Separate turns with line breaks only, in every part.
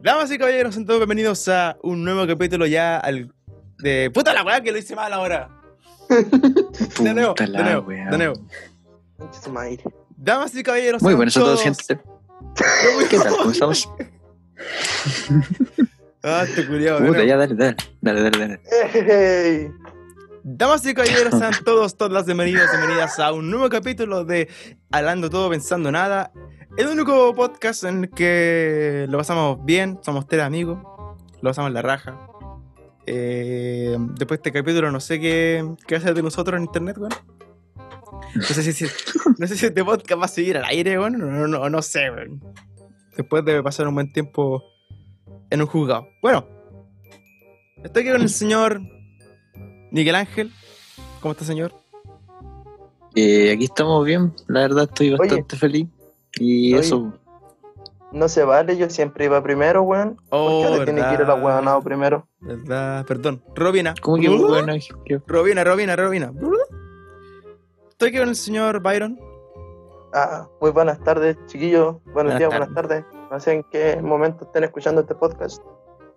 Damas y caballeros, sean todos bienvenidos a un nuevo capítulo ya al de puta la weá que lo hice mal ahora. De nuevo,
Puta
de
la
nuevo,
weá.
de nuevo.
Concha su madre.
Damas y caballeros,
Muy
sean
buenas a todos, gente. ¿Qué tal? ¿Cómo estamos?
Ah, este culiao, de
Puta,
nuevo.
ya dale, dale, dale, dale, dale.
Ey.
Damas y caballeros, sean todos, todas las bienvenidas, bienvenidas a un nuevo capítulo de Hablando Todo Pensando Nada. El único podcast en el que lo pasamos bien, somos tres amigos, lo pasamos en la raja. Eh, después de este capítulo no sé qué, qué hacer de nosotros en internet, weón. No sé si, si- no sé si este podcast va a seguir al aire, weón, o no, no, no sé, weón. Después de pasar un buen tiempo en un juzgado. Bueno, estoy aquí con el señor Miguel Ángel, ¿cómo está, señor?
Eh, aquí estamos bien, la verdad estoy bastante feliz. Y
Oye.
eso,
No se vale, yo siempre iba primero, weón.
Oh,
Oh,
¿Por qué ahora tiene que ir el ahueonado primero?
verdad, perdón. Robina.
¿cómo que
Uh,
bueno? que-
Robina, Robina, Robina. Estoy aquí con el señor Byron.
Ah, muy buenas tardes, chiquillos. Buenos
Buenas
días, buenas tardes. No sé en qué momento estén escuchando este podcast.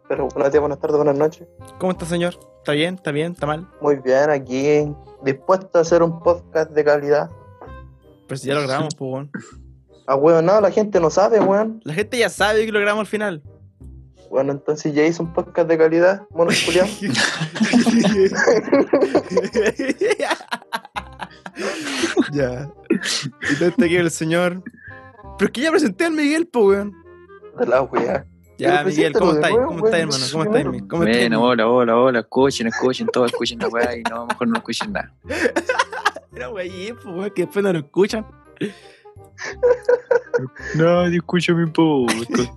Pero buenos días, buenas tardes, buenas noches.
¿Cómo está, señor? ¿Está bien? ¿Está bien? ¿Está mal?
Muy bien, aquí dispuesto a hacer un podcast de calidad.
Pero si ya lo grabamos, pues, weón.
Ahueonado, la gente no sabe, weón.
La gente ya sabe que lo grabamos al final.
Bueno, entonces ya hice un podcast de calidad, mono Julián.
ya. Y todo está aquí el señor. Pero es que ya presenté al Miguel, pues, weón.
De la weá.
Ya,
Pero
Miguel, ¿cómo
preséntalo de
estáis?
nuevo,
¿Cómo
weón,
estáis,
yo
hermano?
soy
¿Cómo estáis,
primero.
Miguel? ¿Cómo estáis?
Bueno,
Miguel?
hola, hola, hola, escuchen, escuchen, todos escuchen la weá y no, mejor no escuchen nada.
Era güey, pues, güey, que después no lo escuchan.
Nadie escucha mi podcast.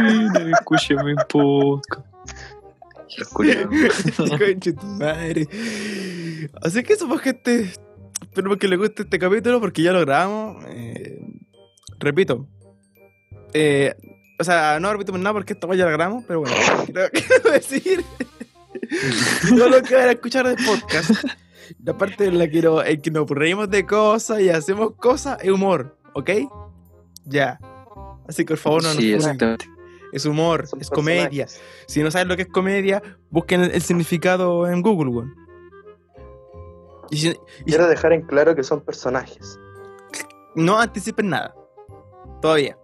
Nadie escucha mi podcast. Los culiados.
Conche tu madre. Así que eso, pues, gente. Espero que les guste este capítulo porque ya lo grabamos. Eh, repito. Eh, o sea, no repetimos nada porque esta weá ya la grabamos, pero bueno, quiero, quiero decir. Todo lo que van a escuchar del podcast. La parte en la que, no- en que nos reímos de cosas y hacemos cosas es humor, ¿ok? Ya. Así que por favor no nos
Sí,
funen.
exactamente.
Es humor,
Son
es comedia. Si no sabes lo que es comedia, busquen el, el significado en Google, weón. Y si-
Quiero dejar en claro que son personajes.
no anticipen nada. Todavía.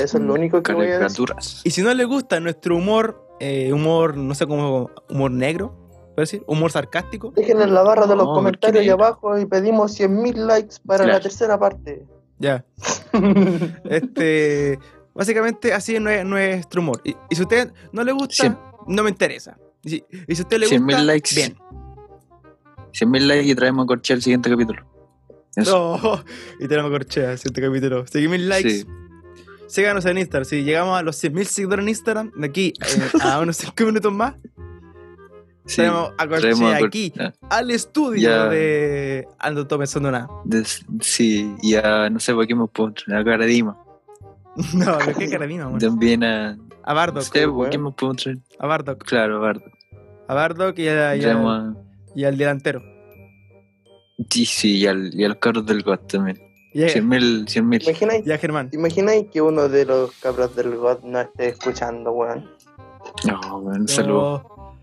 Eso
Mm,
es lo único que voy a decir.
Caricaturas.
Y si no les gusta nuestro humor, eh, humor, no sé cómo, humor negro, ¿puedo decir? Humor sarcástico.
Dejen en la barra de los
No,
comentarios
porque-
ahí abajo y pedimos 100.000 likes para
Claro.
la tercera parte.
Ya. Este. Básicamente, así es nue- nuestro humor. Y, y si a usted no le gusta,
Cien.
no me interesa. Y si, y si a usted le
Cien mil
gusta,
likes.
bien.
100.000 likes y traemos a Corchea el siguiente capítulo. Eso.
No, y tenemos corchea, siguiente capítulo. 100.000 likes.
Sí.
Síganos en Instagram. Si llegamos a los 100.000 seguidores en Instagram, de aquí eh, a unos 5 minutos más,
sí,
tenemos a Corchea
traemos a Cor-
Pues, aquí
Ah.
al estudio
Ya.
de Ando Todo Pensando Nada.
Des- sí, y a, no sé por qué me puedo entrenar a cara de Dima.
No, pero qué carabina, weón.
También a.
A
No
Bardock,
sé por
weón.
qué me puedo entrenar.
a Bardock,
Claro, Bardo.
a Bardock y, a- y
Traemos
al-
a.
y al delantero.
Sí, sí, y, al, y a los carros del GOT también.
Y a,
100.000, 100.000.
¿Imagináis,
y a Germán.
imagináis que uno de los cabros del God no esté escuchando, weón?
No, bueno, un saludo.
Oh,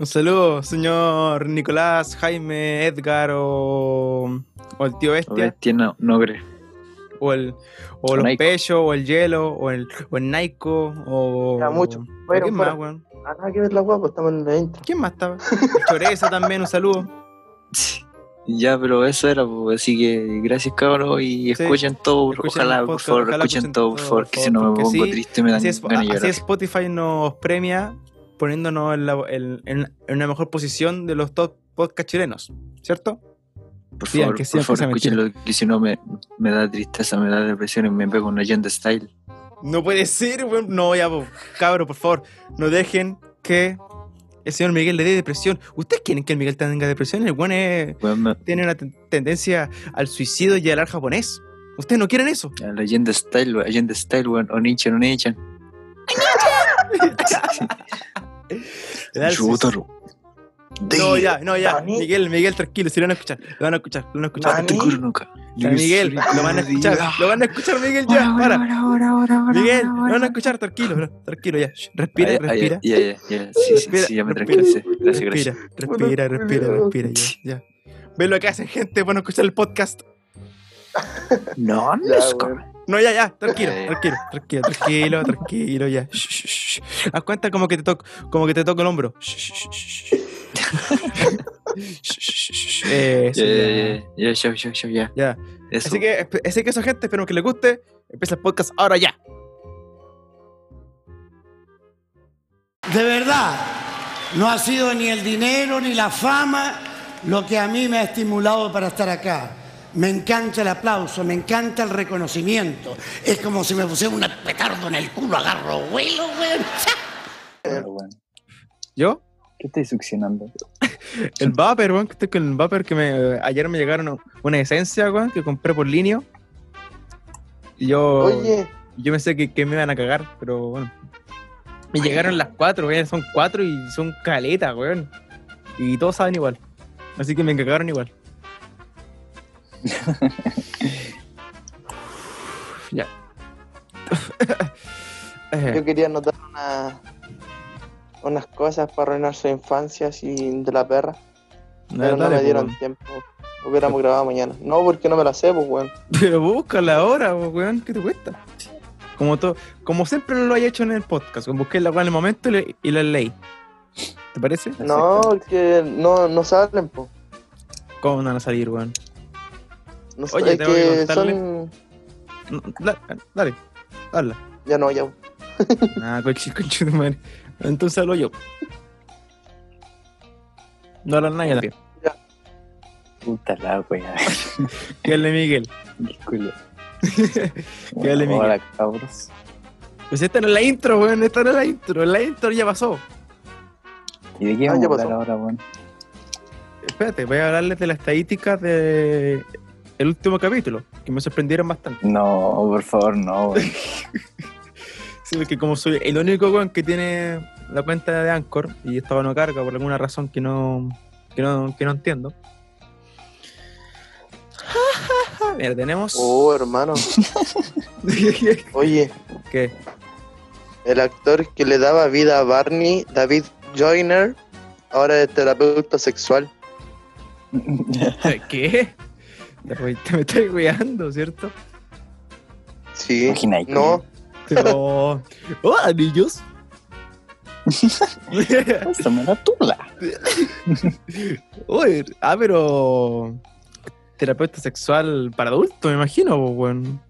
Un saludo, señor Nicolás, Jaime, Edgar o, o el tío este.
A
Bestia.
ver, tiene Nogre.
o el o los
Naico.
pechos o el hielo o el o el Naico o
Ya, mucho.
¿o
Fueron,
¿Quién más,
fueron.
weón?
Ah, nada que ver la guapa, estamos en la intro.
¿Quién más estaba? El Choreza también, un saludo.
Ya, pero eso era, pues, así que gracias, cabros, y escuchen todo.
Escuchen
ojalá,
el
por
podcast,
favor,
ojalá
escuchen
escuchen
todo, por
todo,
favor,
por
que si
favor,
no me
porque
pongo
sí,
triste me dan
Así es,
ganas de
así
llorar.
Spotify nos premia poniéndonos en, la- en- en- en una mejor posición de los top podcast chilenos, ¿cierto?
Por
Digan
favor,
que sí,
por
aunque
favor,
sea mentira.
escúchenlo, que si no me, me da tristeza, me da depresión y me pego una agenda style.
No puede ser, weón. No, ya, po, cabro, por favor, no dejen que el señor Miguel le dé depresión. ¿Ustedes quieren que el Miguel tenga depresión? El weón es-
Weón, me-
tiene una ten- tendencia al suicidio y al ar japonés. ¿Ustedes no quieren eso?
A la Allende Style, weón. Allende Style, weón. Onichan, Onichan.
Le da el suicidio. No, ya, no, ya.
Dani.
Miguel, Miguel, tranquilo, si lo van a escuchar, lo van a escuchar, lo van a escuchar.
Dani.
Te curo nunca.
San Miguel, lo van a escuchar,
Ah,
lo van a escuchar, Miguel, ya, para. Miguel, lo van a escuchar, tranquilo, bro, tranquilo, ya. Shh, Respira,
Ah, ya, ah,
respira.
Ya, ya, ya, ya. Sí, sí,
Respira,
sí, ya me
respira.
tranquilicé. Gracias,
Respira,
gracias.
respira, respira, respira, ya, ya. Ve lo que hacen, gente, bueno, escuchar el podcast.
No,
Ya,
no,
weón.
No, ya, ya, tranquilo,
Ok.
tranquilo, tranquilo, tranquilo, tranquilo, ya. Shh, shh, shh, shh. Haz cuenta como que te toco, como que te toco el hombro. Shh, shh, shh, shh. Shh, shh, shh, shh. Eso,
Ya,
ya.
ya, ya, ya, ya, ya, ya, ya.
Ya.
Eso.
Así que, esp- así que eso, gente, espero que les guste. Empieza el podcast ahora ya.
De verdad, no ha sido ni el dinero ni la fama lo que a mí me ha estimulado para estar acá. Me encanta el aplauso, me encanta el reconocimiento. Es como si me pusiera un petardo en el culo, agarro vuelo, güey.
Pero, weón,
¿Yo?
¿Qué estáis succionando?
El Vapor, weón, que estoy con el Vapor que me, eh, ayer me llegaron una esencia, weón, que compré por línea. Y yo,
Oye,
yo pensé que, que me iban a cagar, pero bueno. Me llegaron las cuatro, weón, son cuatro y son caletas, weón. Y todos saben igual. Así que me cagaron igual. ya. Eh,
yo quería anotar una- unas cosas para arruinar su infancia así de la perra. Pero no
dale,
me
po,
dieron
weón.
tiempo. Hubiéramos grabado mañana. No, porque no me la sé, pues, weón.
Pero búscala ahora, po, weón, ¿qué te cuesta? Como, to- como siempre lo haya hecho en el podcast, como busqué la weá en el momento y, le- y la leí. ¿Te parece?
No,
pues.
que no, no salen, pues.
¿Cómo no van a salir, weón?
No sé,
Oye,
es
tengo que
que
contarle.
son.
No, la- dale, habla.
Ya no, ya.
Ah, cualquier conche de madre. Entonces hablo yo. No hablan nadie también.
Puta la wea.
Que hable Miguel.
Qué culo.
Que hable Miguel.
Hola, cabros.
Pues esta no es la intro, weón. Esta no es la intro. La intro ya pasó.
¿Y de qué
Ah,
vamos
ya
a hablar
pasó.
ahora, weón?
Espérate, voy a hablarles de las estadísticas de el último capítulo, que me sorprendieron bastante.
No, por favor, no, weón.
Sí, porque como soy el único weón que tiene la cuenta de Anchor y esta no carga por alguna razón que no, que no, que no entiendo. Mira, tenemos.
Oh, hermano. Oye,
¿Qué?
el actor que le daba vida a Barney, David Joyner, ahora es terapeuta sexual.
¿Qué? Te voy- pues, te me estoy cuidando, ¿cierto?
Sí.
Imagináis,
No,
Pero... ¡Oh, anillos!
Esta me la tula.
Uy, ah, pero... Terapeuta sexual para adultos, me imagino, po, weón.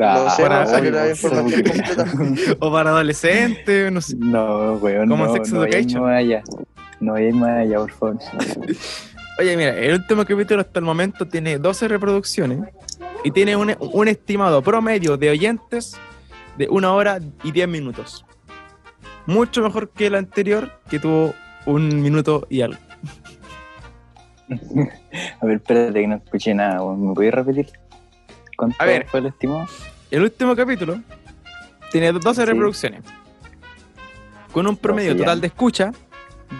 Ah,
no sé,
para-
no sé la
weón,
información
seguro.
completa.
O para adolescentes, no sé.
No, weón.
Como
no,
Sex
no vayáis
Education.
más allá. No vayáis más allá, por favor.
Oye, mira, el último capítulo hasta el momento tiene 12 reproducciones y tiene un, un estimado promedio de oyentes de 1 hora y 10 minutos. Mucho mejor que el anterior, que tuvo un minuto y algo.
A ver, espérate que no escuché nada, weón. ¿Me podéis repetir? ¿Cuánto
A ver.
fue el estimado?
El último capítulo tiene 12
Sí.
reproducciones. Con un promedio
ya.
total de escucha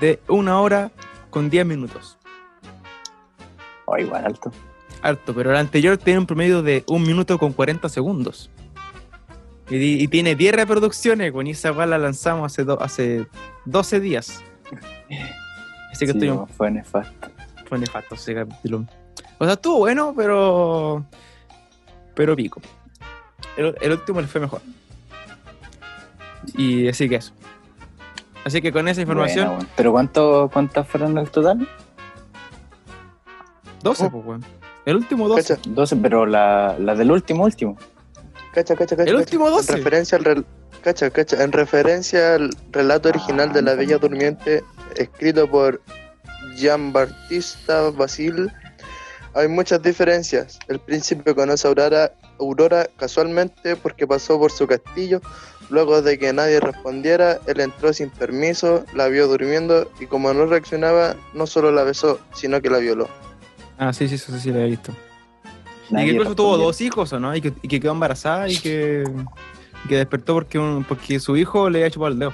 de una hora con 10 minutos.
Oh, igual alto.
Harto, pero el anterior tiene un promedio de 1 minuto con 40 segundos. Y, di- y tiene 10 reproducciones, con esa cual la lanzamos hace, do- hace 12 días. Así que
Sí,
estoy
weón, fue nefasto.
un fue nefasto ese capítulo. O sea, estuvo bueno, pero. Pero pico. El, el último le fue mejor. Y así que eso. Así que con esa información,
Buena, weón. ¿Pero cuánto, cuántas fueron el total? Oh.
12, pues, weón. El último 12.
Cacha,
12, pero la, la del último, último.
cacha, cacha, cacha.
El
cacha.
último
En
12.
referencia al rel- cacha, cacha, en referencia al
Ah,
relato original de la Bella Durmiente, escrito por Jean-Baptiste Basile, hay muchas diferencias. El príncipe conoce a Aurora, Aurora casualmente porque pasó por su castillo. Luego de que nadie respondiera, él entró sin permiso, la vio durmiendo y como no reaccionaba, no solo la besó, sino que la violó.
Ah, sí, sí, eso sí, lo he visto.
Nadie
y que incluso tuvo
respondió.
dos hijos, ¿o no? Y que, y que quedó embarazada y que, y que despertó porque, un- porque su hijo le había chupado el dedo.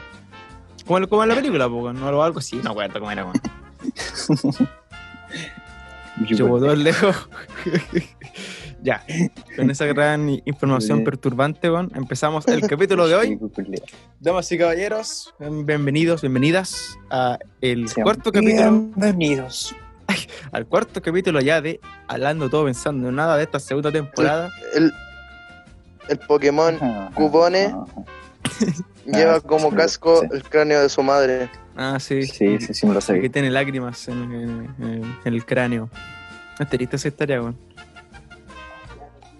Como, en- como en la película, po, weón, o algo así. No acuerdo cómo era, weón.
Yo-
Chupó todo el dedo. Ya, con esa gran información
Bien.
perturbante, weón, empezamos el capítulo de hoy.
Sí, pues, culiao.
Damas y caballeros, bienvenidos, bienvenidas a el
Sean
cuarto capítulo,
Bienvenidos.
al cuarto capítulo ya de Hablando Todo Pensando en Nada de esta segunda temporada.
El, el Pokémon Cubone lleva como
Ah, sí,
casco
sí.
el cráneo de su madre.
Ah, sí,
Sí, sí, sí, sí, me lo
que
sabía.
tiene lágrimas en, en- en- en el cráneo. Es triste esa historia, weón.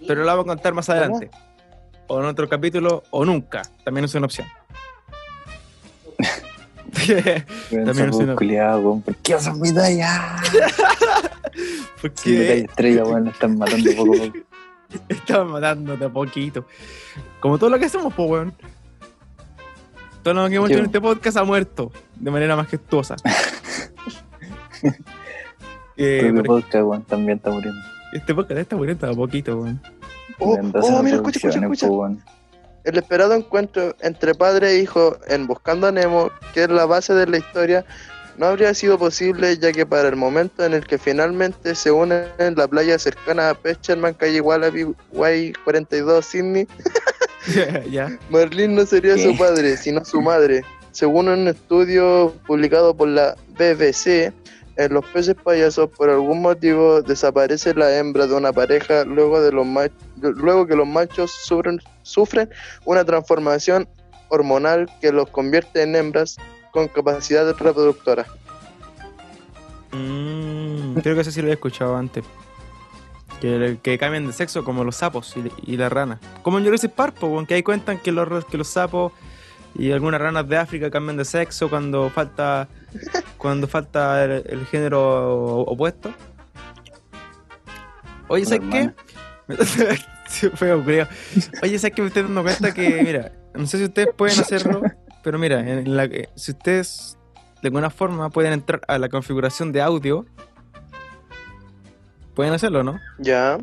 Pero la vamos a contar más adelante. O en otro capítulo, o nunca. También es una opción.
Weón,
También
sapo
es una-
culiao, weón. ¿Por qué hacen medalla?
Porque
Sin medalla estrella, weón, la están matando poco a
Eh,
poco.
Estaba matándote a poquito. Como todo lo que hacemos, po, weón. Todo lo que hemos
Sí,
hecho en
weón.
este podcast ha muerto de manera majestuosa. Eh,
Creo que
pero
podcast, weón, también está muriendo.
este podcast está muriendo a poquito, weón.
Oh,
Andan
oh,
haciendo
mira, escucha, escucha,
producciones,
escucha.
po, weón.
El esperado encuentro entre padre e hijo en Buscando a Nemo, que es la base de la historia, no habría sido posible ya que para el momento en el que finalmente se unen en la playa cercana a Pecherman, calle Wallaby, Way 42, Sydney,
ya.
Merlín no sería
¿Qué?
su padre, sino su madre. Según un estudio publicado por la BBC, en los peces payasos por algún motivo desaparece la hembra de una pareja luego, de los mach- luego que los machos sufren, sufren una transformación hormonal que los convierte en hembras con capacidad reproductora.
Mm, creo que eso sí lo he escuchado antes. Que, que cambian de sexo como los sapos y, y las ranas. Como en Jurassic Park, po, weón, que ahí cuentan que los, que los sapos y algunas ranas de África cambian de sexo cuando falta cuando falta el, el género opuesto. Oye,
Con
¿sabes
la
qué?
hermana.
Sí, feo, creo. Oye, ¿sabes qué me estoy dando cuenta que, mira, no sé si ustedes pueden hacerlo, pero mira, en la, que- si ustedes de alguna forma pueden entrar a la configuración de audio, pueden hacerlo, ¿no?
Ya,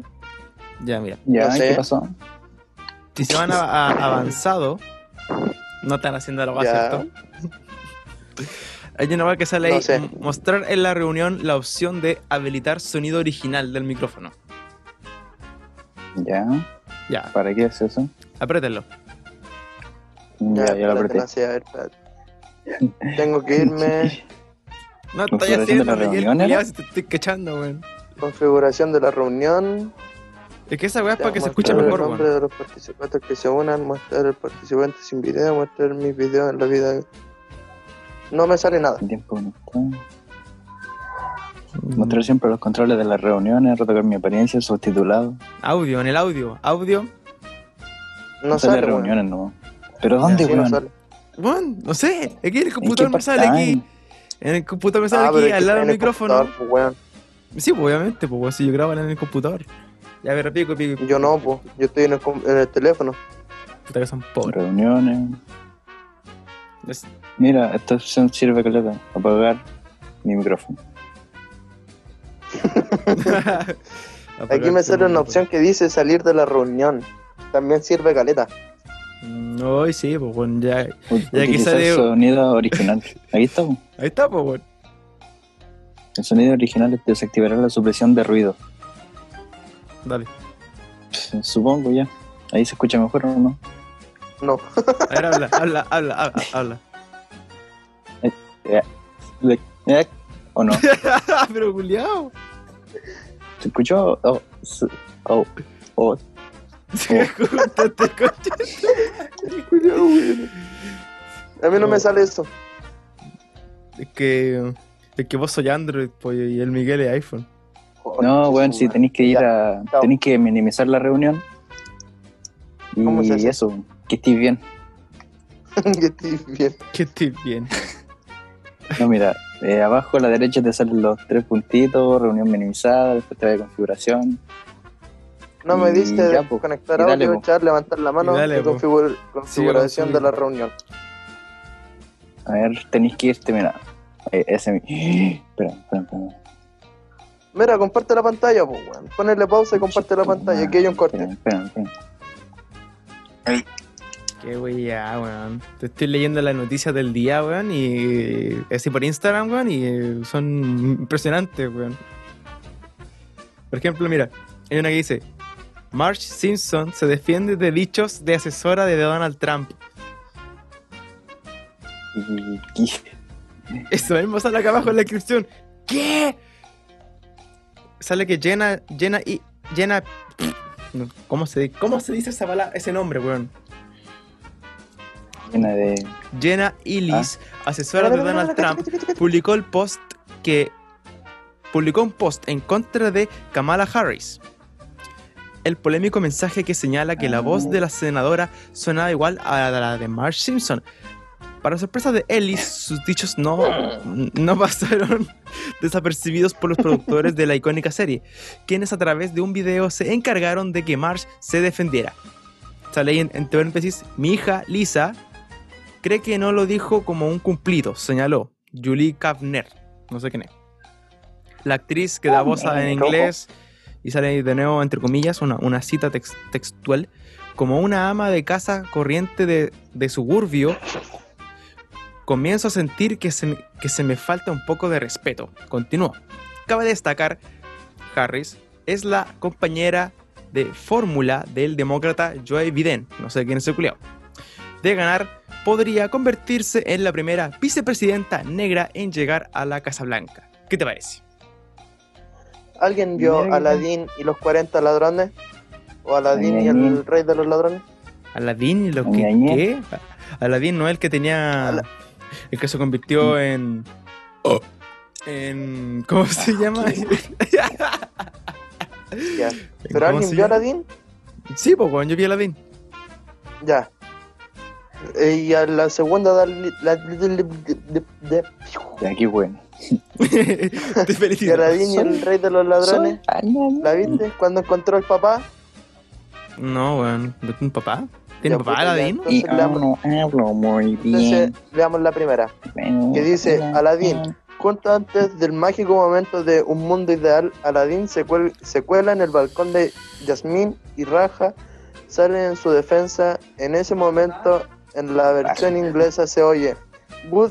Ya, mira.
Ya,
No sé.
¿qué pasó?
Si se van a, a avanzado, no están haciendo algo,
Ya.
¿cierto? Hay una web que sale
No
ahí,
sé.
"M- mostrar en la reunión la opción de habilitar sonido original del micrófono.
Ya,
Ya,
¿para qué es eso?
apriétenlo.
Ya, ya lo
espérate,
apreté.
no sé, a ver, espérate. Tengo que irme.
No estoy
¿Configuración de
haciendo,
la
Miguel,
reunión,
culiao,
era?
si te estoy cachando, weón.
Configuración de la reunión.
Es que esa weá es para que se escuche
Mostrar
mejor,
el nombre
weón.
de los participantes que se unan, mostrar el participante sin video, mostrar mis videos en la vida. No me sale nada.
El tiempo
Mm.
conectado. Mostrar siempre los controles de las reuniones, retocar mi apariencia, subtitulado.
Audio, en el audio. Audio.
No
sale
sale, weón.
reuniones, no. ¿Pero dónde,
Sí, no
weón?
sale.
Bueno, no sé. Aquí en el
¿En qué
computador me sale aquí.
part-time?
En el computador me sale
Ah, pero
aquí
es que
al lado del
está en el
micrófono.
computador, pues, weón.
Sí, pues, obviamente, pues weón, si yo grabo en el computador. Ya me repico, pico.
Yo no, pues. Yo estoy en el, com- en el teléfono.
Puta que son pobres.
Reuniones.
Es-
Mira, esta opción sirve que le apagar mi micrófono.
Aquí
este
me sale una opción que dice salir de la reunión. También sirve caleta.
Mm, Hoy sí, pues bueno, ya.
Ut-
Ya, aquí
Utilizar
sale-
sonido original. Aquí está. po.
Ahí está, pues bueno.
El sonido original desactivará la supresión de ruido.
Dale.
Pues, Supongo ya. Ahí se escucha mejor o no.
No.
A ver, habla, habla, habla, habla, habla.
Le- eh, ¿O no?
Ah,
Pero culiao.
¿Se escuchó? Oh, s- oh, oh.
Júntate, coche.
A mí no me sale eso.
Es que. Es que vos soy Android, pues, y el Miguel es iPhone.
No,
Conche
weón,
su
si
madre.
tenéis que ir
Ya,
a.
chao.
Tenéis que minimizar la reunión.
¿Cómo se
Y
hace?
eso, que estés bien.
Que estoy bien.
Que estoy bien.
No, mira, eh, abajo a la derecha te salen los tres puntitos, reunión minimizada, después te va de configuración.
No me
Y
diste
Mm, ya,
de
po.
conectar
Y dale,
audio,
po.
echar, levantar la mano
Y dale,
y
po.
configurar- configuración
sí.
de la reunión.
A ver, tenéis que irte, mira. Eh, ese mi. Espera, espera, espera.
Mira, comparte la pantalla, pues, weón. Ponele pausa y comparte la pantalla. Aquí hay un corte.
Espera, espera, espera.
Qué weá, weón. Te estoy leyendo las noticias del día, weón, y así por Instagram, weón, y eh, son impresionantes, weón. Por ejemplo, mira, hay una que dice, Marge Simpson se defiende de dichos de asesora de Donald Trump.
Y- y-
Eso mismo sale acá abajo en la descripción. ¿Qué? Sale que llena, llena y. llena. No, ¿Cómo se, di- ¿Cómo se dice esa palabra, ese nombre, weón?
Llena de.
Jenna Illis, asesora de Donald Trump, publicó el post que publicó un post en contra de Kamala Harris. El polémico mensaje que señala que la voz de la senadora sonaba igual a la de Marge Simpson. Para sorpresa de Ellis, sus dichos no, no pasaron desapercibidos por los productores de la icónica serie, quienes a través de un video se encargaron de que Marge se defendiera. Sale ahí en, entre paréntesis, mi hija Lisa cree que no lo dijo como un cumplido, señaló Julie Kavner, no sé quién es. La actriz que da voz en inglés y sale ahí de nuevo, entre comillas, una, una cita tex- textual, como una ama de casa corriente de, de suburbio, comienzo a sentir que se, me- que se me falta un poco de respeto. Continúo. Cabe destacar, Harris es la compañera de fórmula del demócrata Joe Biden, no sé quién es el culiao, de ganar podría convertirse en la primera vicepresidenta negra en llegar a la Casa Blanca. ¿Qué te parece?
¿Alguien vio
Mira,
Aladdin y los 40 ladrones? ¿O Aladdin y el
Mira.
rey de los ladrones?
Aladín y lo que...
Ñaña.
¿Qué? Aladín no es el que tenía...
Ala- Mm. Oh.
El que se convirtió en... En... ¿Cómo
Ah,
se llama?
Ya.
¿Cómo
¿Pero alguien
se
vio
llama?
Aladdin?
Sí, pues yo vi a Aladín.
Ya. Eh, Y a la segunda da- la- de- de-
Ya, qué bueno.
Te
y
felicito.
Aladdin y el rey de los ladrones. ¿La viste? Cuando encontró al papá.
No, weón. ¿Tiene papá? ¿Tiene
Ya,
papá
puta, ya,
Aladín?
Y
entonces
aún
leamos-
no hablo muy
Entonces,
bien.
veamos la primera. que dice, Aladdin. Justo antes del mágico momento de un mundo ideal, Aladdin se, cuel- se cuela en el balcón de Yasmín y Raja sale en su defensa. En ese momento, en la versión inglesa se oye Good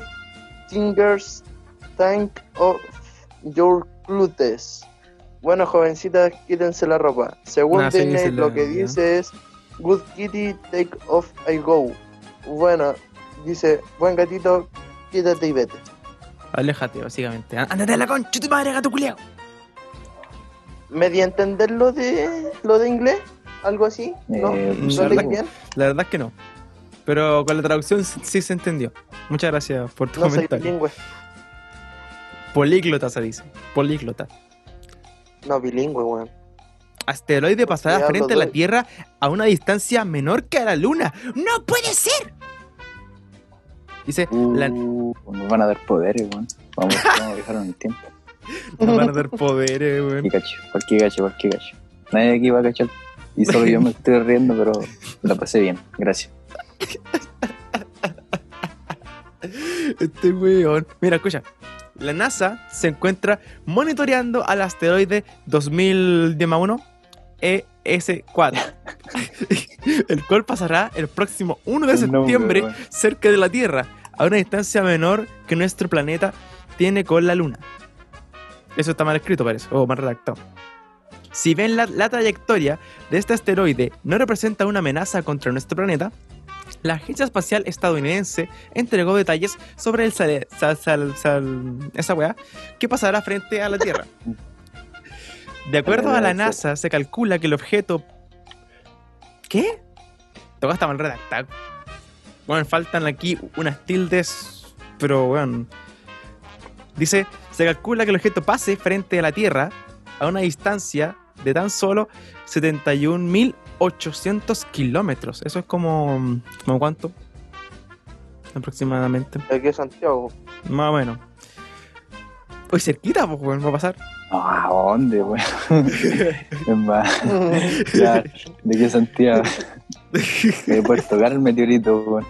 fingers thank of your glutes. Bueno, jovencitas, quítense la ropa. Según
Ah, sí,
Disney,
se la-
lo que
ya.
dice es Good kitty, take off, I go. Bueno, dice, buen gatito, quítate y vete.
Aléjate, básicamente. Ándate a la concha, de tu madre, gato culiao.
medio entender lo de lo de inglés, algo así, ¿no?
Eh,
¿No
sí,
leí
pues, algo.
bien?
La verdad es que no. Pero con la traducción sí sí se entendió. Muchas gracias por tu
No soy
comentario.
bilingüe.
Políglota se dice. Políglota.
No, bilingüe, weón.
Asteroide pasará
Ya lo
frente a la
doy.
Tierra a una distancia menor que a la Luna. ¡No puede ser! Dice, la-
Uh, nos van a dar poderes, weón. Vamos, vamos, dejaron el tiempo.
no van a dar poderes, weón.
Pikachu, cualquier gacho, cualquier gacho. Nadie aquí va a cachar. Y solo yo me estoy riendo, pero la pasé bien. Gracias.
Este weón. Mira, escucha. La NASA se encuentra monitoreando al asteroide 2001 ES4, E el cual pasará el próximo 1 de
El nombre,
septiembre
weón.
cerca de la Tierra, a una distancia menor que nuestro planeta tiene con la Luna. Eso está mal escrito, parece, o mal redactado. Si ven la, la trayectoria de este asteroide no representa una amenaza contra nuestro planeta, la Agencia Espacial Estadounidense entregó detalles sobre el sale- sal- sal- sal- esa weá que pasará frente a la Tierra. De acuerdo a la NASA, se calcula que el objeto... ¿Qué? Todo está mal redactado. Bueno, faltan aquí unas tildes, pero bueno. Dice, se calcula que el objeto pase frente a la Tierra a una distancia de tan solo 71.800 kilómetros. Eso es como... ¿Como cuánto? Aproximadamente.
Aquí es Santiago.
Más o menos. Hoy cerquita, pues, weón, va a pasar.
No, Ah, ¿A dónde, weón? Es más, ya, ¿de qué Santiago? De Puerto Carmen, meteorito, weón.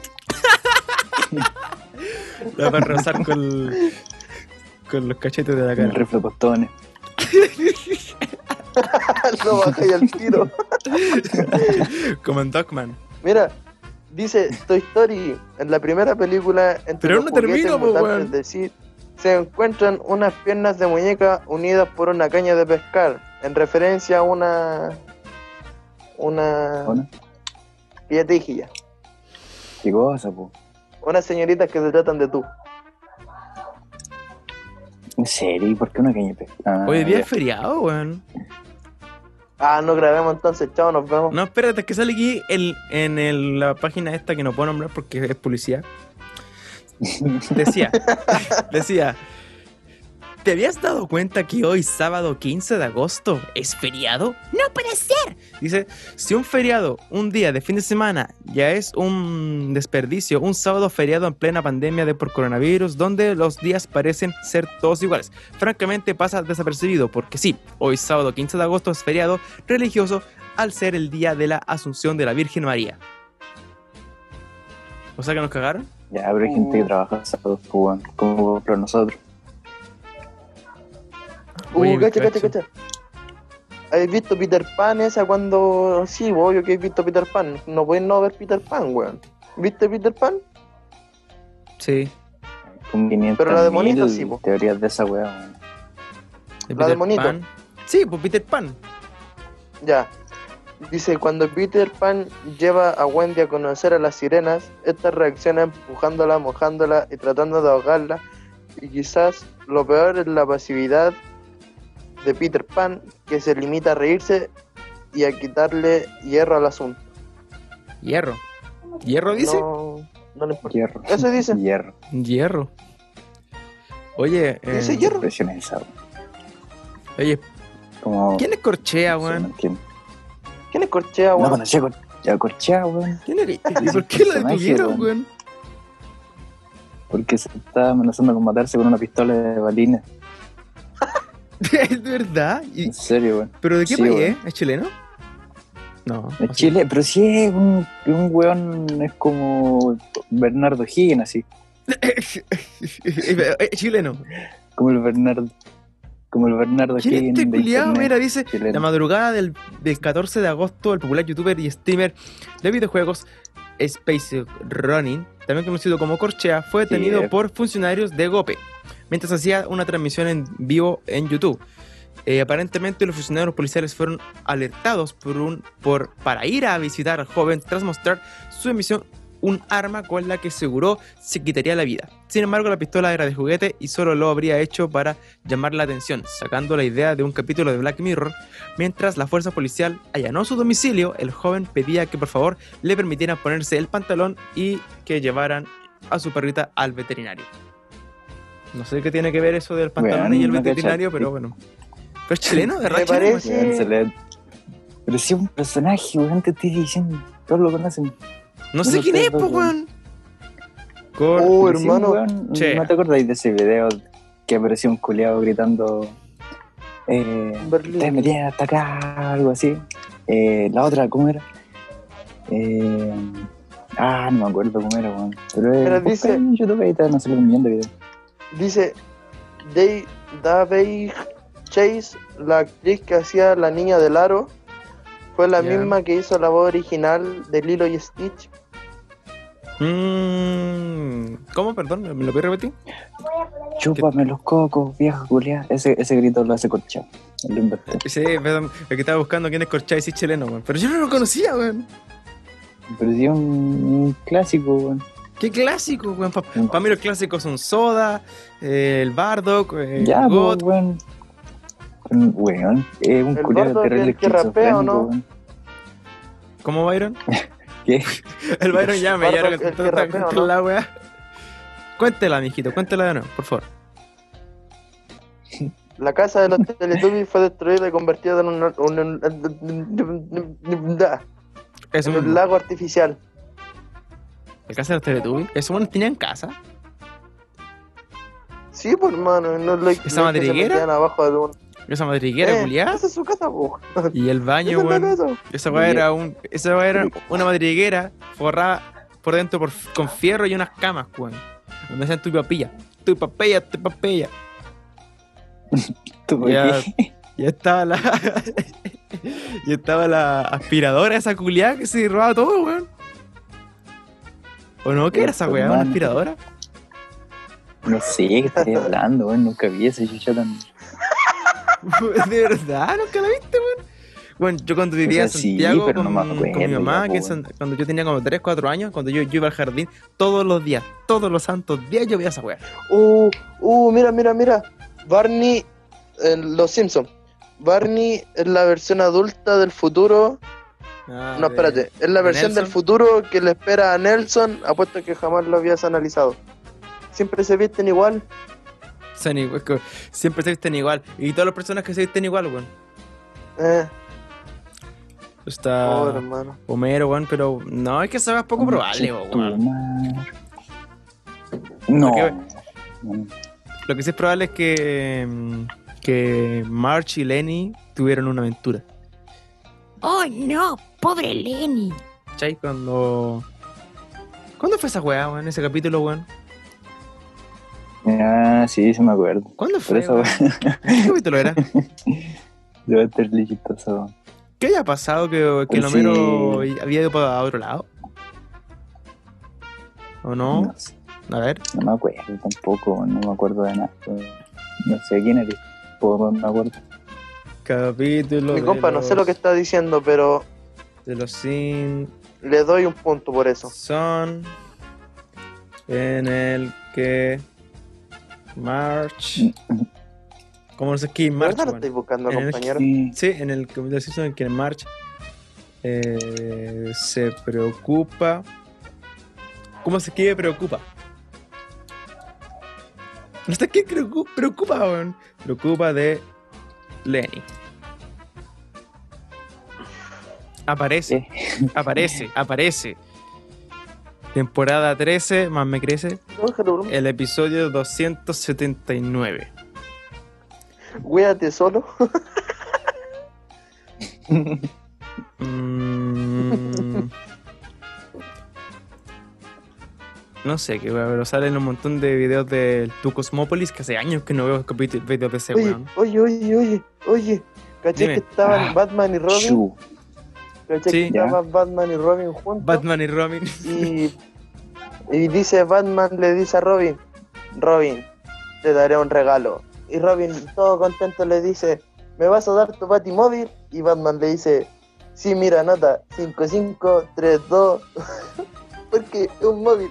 La va a rozar con, el- con los cachetes de la
El
cara.
rifle postones.
no baja y al tiro.
Como en Dogman.
Mira, dice Toy Story en la primera película entre
Pero
los
no
juguetes
termino, po,
mutantes
weón.
de Sid, se encuentran unas piernas de muñeca unidas por una caña de pescar en referencia a una una
¿Una?
pillatejilla.
¿Qué cosa, po?
Unas señoritas que se tratan de tú.
¿En serio? ¿Y por qué una cañete? Ah,
Hoy día
ya.
es feriado, weón.
Ah, no grabemos entonces, chao, nos vemos.
No, espérate, es que sale aquí el- en el- la página esta que no puedo nombrar porque es publicidad. Decía, decía, ¿te habías dado cuenta que hoy, sábado 15 de agosto, es feriado? ¡No puede ser! Dice, si un feriado, un día de fin de semana, ya es un desperdicio, un sábado feriado en plena pandemia de por coronavirus, donde los días parecen ser todos iguales. Francamente pasa desapercibido, porque sí, hoy sábado 15 de agosto es feriado religioso al ser el día de la Asunción de la Virgen María. O sea que nos cagaron.
Ya, pero hay gente que trabaja sábado, po, weón, como por nosotros.
Oye,
Uh, cacha, cacha,
cacha.
cacha. ¿Habéis visto Peter Pan esa cuando.? Sí, bo, obvio que habéis visto Peter Pan. No podéis no ver Peter Pan, weón. ¿Viste Peter Pan?
Sí.
Con 500
Pero la de monito sí, po.
Teorías de esa weá, weón.
de
La del monito.
Pan. Sí, pues Peter Pan.
Ya. Dice, cuando Peter Pan lleva a Wendy a conocer a las sirenas, estas reacciona empujándola, mojándola y tratando de ahogarla. Y quizás lo peor es la pasividad de Peter Pan, que se limita a reírse y a quitarle hierro al asunto.
Hierro. ¿Hierro dice?
No, no le importa.
Hierro.
Eso dice.
Hierro.
Hierro. Oye, eh,
Dice hierro.
Presión esa, weón.
oye,
Como...
¿quién es Corchea,
no sé,
weón?
no entiendo.
Ah, ¿Quién es Corchea,
No
weón?
conocía Cor- a Corchea, weón.
¿Quién es- ¿Y por qué la
personaje,
detuvieron,
weón.
weón?
Porque se estaba amenazando con matarse con una pistola de balines.
¿De verdad? ¿Y-
En serio, weón.
¿Pero de qué
Sí,
país
weón.
es? ¿Es chileno? No.
De
o sea,
Chile, pero sí es un, un weón, es como Bernardo Higgins, así.
es chileno.
Como el Bernardo. Como el Bernardo
¿Quién es
Higgins.
este
de
culiao?
internet
Mira, dice,
chileno.
La madrugada del, del 14 de agosto, el popular youtuber y streamer de videojuegos Space Running, también conocido como Corchea, fue
Sí,
detenido
eh.
por funcionarios de Gope mientras hacía una transmisión en vivo en YouTube. Eh, aparentemente los funcionarios policiales fueron alertados por un, por, para ir a visitar al joven tras mostrar su emisión un arma con la que aseguró se quitaría la vida. Sin embargo, la pistola era de juguete y solo lo habría hecho para llamar la atención, sacando la idea de un capítulo de Black Mirror. Mientras la fuerza policial allanó su domicilio, el joven pedía que por favor le permitieran ponerse el pantalón y que llevaran a su perrita al veterinario. No sé qué tiene que ver eso del pantalón
Weón,
y el
no
veterinario,
cachaste.
pero bueno. ¿Pero es chileno? ¿De
Me
racha?
parece-
Weón, se le- Pero sí es un personaje, weón, te estoy diciendo. Todos lo conocen.
Uh,
No sé
No
quién
sé,
es, po,
weón.
weón. Cor-
Oh,
Pero sí,
hermano.
weón,
Che.
¿No te acordáis de ese video que apareció un culiao gritando. Eh,
Berlín.
Ustedes me tienen hasta acá, algo así. Eh, la otra, ¿cómo era? Eh, ah, no me acuerdo cómo era, weón. Pero, eh,
Pero
busca
dice-
en YouTube ahí te van a salir un millón de videos.
Dice, Dave Davey Chase, la actriz que hacía la niña del aro, fue la
Ya.
misma que hizo la voz original de Lilo y Stitch.
Mm, ¿Cómo? Perdón, ¿me lo puedes repetir?
Chúpame los cocos, vieja culia. Ese, ese grito lo hace corchado. Lo inventó.
Sí, perdón, el que estaba buscando quién es Corchai, sí, chileno, weón. Pero yo no lo conocía, weón.
Pero sí, un, un clásico, weón.
Qué clásico, weón. Para mí los clásicos son Soda, eh, el Bardock, eh,
Ya, pues,
God.
weón. Un- Weón, es un
El
culiao
gordo
terrible
que- que rapea, ¿o no?
esquizofrénico, weón.
¿Cómo Byron?
¿Qué?
El Byron ya me
Bardock,
llora
el que
con tanta-
rapea,
con
¿no?
la weá. Cuéntela, mijito, cuéntela de nuevo, por favor.
La casa de los Teletubbies fue destruida y convertida en un, un- un-
Es
en un
un
lago artificial.
¿El casa de los Teletubbies? ¿Eso bueno tenían casa?
Sí, pues hermano, no es lo no es que
madriguera?
metían abajo de un...
Esa madriguera,
Eh,
culiá.
Esa es su casa, po.
Y el
Esa
baño,
es la
weón.
casa.
Esa weá era, un, esa weá era una madriguera forrada por dentro por, con fierro y unas camas, weón. Donde hacían tu papilla, tu papilla, tu papilla.
¿Tú por
Ya.
qué?
Y estaba la. y estaba la aspiradora esa culiada que se robaba todo, weón. ¿O no? ¿Qué era esa weá? ¿Una aspiradora?
No sé qué estoy hablando, weón. Nunca vi ese chucha tan.
¿De verdad? ¿Nunca la viste, weón? Bueno, yo cuando vivía
O sea,
en
sí,
Santiago
pero no
con,
me acuerdo,
con mi mamá,
ya,
que
po,
en San- cuando yo tenía como 3, 4 años, cuando yo, yo iba al jardín, todos los días, todos los santos días yo veía esa weá.
Uh, uh, mira, mira, mira. Barney, en Los Simpsons. Barney es la versión adulta del futuro.
Ah,
no,
de-
espérate. Es la
de
versión del
Nelson.
futuro que le espera a Nelson. Apuesto que jamás lo habías analizado. Siempre se visten igual.
son igual- es que siempre se visten igual. Y todas las personas que se visten igual, weón.
Eh,
Está
pobre hermano.
Homero, weón, pero no, es que se es poco probable, weón.
No.
Porque- Lo que sí es probable es que, mm, que March y Lenny tuvieron una aventura.
Oh no, pobre Lenny.
¿Cachai? Cuando. ¿Cuándo fue esa weá, weón? Ese capítulo, weón.
Ah, sí, sí me acuerdo.
¿Cuándo
Por
fue?
eso,
weón? ¿Qué capítulo era?
debe estar listo eso.
¿Qué había pasado que, que el
Sí.
Homero y- había ido para otro lado? ¿O no?
No, sé,
A ver.
no me acuerdo tampoco, no me acuerdo de nada. No sé quién eres. Tampoco me acuerdo.
Capítulo.
Mi compa, no sé lo que está diciendo, pero
De los sin
le doy un punto por eso.
son en el que March. ¿Cómo no sé qué? March.
¿Verdad lo
weón.
estoy buscando,
En el-
compañero?
Sí,
Sí, en el capítulo de Simpson en que March eh, se preocupa. ¿Cómo se quiere preocupa? No sé qué preocu- preocupa, weón. Preocupa de Lenny. Aparece, aparece, aparece. Temporada 13, más me crece,
Bájalo, bro.
el episodio 279.
Cuídate solo.
Mm. No sé qué weón, pero salen un montón de videos del Tu Cosmópolis que hace años que no veo capítulos videos de ese
Oye,
weón.
oye, oye, oye, oye. ¿Caché
Dime.
que estaban
Ah,
Batman y Robin?
chu.
¿Caché
Sí.
que
Ya.
estaban Batman y Robin juntos?
Batman y Robin.
Y, y dice Batman, le dice a Robin, Robin, te daré un regalo. Y Robin, todo contento, le dice, ¿me vas a dar tu batimóvil? Y Batman le dice, sí, mira, nota, 5532, porque es un móvil,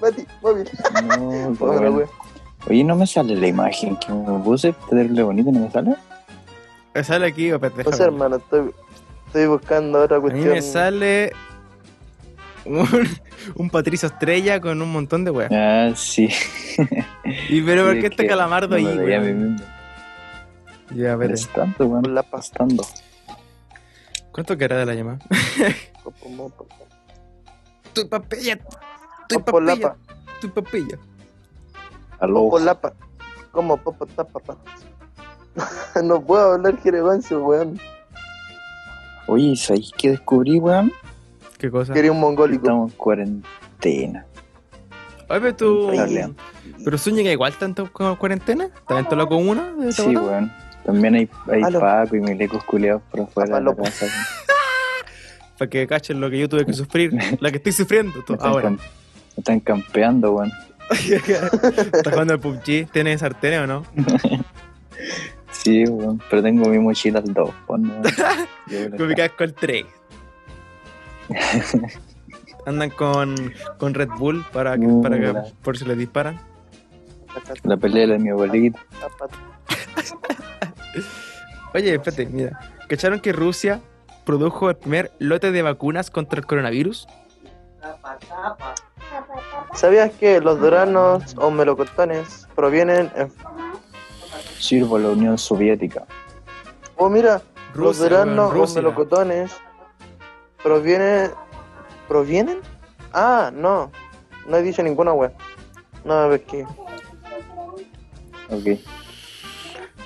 batimóvil.
No, qué pues,
Pobre
bueno.
wea.
Oye, no me sale la imagen que me puse, terrible bonito, no me sale.
Me sale aquí, oh, espérate,
O sea,
déjame.
pues, hermano, estoy, estoy buscando otra
A mí
cuestión.
me sale un, un Patricio Estrella con un montón de weas.
Ah, sí.
Y pero ¿por
Sí,
qué
es
está
que
este calamardo
no
ahí,
me veía a mí
weón?
mismo.
Ya, espérate.
Estando, weón.
La paz.
Estando.
¿Cuánto queda de la llamada? Tu papilla, tu papilla,
Popolapa,
tu papilla.
Aló.
popolapa, como popo tapa pa. No puedo hablar jeregoncio, weón.
Oye, ¿sabéis qué descubrí, weón?
¿Qué cosa?
Quería un mongólico.
Estamos en cuarentena.
Oye, pero tú.
Dale.
Pero Zúñiga igual tanto con cuarentena, también toló con una de
Sí,
Tabata?
weón. También hay, hay
Aló.
Paco y milecos culiados por afuera de la
Papalopo.
casa.
para que cachen lo que yo tuve que sufrir, la que estoy sufriendo
Me
tú,
están,
ahora.
cam- me están campeando, weón.
¿Estás jugando al PUBG? ¿Tienes sartenes o no?
Sí, weón. Pero tengo mi mochila al 2, weón. weón. Yo
Yo
creo
me
que-
casco al 3. Andan con, con Red Bull para que, para que- por si les disparan.
La pelea de mi abuelita.
Oye, espérate, mira. ¿Cacharon que Rusia produjo el primer lote de vacunas contra el coronavirus?
¿Sabías que los duranos o melocotones provienen en...
Sirvo a la Unión Soviética.
Oh, mira, los
Rusia,
duranos
weón,
o
Rusia.
melocotones provienen... ¿Provienen? Ah, no. No he dicho ninguna, weón. No, es que...
Ok.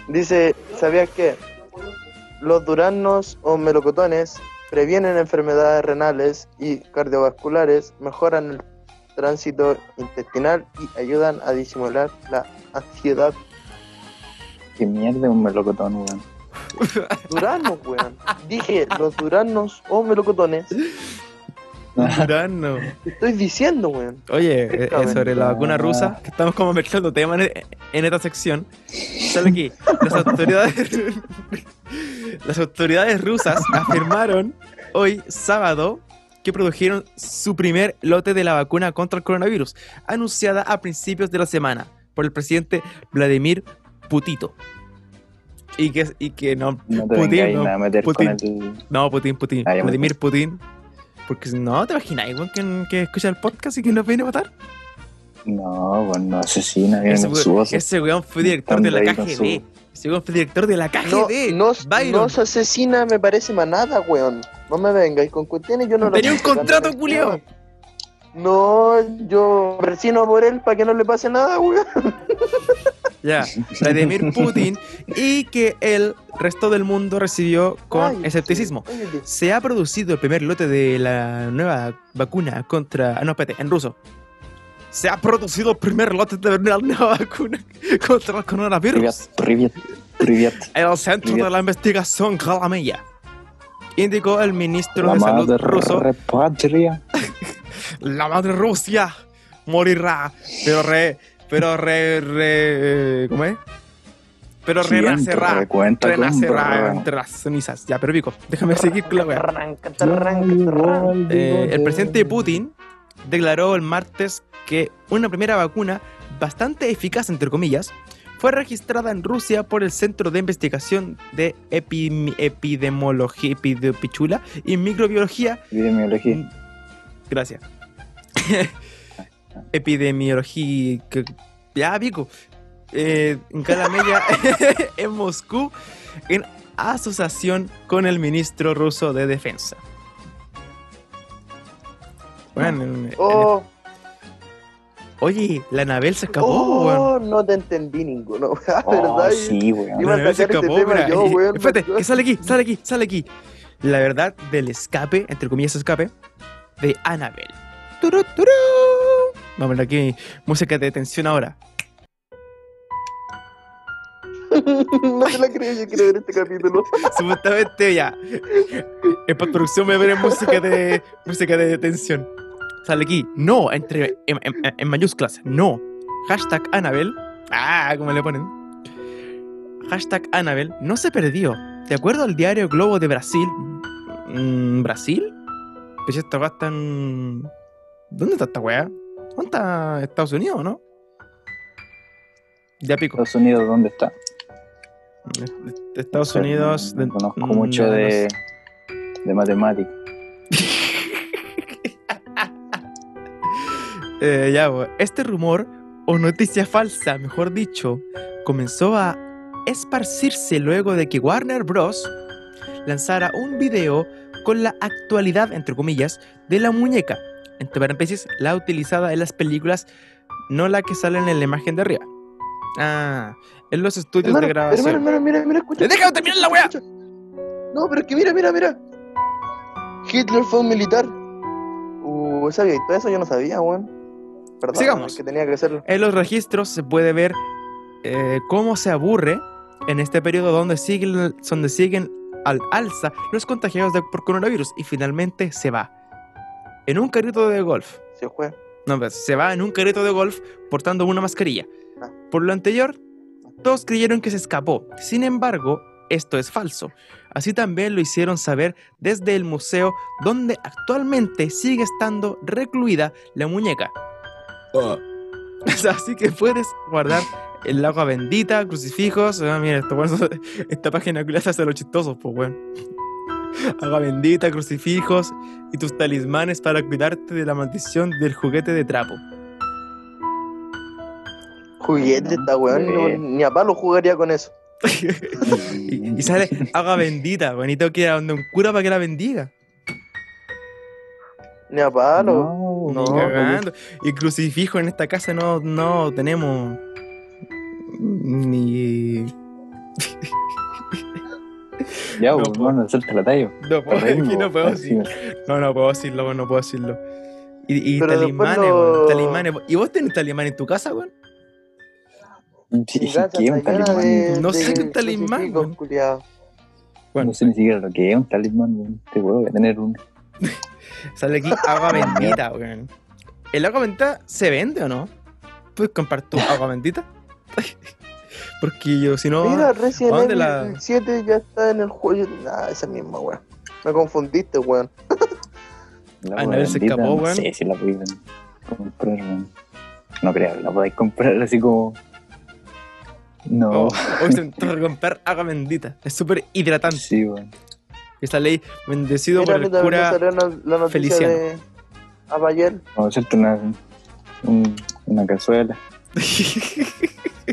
Dice, ¿sabías que los duranos o melocotones previenen enfermedades renales y cardiovasculares, mejoran el tránsito intestinal y ayudan a disimular la ansiedad?
Qué mierda un melocotón, weón.
Duranos, weón. Dije, los duranos o melocotones.
Durano.
Te estoy diciendo, weón.
Oye, eh, eh, sobre la
Ah.
vacuna rusa, que estamos como mezclando temas en, en esta sección. Sale aquí, las autoridades. Las autoridades rusas afirmaron hoy, sábado, que produjeron su primer lote de la vacuna contra el coronavirus, anunciada a principios de la semana por el presidente Vladimir Putito. Y que, y que no,
No te
Putin,
vengáis
no,
nada a meter
Putin.
con el.
no, Putin, Putin,
Ah, ya me
Vladimir Putin. Porque si no, ¿te imaginas weón, que, que escucha el podcast y que nos viene a matar?
No, pues no asesina, viene
Ese
con su
weón,
voz.
ese weón fue director de la
Anda ahí con
KGB. Ese weón fue director de la
No,
KGB.
no,
Byron.
no se asesina, me parece manada, weón. No me vengáis con cuestiones, yo no lo
Tenía un
estoy tratando
contrato,
de-
culiao.
No, yo persino por él para que no le pase nada, weón.
Ya, Vladimir Putin y que el resto del mundo recibió con
Ay,
escepticismo.
sí, oye,
Se ha producido el primer lote de la nueva vacuna contra... ah, No, espérate, en ruso. Se ha producido el primer lote de la nueva vacuna contra el
Privet,
coronavirus.
privet, privet.
En el centro
Привет.
de la investigación Kalameya. Indicó el ministro
La
de Salud
madre
ruso,
repatria.
la madre Rusia morirá, pero re, pero re, re, eh, ¿cómo es? Pero
Siguiente
renacerá.
recuento con
Renacerá
Barra.
entre las cenizas. Ya, pero pico, déjame seguir con la wea.
Arranca, arranca, arranca.
Eh, el presidente Putin declaró el martes que una primera vacuna, bastante eficaz entre comillas, fue registrada en Rusia por el Centro de Investigación de Epi- Epidemiología Epidepichula y Microbiología. Mm.
Epidemiología.
Gracias. Epidemiología. que- Ya, pico. Eh, en Kalamella, en Moscú, en asociación con el ministro ruso de Defensa. Bueno, en- en-
Oh,
Oye, la Anabel se escapó, weón.
oh, no te entendí ninguno, weón.
Oh,
¿Verdad?
sí, weón.
Iba a
La Anabel se
atacar
escapó,
este tema
mira,
yo,
y-
weón,
Espérate,
perdón.
que sale aquí, sale aquí, sale aquí. La verdad del escape, entre comillas, escape, de Anabel. Turu, turu. Vamos, aquí, música de tensión ahora.
no te la creo, yo quiero ver este capítulo.
Supuestamente ya. En postproducción me veré música de música de detención. Sale aquí. No, entre en, en- en mayúsculas. No. Hashtag Anabel. Ah, como le ponen. Hashtag Anabel no se perdió. De acuerdo al diario Globo de Brasil. mm, ¿Brasil? Pues esta weá está en- ¿Dónde está esta weá? ¿Dónde está Estados Unidos, no? Ya pico.
Estados Unidos, ¿dónde está?
Estados
No sé,
Unidos.
No,
de-
no conozco
mm,
mucho
no, no sé.
de, de matemáticas.
Eh, ya, bo. este rumor, o noticia falsa, mejor dicho, comenzó a esparcirse luego de que Warner Bros. lanzara un video con la actualidad, entre comillas, de la muñeca, entre paréntesis, la utilizada en las películas, no la que salen en la imagen de arriba. Ah, en los estudios de
Hermano,
grabación.
hermano, hermano, mira, mira, escucha.
¡Déjame terminar la weá!
Escucha. No, pero es que mira, mira, mira. Hitler fue un militar. Uh, sabía, y todo eso yo no sabía, weón. Perdón,
Sigamos.
es que tenía que hacerlo.
En los registros se puede ver eh, cómo se aburre en este periodo donde siguen, donde siguen al alza los contagiados de- por coronavirus y finalmente se va. En un carrito de golf.
Se fue.
No, pues, se va en un carrito de golf portando una mascarilla.
Ah.
Por lo anterior, todos creyeron que se escapó. Sin embargo, esto es falso. Así también lo hicieron saber desde el museo donde actualmente sigue estando recluida la muñeca. Así que puedes guardar el agua bendita, crucifijos. Ah, mira, esto, bueno, esta página que se hace los chistosos, pues, weón. Agua bendita, crucifijos y tus talismanes para cuidarte de la maldición del juguete de trapo.
Ah,
Juguete, esta weón.
Sí.
no- ni a palo jugaría con eso.
Y, y sale agua bendita, bonito que ir a donde un cura para que la bendiga.
Ni a palo.
No,
Ni cagando. Y crucifijo en esta casa no, no tenemos ni.
Ya,
No,
weón,
po.
vamos a hacerte la talla.
No puedo,
Terrible,
aquí no
weón.
puedo
Así,
decirlo. No, no puedo decirlo, weón, no puedo decirlo. Y, y
Pero
talismanes,
después lo-
weón, talismanes. ¿Y vos tenés talismán en tu casa, weón?
Sí,
Mi casa
¿Qué es un
está llena
talismán?
de-
No
de
sé qué talismán,
crucifijos,
weón.
culiao.
No sé ni siquiera lo que es un talismán, weón. Este weón voy a tener un.
Sale aquí agua bendita, weón. ¿El agua bendita se vende o no? ¿Puedes comprar tu agua bendita? Porque yo, si no.
Mira, recién
¿a dónde
Evil
la-
7 ya está en el juego. Nah, esa misma, weón. Me confundiste, weón.
Ah,
La wea
Anabel se
bendita,
escapó,
No
weón.
sé si la podéis comprar, weón. No creo, la podéis comprar así como. No,
Oh, hoy se entró a romper agua bendita. Es súper hidratante.
sí, weón.
Esa ley, bendecido
Mira,
por el
también me
cura.
salió la, la noticia
Feliciano.
de Abayel.
Vamos a hacerte una, un- una cazuela.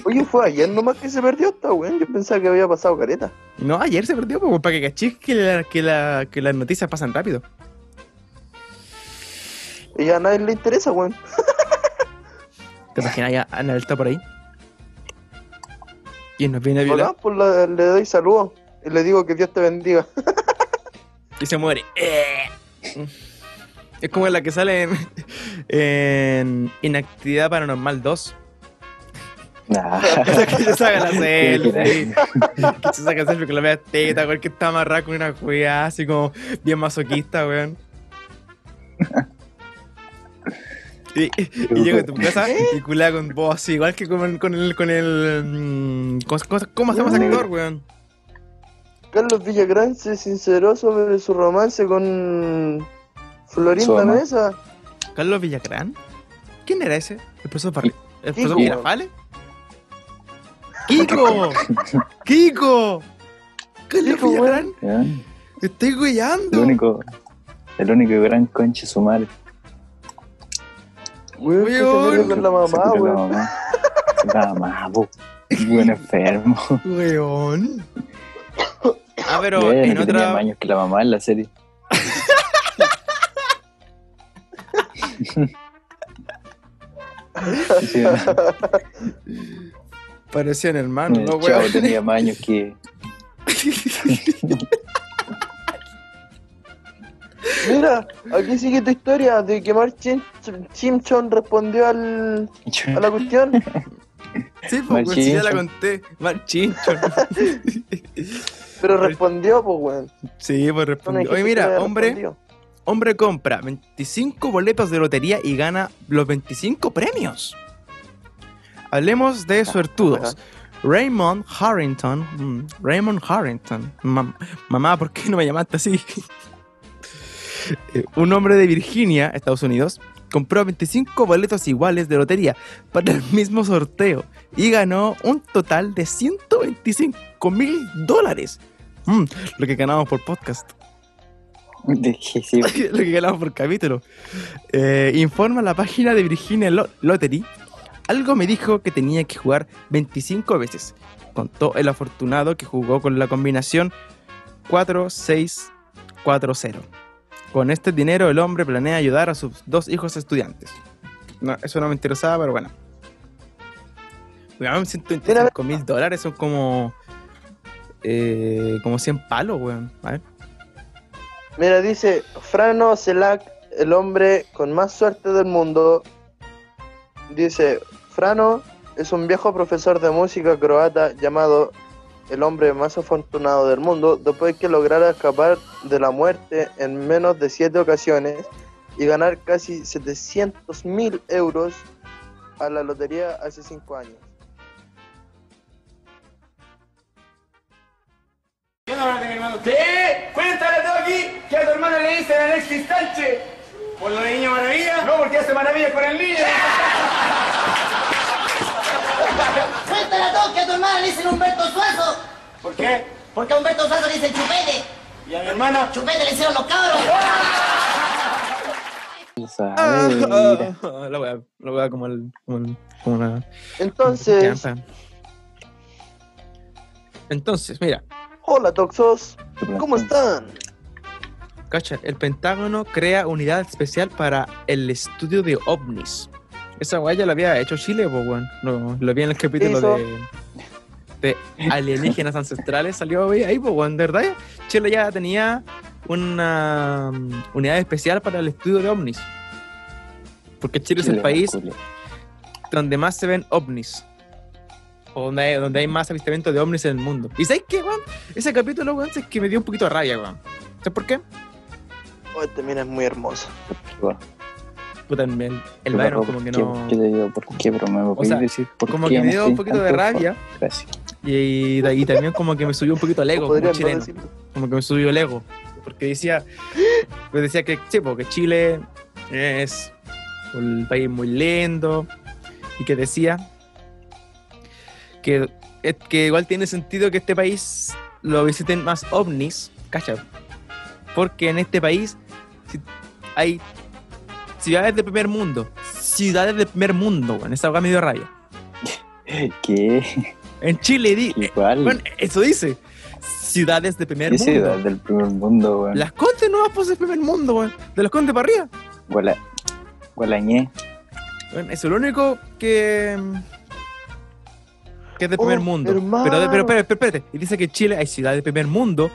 Oye, fue ayer nomás que se perdió esta, weón. Yo pensaba que había pasado careta.
no, ayer se perdió, pues, para que cachis que, la- que, la- que las noticias pasan rápido.
Y ya a nadie le interesa, weón.
¿Te imaginas ya Anabel está por ahí? Y nos viene a violar
Hola, pues la- le doy saludos. Y le digo que Dios te bendiga.
y se muere. Eh. Es como la que sale en, en Inactividad Paranormal 2.
Nah.
Esa que se saca la selfie.
Qué
que se saca selfie con la media teta, weón, que está amarrada con una cueva así como bien masoquista, weón. Y, y- y llego a tu casa y culea con vos así, igual que con, con el. Con el mm, ¿cómo, cómo- cómo se llama ese actor, weón?
Carlos Villagrán se sinceró sobre su romance con
Su
Florinda
mamá.
Mesa.
¿Carlos Villagrán? ¿Quién era ese? ¿El profesor Barri ¿El profesor
Kiko.
Girafale? ¡Kiko! ¡Kiko! ¿Carlos
Kiko, weón.
Villagrán?
¿Ya?
¡Te estoy
El
guiando!
único, el único gran conche su madre.
Weón, que se
Weón.
peleó con la mamá,
Se peleó La
weón.
mamá, la mamá, po. Buen enfermo.
Weón. Ah, pero
Bueno,
en
que tenía
otra.
más años que la mamá en la serie. Sí,
Parecían hermanos, ¿no,
el chavo
weón?
tenía más años que.
Mira, aquí sigue tu historia de que Mark Chin- Simpson respondió al, a la cuestión.
Sí, pues, weón, sí, ya la
Marchincho.
conté. Marchincho.
Pero respondió, pues, weón.
sí, pues
Tú no
respondí. Oye,
dijiste que no
mira,
había
hombre,
respondido.
hombre compra 25 boletos de lotería y gana los 25 premios. Hablemos de suertudos. Raymond Harrington. mm, Raymond Harrington. Mam- mamá, ¿por qué no me llamaste así? Eh, Un hombre de Virginia, Estados Unidos, compró 25 boletos iguales de lotería para el mismo sorteo y ganó un total de 125 mil dólares. Mm, lo que ganamos por podcast,
Dije, sí, pues,
lo que ganamos por capítulo. Eh, informa la página de Virginia Lo- Lottery. Algo me dijo que tenía que jugar 25 veces. Contó el afortunado que jugó con la combinación 4-6-4-0. Con este dinero el hombre planea ayudar a sus dos hijos estudiantes. No, eso no me interesaba, pero bueno. Weón, 125 mil dólares son como... eh, como 100 palos, weón. A ver.
Mira, dice Frano Celac, el hombre con más suerte del mundo. Dice, Frano es un viejo profesor de música croata llamado el hombre más afortunado del mundo, después que lograra escapar de la muerte en menos de siete ocasiones y ganar casi 700 mil euros a la lotería hace cinco años.
¿Qué onda, hermano, mi hermano? ¿Qué? Cuéntale todo aquí que a tu hermano le diste el Alexis Sánchez. ¿Por lo de Niño Maravilla? No, porque hace maravilla con el niño.
Suéltale a todos que a tu hermana le dicen Humberto Suazo.
¿Por qué?
Porque a Humberto Suazo le dicen chupete.
¿Y a mi hermana?
Chupete le hicieron los cabros.
esa- mira.
Ah, la weá, la weá como, el, como, el- como una.
Entonces,
trampa. Entonces, mira,
hola Toxos, ¿cómo están?
cacha, el Pentágono crea unidad especial para el estudio de ovnis. Esa weá ya la había hecho Chile, pues weón. No, lo vi en el capítulo
hizo?
de, de alienígenas ancestrales, salió ahí, pues weón, de verdad. Chile ya tenía una um, unidad especial para el estudio de ovnis. Porque Chile es el
Chile,
país
culo.
donde más se ven ovnis. O donde hay, donde hay más avistamientos de ovnis en el mundo. ¿Y sabes qué, weón? Ese capítulo, weón, es que me dio un poquito de rabia, weón. ¿Sabes por qué?
Oh, este mina es muy hermoso.
Bueno,
Puta, el, Pues el
Qué
Byron
barro,
como que
¿por
no...
qué, qué te digo? ¿Por qué? Pero me voy
sea,
a decir por
como
qué
que
en
me dio
este
un poquito de
instante, por
rabia.
favor. Gracias.
Y, y también como que me subió un poquito el ego como
Podrían no
chileno.
decirlo.
Como que me subió el ego. Porque decía, pues decía que, sí, porque Chile es un país muy lindo. Y que decía que, es que igual tiene sentido que este país lo visiten más ovnis, cacha. Porque en este país si- hay ciudades del primer mundo. Ciudades del primer mundo, weón. Esa hogar me dio rabia.
¿Qué?
En Chile, di,
Igual.
bueno, eso dice. Ciudades de primer
¿Qué
mundo.
ciudad del primer mundo, weón?
Las Condes no pues es primer mundo, weón. De los Condes para arriba.
Guala... Gualañé.
Weón, eso es lo único que. que es del primer
Oh,
mundo.
hermano.
Pero, pero, pero, pero, espérate. Y dice que en Chile hay ciudades de primer mundo.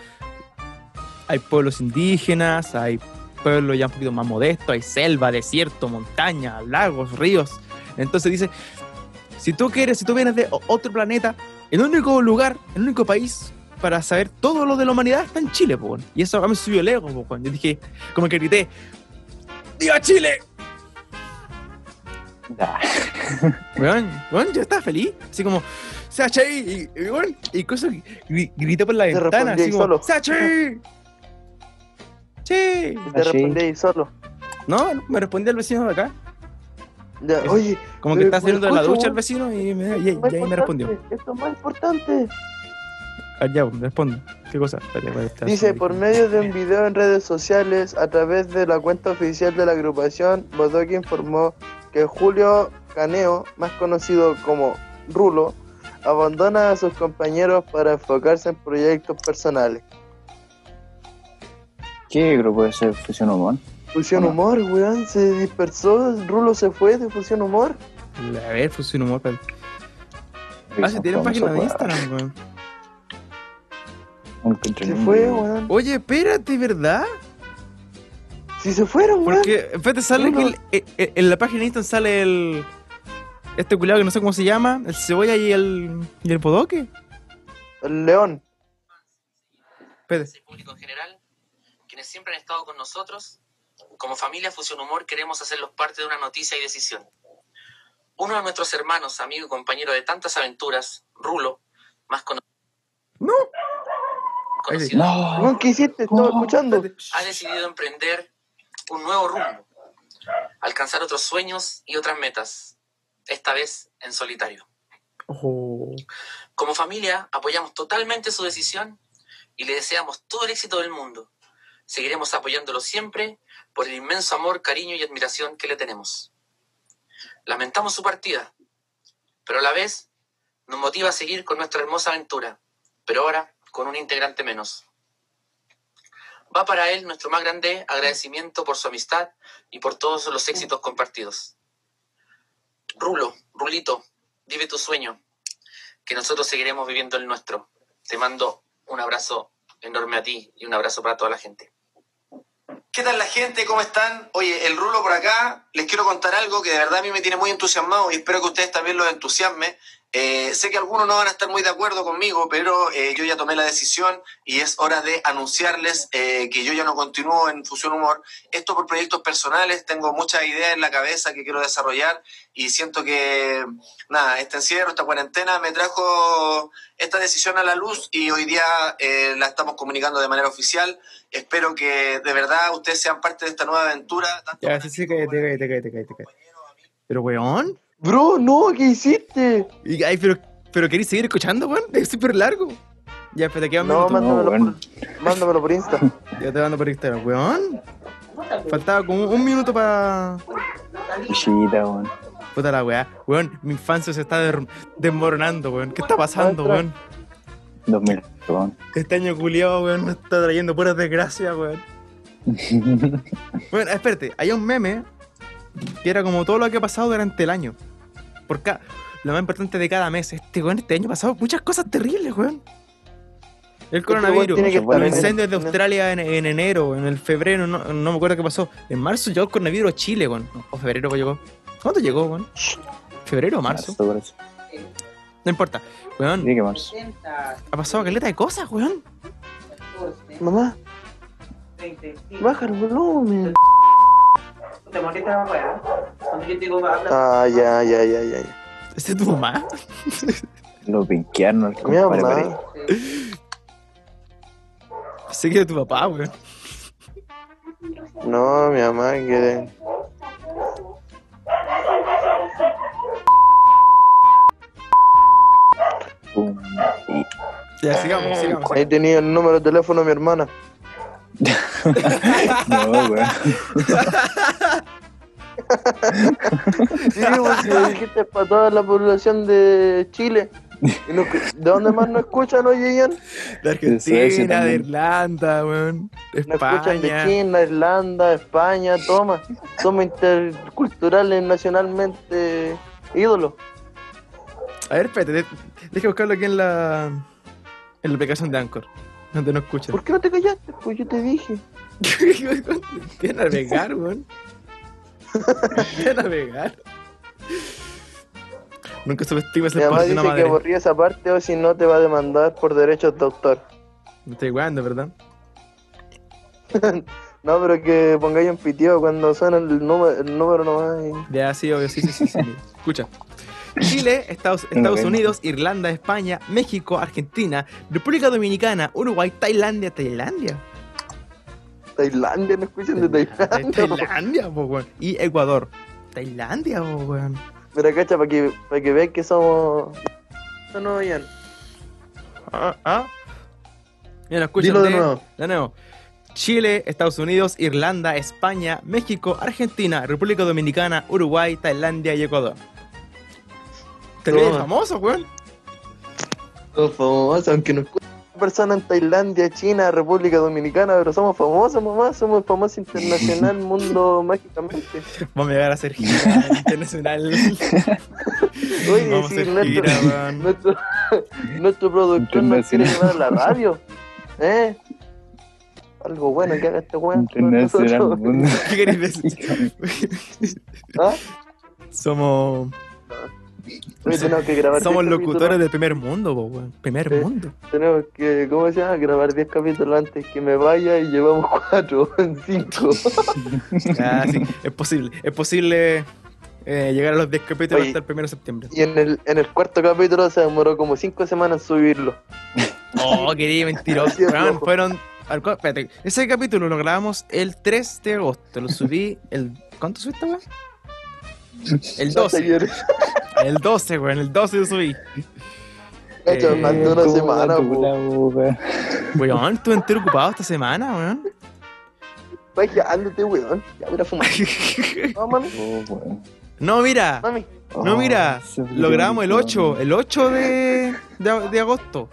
Hay pueblos indígenas, hay pueblos ya un poquito más modestos, hay selva, desierto, montaña, lagos, ríos. Entonces dice, si tú quieres, si tú vienes de o- otro planeta, el único lugar, el único país para saber todo lo de la humanidad está en Chile, po, weón. Y eso a mí me subió el ego, po, weón. Yo dije, como que grité, ¡Dios Chile!
Ah,
Weón, weón, yo estaba feliz. Así como, ¡Sachi! Y, y, weón, y cosas, gri- grité por la
Te
ventana,
respondí
así como,
solo.
¡Sachi! ¡Sí!
Te
Así.
respondí ahí solo.
No, me respondía el vecino de acá.
Ya,
Eso.
oye,
Como que
Pero
está
como
saliendo de la
Eh, escucho,
ducha el
weón.
vecino y, me, y- y
más
ahí me
importante,
respondió.
Esto es más importante.
Ah, ya, me respondo. ¿Qué cosa? Espérate, voy a estar
Dice,
haciendo-
por medio de un video en redes sociales, a través de la cuenta oficial de la agrupación, Bodoque informó que Julio Caneo, más conocido como Rulo, abandona a sus compañeros para enfocarse en proyectos personales.
¿Qué grupo es el Fusión Homón?
Fusión
Hola.
Humor, weón, se dispersó, Rulo se fue de Fusión Humor.
A ver, fusión humor. pero- Ah, si tienen página de Instagram, weón.
Se fue, weón.
Oye, espérate, ¿verdad?
Sí se fueron, weón.
Porque, espérate, sale que el- eh, eh, en la página de Instagram sale el. Este culiado que no sé cómo se llama, el cebolla y el. y el bodoque.
El León.
Espérate.
el público en general, quienes siempre han estado con nosotros, como familia Fusión Humor queremos hacerlos parte de una noticia y decisión. Uno de nuestros hermanos, amigo y compañero de tantas aventuras, Rulo, más cono- conocido,
No,
Weón, ¿qué hiciste? Estaba escuchando.
ha decidido emprender un nuevo rumbo, alcanzar otros sueños y otras metas, esta vez en solitario.
Ojo.
Como familia, apoyamos totalmente su decisión y le deseamos todo el éxito del mundo. Seguiremos apoyándolo siempre por el inmenso amor, cariño y admiración que le tenemos. Lamentamos su partida, pero a la vez nos motiva a seguir con nuestra hermosa aventura, pero ahora con un integrante menos. Va para él nuestro más grande agradecimiento por su amistad y por todos los éxitos compartidos. Rulo, Rulito, vive tu sueño que nosotros seguiremos viviendo el nuestro. Te mando un abrazo enorme a ti y un abrazo para toda la gente.
¿Qué tal la gente? ¿Cómo están? Oye, el Rulo por acá. Les quiero contar algo que de verdad a mí me tiene muy entusiasmado y espero que ustedes también los entusiasme. Eh, sé que algunos no van a estar muy de acuerdo conmigo, pero eh, yo ya tomé la decisión y es hora de anunciarles eh, que yo ya no continúo en Fusión Humor. Esto por proyectos personales, tengo muchas ideas en la cabeza que quiero desarrollar y siento que, nada, este encierro, esta cuarentena me trajo esta decisión a la luz y hoy día eh, la estamos comunicando de manera oficial. Espero que de verdad ustedes sean parte de esta nueva aventura. tanto
Ya,
para
sí,
mí
sí,
como
cállate,
para
cállate, cállate, cállate, cállate. Pero, weón.
Bro, no, ¿qué hiciste?
Y, ay, pero, pero queréis seguir escuchando, weón. Es súper largo. Ya, espérate, queda un
No,
minuto.
mándamelo,
weón.
por, mándamelo por Insta.
Ya te mando por Instagram, weón. Faltaba como un minuto para.
Chita, weón.
Puta la weá. Weón, mi infancia se está der- desmoronando, weón. ¿Qué está pasando,
Otra.
weón?
2000, weón.
Este año culiado, weón, nos está trayendo puras desgracias, weón. Bueno, espérate, hay un meme que era como todo lo que ha pasado durante el año. Por cada, lo más importante de cada mes. Este weón, este año pasado muchas cosas terribles, weón. El
Este weón
coronavirus,
tiene que
los
estar en-
incendios de
en-
Australia en, en enero, en el febrero, no, no me acuerdo qué pasó. En marzo llegó el coronavirus a Chile, weón. O febrero llegó. ¿Cuándo llegó, weón? ¿Febrero o marzo?
parece.
No importa. Weón,
Sí, que marzo.
ha pasado caleta de cosas, weón.
Mamá, baja el volumen.
te molesta la weá. Cuando yo te digo, habla.
Ah, ya, ya, ya, ya. ya.
¿Ese Este es tu mamá?
Lo pinquearon al
Mi
compadre.
mamá.
Sé que era tu papá, weón.
No, mi mamá que.
parece. Pum. Y-
Ya,
Eh,
sigamos, sigamos.
Ahí tenía el número de teléfono de mi hermana.
No, weón.
Sí, porque lo dijiste para toda la población de Chile. Y no- ¿De dónde más no escuchan, no llegan?
De
De Suecia
Argentina, de
también.
Irlanda, weón. De
No escuchan de
España.
China, Irlanda, España, toma. Somos interculturales, nacionalmente ídolos.
A ver, espérate, de- deja buscarlo aquí en la. En la aplicación de Anchor. Donde no escuchan.
¿Por qué no te callaste? Pues yo te dije.
Voy a navegar, weón. Voy a navegar. Nunca subestimes
Mi
el
mamá
poder de una
dice que
madre.
borrí esa parte o si no te va a demandar por derechos de autor.
Me estoy jugando, ¿verdad?
No, pero que pongáis un pitido cuando suena el número, el número nomás. y-
Ya, sí, obvio, sí, sí, sí. sí. Escucha. Chile, Estados, Estados
vengo.
Unidos, Irlanda, España, México, Argentina, República Dominicana, Uruguay, Tailandia, Tailandia.
Tailandia, no escuchan de Tailandia.
Tailandia, po, weón. Y Ecuador. Tailandia, po, weón.
Mira, cacha, para que, para que veas que somos. No, no, Ian.
Ah, ah. Mira, escucha.
Dilo de nuevo.
De nuevo. Chile, Estados Unidos, Irlanda, España, México, Argentina, República Dominicana, Uruguay, Tailandia y Ecuador. Te lo
Toma.
famoso, weón.
Somos famosos, aunque nos escuchen personas en Tailandia, China, República Dominicana, pero somos famosos, mamá. Somos famosos internacional, mundo mágicamente.
Vamos a llegar a ser gira internacional.
Oye,
Vamos a
sí,
hacer
nuestro,
gira, weón.
nuestro, nuestro productor nos quiere llevar a la radio. ¿Eh? Algo bueno que haga este weón. con
Internacional
nosotros.
mundo.
¿Qué querés decir?
¿Ah?
Somos,
Oye, tenemos que grabar este
somos
10 capítulos.
locutores del primer mundo, po, weón. Primer
Sí.
mundo.
Tenemos que, ¿cómo se llama? Grabar 10 capítulos antes que me vaya y llevamos 4 en 5.
Ah, sí, es posible. Es posible eh, llegar a los 10 capítulos
Oye.
hasta el 1 de septiembre.
Y en el, en el cuarto capítulo se demoró como 5 semanas en subirlo.
Oh, querido mentiroso.
Sí, es
Weón,
flojo.
fueron. al cu- Espérate, ese capítulo lo grabamos el 3 de agosto. Lo subí el. ¿Cuánto subiste, weón? El 12.
Ayer.
El 12, weón. El 12 lo subí.
Cacha,
Eh,
más de una
¿Cómo
semana,
la
po.
tula, weón?
Weón, estuve entero ocupado esta semana, weón.
Vaya, ándate, weón. Ya voy a fumar. No, mami.
Oh, weón.
No, mira.
Mami.
No,
Oh,
mira.
se
Lo grabamos el
olvidó.
8. El 8 de, de, de agosto.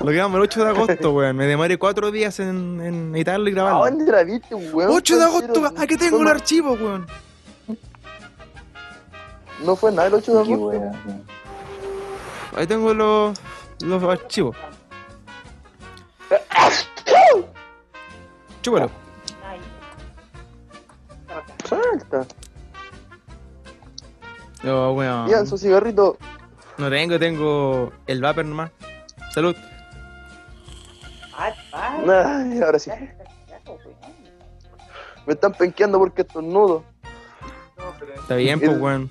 Lo grabamos el 8 de agosto, weón. Me demoré 4 días en, en editarlo y
¿A
grabarlo.
dónde la viste, Ah, weón?
8 Ah, de agosto,
Pero,
aquí tengo
fue
el
ma-
archivo, weón.
No fue nada el 8 de
Qué
agosto.
weón, weón.
Ahí tengo los, los archivos. Chúpalo.
Salta.
No, weón.
Ian, su cigarrito.
No tengo, tengo el vapor nomás. Salud.
Ay, ahora sí. Me están penqueando porque estornudo.
Está bien, pues,
El-
weón.
De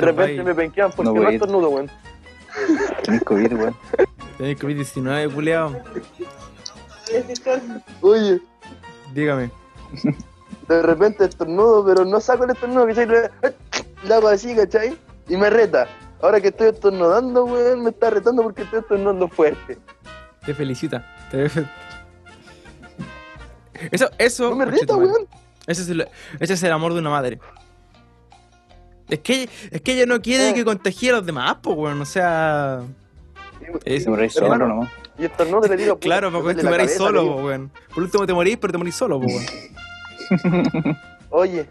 Pero
repente
vaya.
me penquean porque
No,
no
güey.
estornudo, weón.
Tenés COVID, weón.
Tenés COVID-19, culeado.
Oye,
Dígame.
de repente estornudo, pero no saco el estornudo, ¿cachai? Le, le hago así, ¿cachai? Y me reta. Ahora que estoy estornudando, weón, me está retando porque estoy estornudando fuerte.
Te felicita. Te... Eso, eso.
No me
Oh, Conche
reta,
tu madre.
weón.
Ese es, el, ese es el amor de una madre. Es que, es que ella no quiere
Eh.
que contagie a los demás, pues, weón. O sea. Es-
Se morís
Hermano.
solo nomás.
Y estornudo le digo,
claro, pues,
puta,
porque
me
te
duele la
morís
cabeza,
solo,
le
po,
digo.
weón. Por último te morís, pero te morís solo, po, weón.
Oye,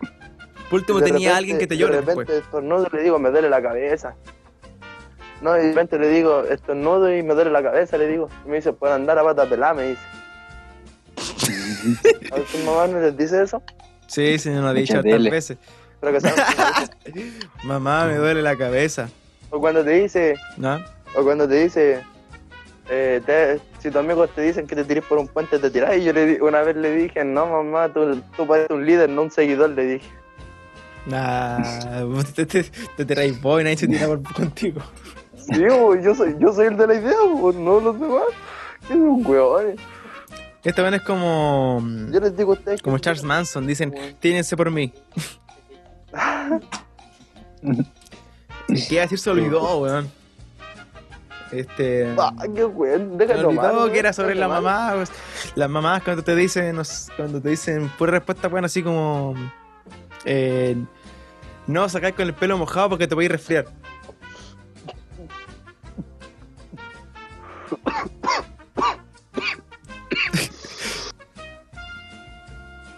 Por último
de
tenía
repente-
pues, alguien que te llore pues".
De repente
después.
estornudo y le digo, me duele la cabeza. No, y de repente le digo, estornudo y me duele la cabeza, le digo. Y me dice, pueden andar a pata pelada, me dice. ¿A tus mamás no les dice eso?
Sí, sí, nos ha dicho
Mucha
tantas
tele.
veces.
Pero que saben que no.
Mamá, me duele la cabeza.
O cuando te dice,
¿No?
o cuando te dice, eh, te- si tus amigos te dicen que te tires por un puente, te tirás. Y yo le, di- una vez le dije, no mamá, tú, tú pareces un líder, no un seguidor, le dije.
Nah, vos te, te, te tiráis vos y nadie se tira por- contigo.
Sí, bo, yo soy, yo soy el de la idea, bo, no los demás. Que son huevones.
Esta vez es como.
Yo les digo a ustedes.
Como Charles Manson, dicen, tírense por mí. ¿Qué iba a decir? Se olvidó, weón. Este.
Ah, qué weón,
Se
déjalo mal.
olvidó
weón,
que era sobre la
déjalo mal.
mamá. pues. Las mamás cuando te dicen, no sé, cuando te dicen pura respuesta, bueno, así como. eh, no sacar con el pelo mojado porque te voy a resfriar.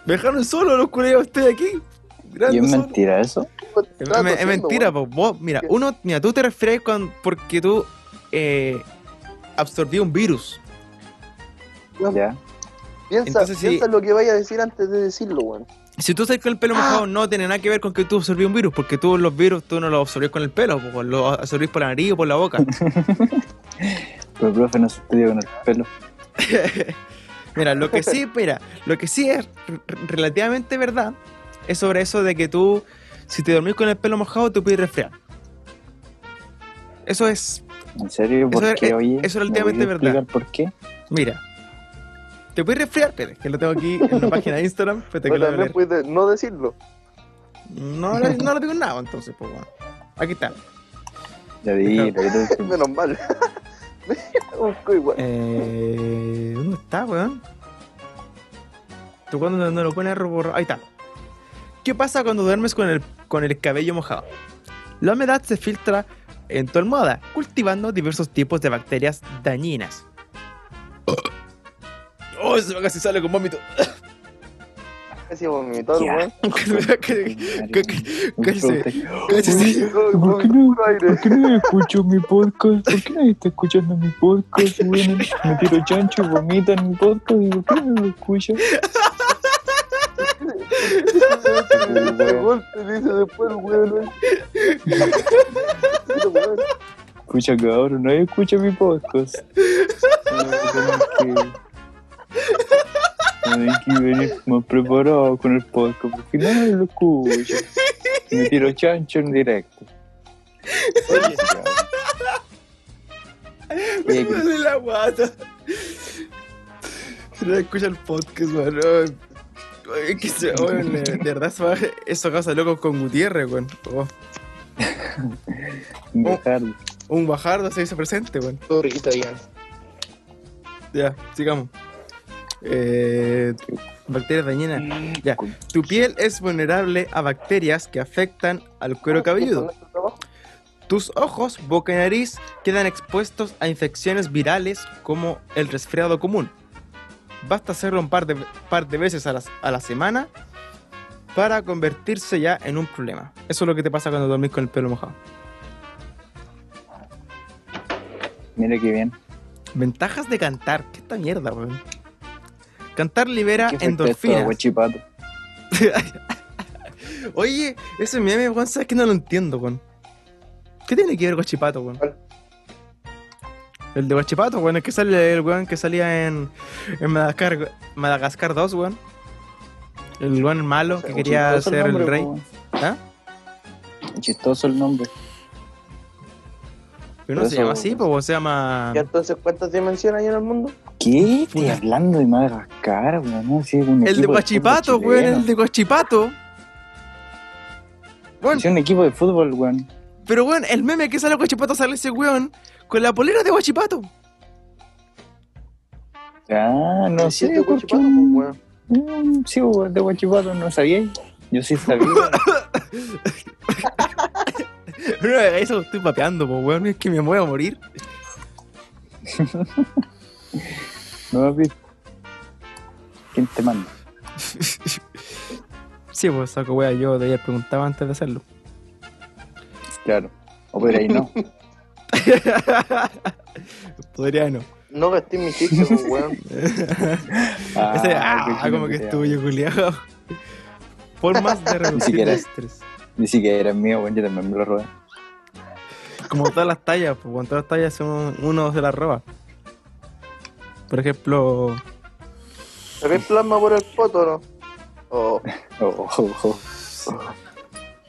Me dejaron solo los culeros ustedes aquí.
¿Y
Grande
es
solo.
mentira eso?
Es,
Estaba
me- es
tosiendo,
mentira,
weón.
po. Vos, mira, uno, mira, tú te resfrias con, porque tú eh, absorbí un virus.
Ya.
Piensa,
Entonces, sí.
piensa lo que vaya a decir antes de decirlo, weón.
Si tú estás con el pelo mojado, no tiene nada que ver con que tú absorbí un virus, porque tú los virus tú no los absorbís con el pelo, po, los absorbís por la nariz o por la boca.
Pero profe no se estudia con el pelo.
Mira, lo que sí, mira, lo que sí es r- relativamente verdad es sobre eso de que tú, si te dormís con el pelo mojado, te puedes resfriar. Eso es,
¿En serio? ¿Por
Eso
qué,
era- e-
oye?
eso era
¿Me
últimamente
podía
este verdad.
explicar por qué?
mira. Te puedes resfriar, espérate, que lo tengo aquí en la página de Instagram. espérate que lo
Pero
voy a leer.
también puedes no decirlo.
No, no, no lo digo nada, entonces, pues bueno. Aquí está.
Ya di, lo que te-
Menos mal. Busco igual.
Eh, ¿Dónde está, weón? ¿Tú cuando no- no lo pones borrado? Ahí está. ¿Qué pasa cuando duermes con el, con el cabello mojado? La humedad se filtra en tu almohada, cultivando diversos tipos de bacterias dañinas. ¡Oh, se me casi sale con vómito!
Casi vomitó,
Ya.
weón.
Casi se- casi se-
Ay,
¿Por qué
vomitó
no,
puro aire.
por qué no escucho mi podcast? ¿Por qué nadie está escuchando mi podcast? Bueno, me tiro chancho, vomito en mi podcast. Digo, ¿por qué no lo escucho?
Ese golpe dice después, weón. Pero, weón,
Escucha, cabrón, nadie escucha mi podcast. No, tienen que... Tienen que venir más preparado con el podcast, porque nadie lo escucha. Me tiro chancho en directo. Oye,
Me
cabrón.
duele la guata. No escucha el podcast, weón. Ay, ay, que se- weón, eh, De verdad, se va- eso causa loco con Gutiérrez, weón. Oh,
Dejarlo.
un bajardo se hizo presente, weón.
Todo riquito, Ian.
Ya, sigamos. Eh, bacterias
Mm,
dañinas. Ya. Tu piel es vulnerable a bacterias que afectan al cuero cabelludo. Tus ojos, boca y nariz quedan expuestos a infecciones virales como el resfriado común. Basta hacerlo un par de, par de veces a la, a la semana para convertirse ya en un problema. Eso es lo que te pasa cuando dormís con el pelo mojado.
Mira qué bien.
Ventajas de cantar. ¿Qué esta mierda, weón? Cantar libera
¿Qué fue esto,
endorfinas.
guachipato?
Oye, ese meme, weón, sabes que no lo entiendo, weón. ¿Qué tiene que ver Guachipato, weón?
¿Cuál?
El de Guachipato, weón, es que sale el weón que salía en, en Madagascar, we- Madagascar 2, weón. El weón malo que quería
Chistoso
ser el
nombre,
rey.
po.
¿Ah?
Chistoso el nombre.
Pero no
Por
se
eso-
llama así, pues weón, se llama.
¿Y entonces cuántas dimensiones hay en el mundo?
¿Qué? Estoy hablando de Madagascar, weón. No, sí, un
El de
equipo
Guachipato,
fútbol
weón,
chileno.
el de Guachipato. Weón,
Es un equipo de fútbol, weón.
pero weón, el meme que sale Guachipato sale ese weón con la polera de Guachipato.
Ah, no sé.
Siete
¿por qué
guachipatos,
un-
pues, weón.
un- Sí, weón, de Guachipato, no sabía. Yo sí sabía.
Pero no, eso estoy papeando, pues weón, es que me voy a morir.
no, papi. ¿Quién te manda?
Sí, pues saco wea, yo de ayer preguntaba antes de hacerlo.
Claro. O por ahí no.
Podría no.
No gasté mi chiste, pues, weón.
Ah,
Ese, ah,
qué
como que
chingada.
es tuyo, culiao. Formas de reducir el
siquiera.
estrés.
Ni siquiera era mío, weón. Yo también me lo robé.
Como todas las tallas, pues con todas las tallas uno, uno se las roba. Por ejemplo,
¿Tenéis plasma por el foto no? Oh.
oh.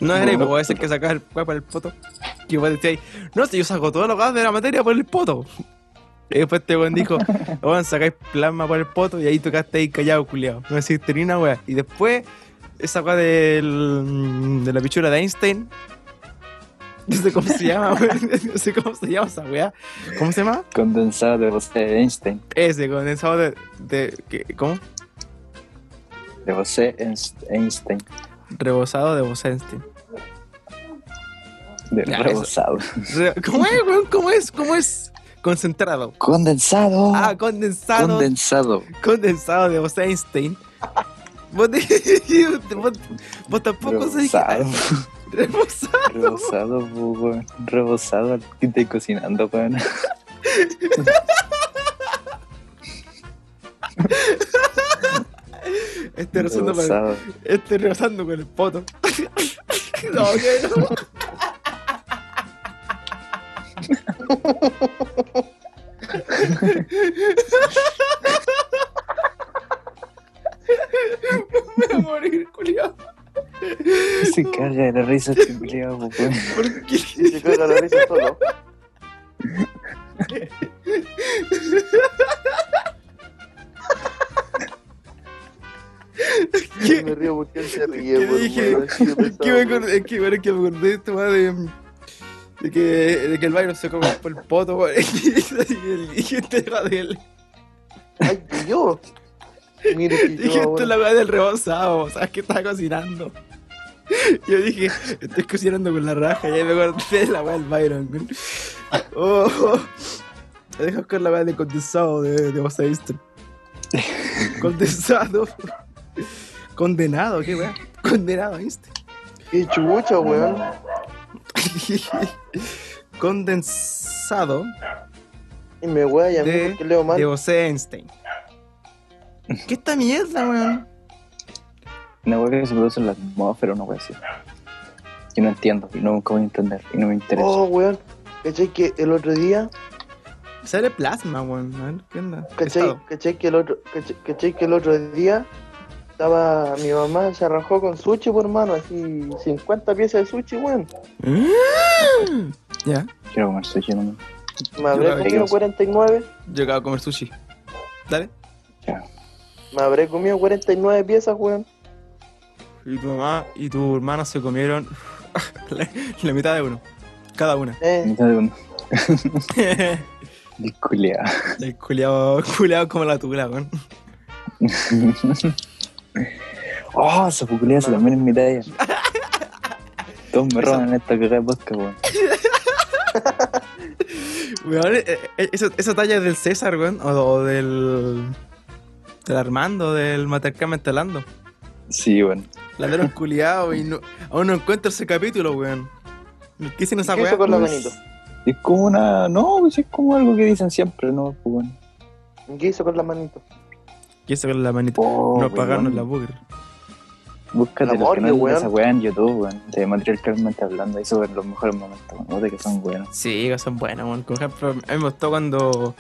no era no, ese que sacaba el cuerpo del poto. Y vos decíais, no, si yo saco todos los gas de la materia por el poto. Y después este weón dijo, weón, sacáis plasma por el poto y ahí tocaste ahí callado, culiado. No existe ni una weá. Y después, esa weá del, de la pichura de Einstein. No sé cómo se llama, weón. No sé cómo se llama esa weá. ¿Cómo se llama?
Condensado de José Einstein.
Ese condensado de. de ¿qué? ¿Cómo?
De José Einst- Einstein.
Rebosado de José Einstein.
De
Ya,
rebosado.
Re- ¿Cómo es, weón? ¿Cómo es? ¿Cómo es? Concentrado.
Condensado.
Ah, condensado.
Condensado.
condensado de José Einstein. Vos, te- vos- vos tampoco sabés
Rebosado.
Rebosado.
Rebosado, po, weón. Rebosado. Aquí estoy cocinando, weón.
Este rozando con el,
Rebosado.
este rozando con el poto. no, que no. Me voy a morir, culiao.
Se caga de la risa este culiao, po, weón.
¿Por qué?
Yo creo que lo hice solo.
¿Qué?
Me río porque él se ríe,
¿Qué
por
dije?
weón, así yo
Es que me
pensaba,
acordé, es que, bueno, es que me acordé de esto, weón, de, de que, de que el baile se come por el poto, weón. Y el- y este era del.
Ay, yo. Mire que yo.
Dije, esto
ahora-
este es la weá del rebozado, ¿sabes qué estaba cocinando? Yo dije, estoy cocinando con la raja, y ahí me acordé de la weá del Byron, weón. Oh, oh. Me dejas con la weá del condensado de, de Vos Einstein. Condensado. Condenado, qué weá. Condenado, ¿viste?
Qué chucha, weón.
Condensado
Y me voy a mí
De-
porque leo mal.
de Vos Einstein. ¿Qué esta mierda, weón?
Una weá que se produce en la atmósfera, una weá así. Yo no entiendo, y nunca voy a entender, y no me interesa.
Oh, weón. ¿Cachai que el otro día?
Sale plasma, weón. A ver, ¿Qué onda?
¿Cachai,
Estado.
cachai que el otro, cachai, cachai que el otro día estaba mi mamá se arrojó con sushi, por hermano, así 50 piezas de sushi, weón.
Mm. Ya.
Quiero comer sushi, no
Me
Yo la
habré comido
vi.
49,
Yo acabo de comer sushi. Dale.
me habré comido 49 piezas, weón.
Y tu mamá y tu hermana se comieron la, la mitad de uno. Cada una.
Eh,
Mitad de un
El
culiao.
culiao, culiao como la tula, weón.
Oh, esa culiao se también es mi talla. Todos me roban esta cagada de podcast, weón.
Weón, eh, eh, esa, esa talla es del César, weón. O, o del. Del Armando, del Matercamente hablando.
Sí, weón.
La dieron culiao y no, aún no encuentro ese capítulo, weón. ¿Qué hicieron esa
¿Qué
weá?
hizo con la
Pues-
manito?
Es como una. No, pues es como algo que dicen siempre, ¿no? Pues, weón.
¿Qué hizo con la manito?
¿Qué hizo con la manita?
Oh,
no
weón.
pagaron la bugre.
Búscate
La
los
morgue,
canales
weón.
de esa weá en YouTube, weón. De materialmente hablando, ahí sobre los mejores momentos, weón. Puta que son buenos.
Sí, que son buenas, weón. Por ejemplo, a mí me gustó cuando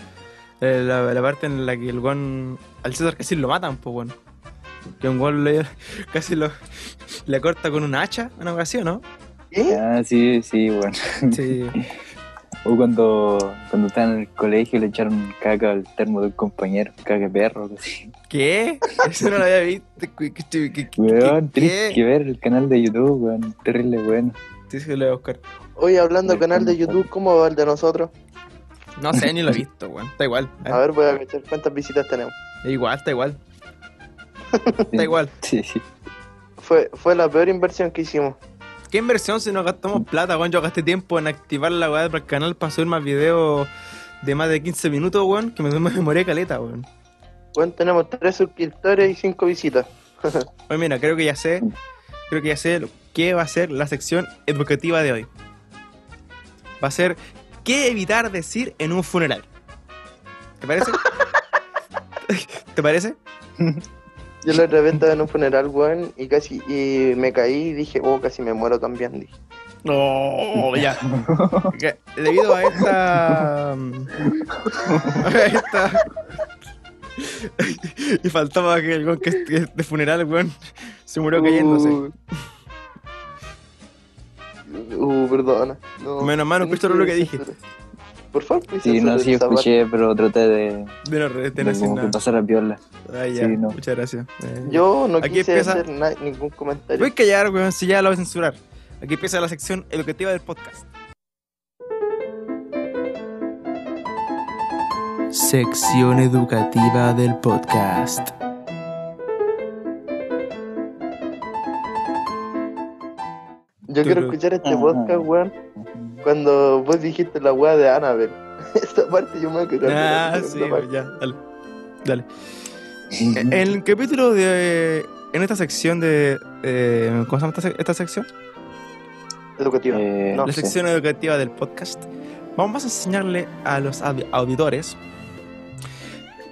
eh, la, la parte en la que el weón al César casi lo matan, pues, weón. Que un weón le- casi lo le corta con un hacha, una ocasión, ¿no?
¿Eh?
Ah, sí, sí, weón.
Sí.
O cuando, cuando estaban en el colegio le echaron caca al termo de un compañero, caca de perro, algo así.
¿Qué? Eso no lo había visto. ¿Qué? qué- qué- qué-
Weón, tenés que
¿Qué?
ver el canal de YouTube, weón. Terrible, bueno.
Sí, sí, lo voy a buscar.
Hoy hablando del canal de YouTube, ¿cómo va el de nosotros?
No sé, ni lo he visto, weón. Está igual.
A ver, voy a cachar cuántas visitas tenemos.
Da Igual, está igual. Está igual.
Sí, sí.
Fue, fue la peor inversión que hicimos.
¿Qué inversión si no gastamos plata, weón? Yo gasté tiempo en activar la weá para el canal para subir más videos de más de 15 minutos, weón. Que me me demoré caleta, weón.
Bueno, tenemos 3 suscriptores y 5 visitas.
Oye, mira, creo que ya sé. Creo que ya sé lo- qué va a ser la sección educativa de hoy. Va a ser qué evitar decir en un funeral. ¿Te parece? ¿Te parece?
Yo la otra vez estaba en un funeral, weón, y casi y me caí y dije, oh, casi me muero también. Dije.
No, ya. Que Debido a mm, esta. A esta. y faltaba que el weón que que de funeral, weón, se murió cayéndose.
Uh, perdona. No.
Menos mal, no
Tenés
escuchó lo que dije.
Por favor, pues,
Sí, no,
censura
sí,
esa parte.
escuché, pero traté de,
De no retener
de
sin
como que
nada.
pasara piola.
Ah, ya,
Sí, no.
muchas gracias. Eh,
Yo no
Aquí
quise
empieza-
hacer na- ningún comentario.
Voy a callar, weón, si ya la voy a censurar. Aquí empieza la sección educativa del podcast. Sección educativa del podcast.
Yo quiero
Turu.
escuchar este
Ah.
podcast, weón, cuando vos dijiste la weá de Annabelle. Esta parte yo me voy a cagar.
Ah,
Esta
sí,
parte.
ya, dale. Dale. En el capítulo de. En esta sección de. eh, ¿Cómo se llama esta, sec- esta sección?
Educativa.
Eh,
no.
La
sí.
sección educativa del podcast. Vamos a enseñarle a los audi- auditores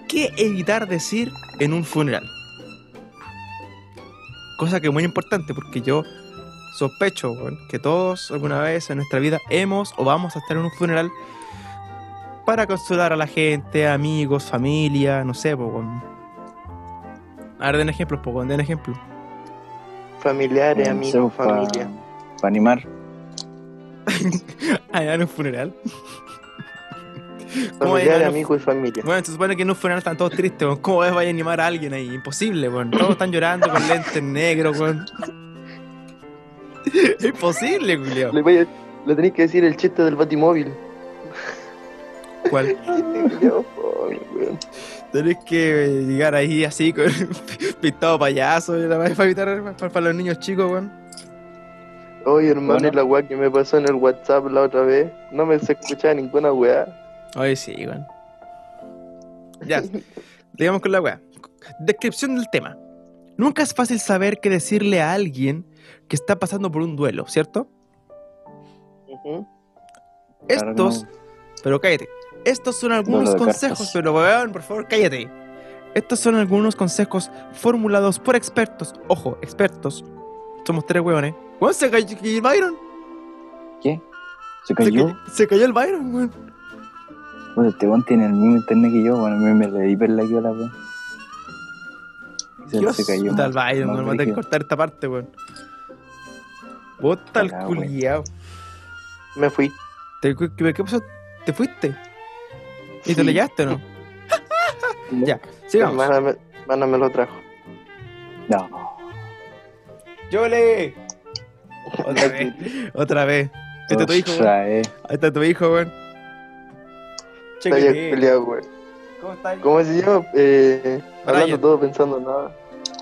qué evitar decir en un funeral. Cosa que es muy importante porque yo sospecho weón, que todos alguna vez en nuestra vida hemos o vamos a estar en un funeral para consolar a la gente, amigos, familia, no sé, po, weón. A ver, den ejemplos, po, weón, den ejemplos.
Familiares,
No sé,
amigos,
pa-
familia.
pa animar.
Allá en un funeral. ¿Cómo
Familiares,
animar?
amigos y familia.
Bueno, se supone que en un funeral están todos tristes, weón. ¿Cómo es vaya a animar a alguien ahí? Imposible, weón. Todos están llorando con lentes negros, weón. Imposible, Julio.
Le, voy a- le tenéis que decir el chiste del Batimóvil.
¿Cuál?
Chiste, culiao, pobre, weón.
Tenés que llegar ahí así, con pintado payaso, y la madre para evitar para, para los niños chicos, weón.
Oye, hermano,
Bueno.
y la weá que me pasó en el WhatsApp la otra vez, no me se escuchaba ninguna weá.
Oye, sí, weón. Ya, digamos con la weá. Descripción del tema. Nunca es fácil saber qué decirle a alguien que está pasando por un duelo, ¿cierto?
Ujú.
Claro que no.
Estos Pero cállate. Estos son algunos
Duelo de
consejos,
cartas.
pero weón, por favor, cállate. Estos son algunos consejos formulados por expertos. Ojo, expertos. Somos tres weones. Weón, se cayó el Byron.
Se
Se
cayó.
cayó, se cayó el Byron, weón.
Bueno, este weón tiene el mismo internet que yo. Bueno, a mí me le di perla aquí a la weón. Se,
Dios,
se cayó.
Puta el
más-
Byron,
más
weón. Vamos a
brígido.
cortar esta parte, weón. Bota el
Ojalá, weón.
culiao.
Me fui.
¿Te- ¿Qué, qué pasó? ¿Te fuiste? ¿Y te
Sí.
lo llevaste o no? ya, sigamos.
Hermana me, hermana me lo trajo.
No.
¡Yole! Otra vez, otra vez. Este es tu hijo, weón.
Otra vez.
Ahí está tu hijo, weón.
Está ya culiao, weón.
¿Cómo estás?
¿Cómo se llama? Eh, hablando
Brian.
todo pensando nada.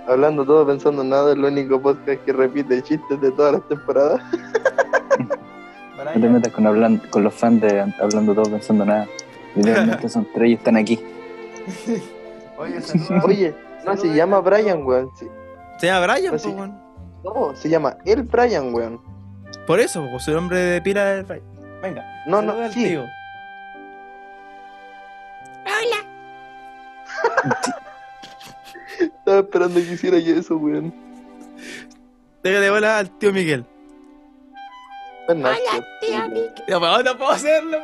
Hablando todo pensando nada, el único podcast que repite chistes de todas las temporadas.
No te metas con, hablan- con los fans de hablando todo pensando nada. Literalmente son tres y están aquí.
Oye,
Oye, pues, no se llama Brian, weón. Sí.
Se llama Brian,
Así.
po, weón.
No, se llama el Brian, weón.
Por eso, po, su nombre de pila es Brian. Venga.
No, no,
saluda al
sí.
tío.
Hola,
Estaba esperando que hiciera yo eso, weón.
Déjale hola al tío Miguel.
Tan
hola,
asco.
tía Vicky.
Ya, weón, no puedo hacerlo,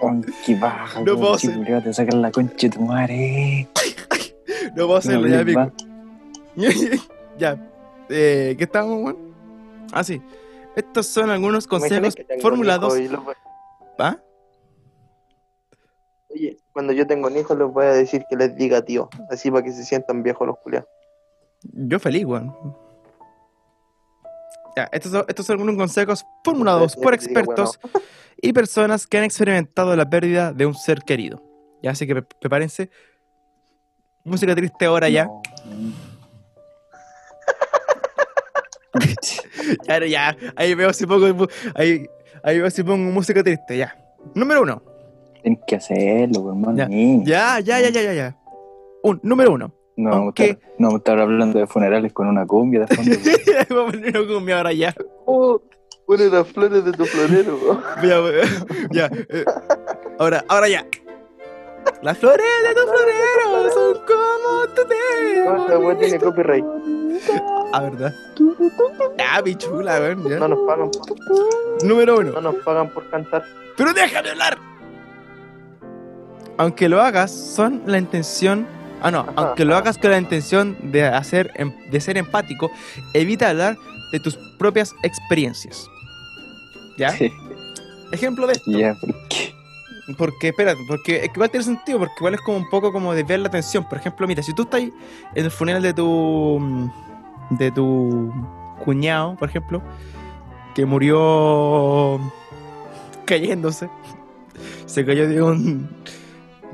weón.
Oh, qué baja,
No
weón,
puedo
qué
ser.
culiao, te sacan la concha de tu madre.
No puedo hacerlo, ya,
No,
pico.
va.
ya. Eh, ¿Qué estábamos, weón? Ah, sí. Estos son algunos
Imagina
consejos
que tengo un
formulados.
hijo y lo voy-
¿Ah?
Oye, cuando yo tengo un hijo les voy a decir que les diga tío, así para que se sientan viejos los culiados.
Yo feliz, weón. Ya, estos, son, estos son algunos consejos formulados por
Ustedes tienen que decir,
expertos y personas que han experimentado la pérdida de un ser querido. Ya, así que pre- prepárense. Música triste ahora ya.
No.
Ya, ya. Ahí veo si pongo, mu- ahí, ahí veo si pongo música triste, ya. Número uno.
Tienes que hacerlo, weón, hermano.
Ya, ya, ya, ya, ya, ya. Un, número uno.
No, vamos a
Aunque-
estar- no vamos a estar hablando de funerales con una cumbia de fondo.
Voy a poner una cumbia ahora ya.
Oh, pone las flores de tu florero. weón.
Ya, we- ya, eh, Ahora, ahora ya. Las flores de tu florero son como tu
No, la weá Ah, este tiene
te
copyright.
Ah, ¿verdad? Ah, mi chula, weón. ya.
No nos pagan, por-
Número
no
uno.
nos pagan por cantar.
¡Pero déjame hablar! aunque lo hagas son la intención, ah no, aunque lo hagas con la intención de hacer em- de ser empático, evita hablar de tus propias experiencias. ¿Ya? Ejemplo de esto.
Ya, ¿por qué?
Porque, espérate, porque es que igual tiene sentido, porque igual es como un poco como desviar la atención. Por ejemplo, mira, si tú estás en el funeral de tu. de tu cuñado, por ejemplo, que murió cayéndose. Se cayó de un.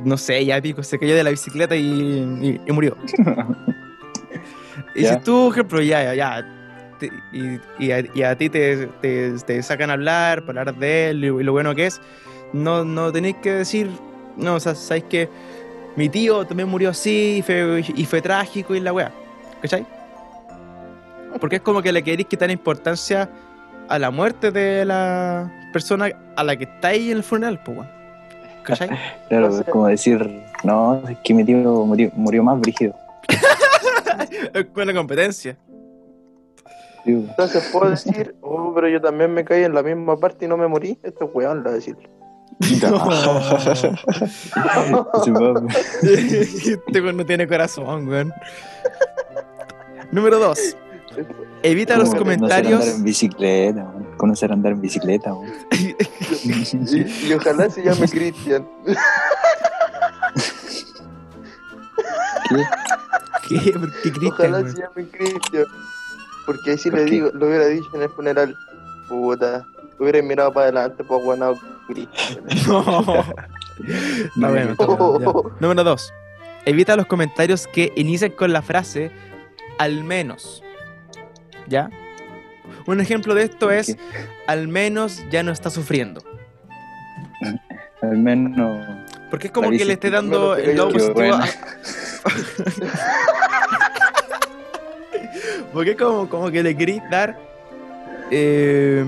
No sé, ya pico, se cayó de la bicicleta y, y- y murió. y
Ya.
si tú, por ejemplo, ya, ya, ya. te- y, y a, y a ti te, te- te sacan a hablar, para hablar de él y, y lo bueno que es. No, no tenéis que decir. No, o sea, sabéis que mi tío también murió así y fue, y fue trágico y la weá. ¿Cachai? Porque es como que le queréis quitar importancia a la muerte de la persona a la que está ahí en el funeral, pues, weón. ¿Cachai?
Claro, es como decir, no, es que mi tío murió, murió más brígido.
Es buena competencia.
Sí,
Entonces puedo decir, oh, pero yo también me caí en la misma parte y no me morí. Esto es weón, lo va a decir.
Sí, weón.
este weón no tiene corazón, weón. Número 2. Evita los
Como
comentarios.
Conocer andar en bicicleta, weón. conocer andar en bicicleta. weón.
Y, y ojalá se llame Cristian.
¿Qué?
¿Qué? ¿Por qué Cristian,
Ojalá
weón?
se llame Cristian. Porque ahí sí
¿Por
le
qué?
digo, lo hubiera dicho en el funeral. Puta, hubiera mirado para adelante, pues guanado Cristian.
No. Está bueno, está bueno, ya. Número 2. Evita los comentarios que inician con la frase al menos. ¿Ya? Un ejemplo de esto es al menos ya no está sufriendo.
Al menos.
Porque es como
La
que
bici-
le esté dando
Al menos te
el lado
cayó.
positivo.
Qué
a- Porque es como, como que le querís dar. eh,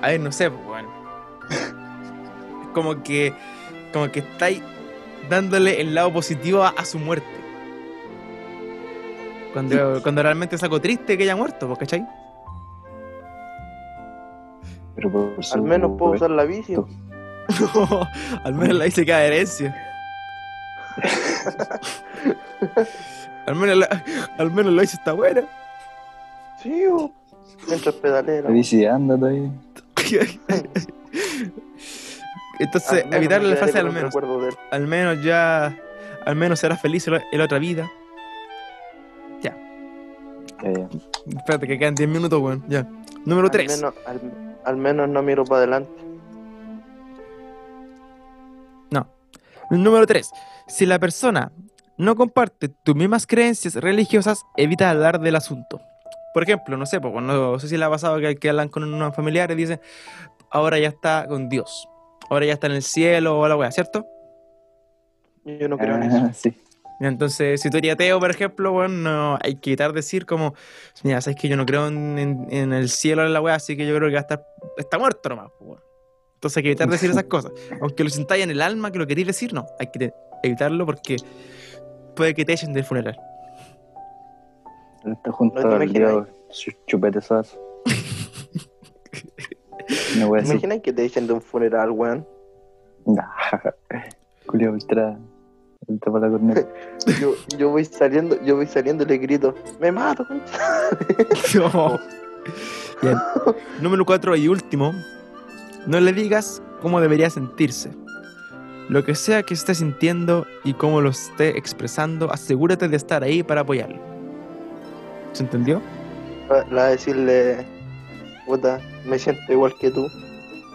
a ver, no sé, pues, weón. Es Como que. Como que estáis dándole el lado positivo a, a su muerte. Cuando, cuando realmente es algo triste que haya muerto, pues, ¿cachai?
Pero por su-
Al menos puedo usar la bici.
Al menos la dice que adherencia. al, menos la, al menos la dice está buena.
Sí, bo. Mientras pedalera.
La bici anda todavía.
Entonces,
Al menos
evitar
me
la frase
quedaré con
al
un
menos.
recuerdo de él.
Al menos ya. Al menos serás feliz en la- en la otra vida.
Ya, ya.
Espérate, que quedan 10 minutos, weón. Ya. Número
Al
3.
menos- al- al menos no miro para adelante.
Número 3. Si la persona no comparte tus mismas creencias religiosas, evita hablar del asunto. Por ejemplo, no sé, pues, no sé si le ha pasado que, que hablan con unos familiares y dicen, ahora ya está con Dios. Ahora ya está en el cielo o la weá, ¿cierto?
Yo no creo en eso.
Ah, sí.
Entonces, si tú eres ateo, por ejemplo, bueno, hay que evitar decir como, mira, sabes que yo no creo en, en- en el cielo en la weá, así que yo creo que va a estar, está muerto nomás. pues, weón. Entonces hay que evitar decir esas cosas. Aunque lo sintáis en el alma, que lo queréis decir, no, hay que te- evitarlo porque puede que te echen del funeral.
Está junto
No te
al
imaginas.
diablo, su chupete suazo. no voy a
¿Te
decir.
imaginas que te dicen de un funeral, weón?
Nah, Julio ultra. Ultra para la corneta.
Yo, yo voy saliendo, yo voy saliendo y le grito, me mato, concha".
No. Bien. Número 4 y último. No le digas cómo debería sentirse. Lo que sea que esté sintiendo y cómo lo esté expresando, asegúrate de estar ahí para apoyarlo. ¿Se entendió?
La la va a decirle, puta, me siento igual que tú.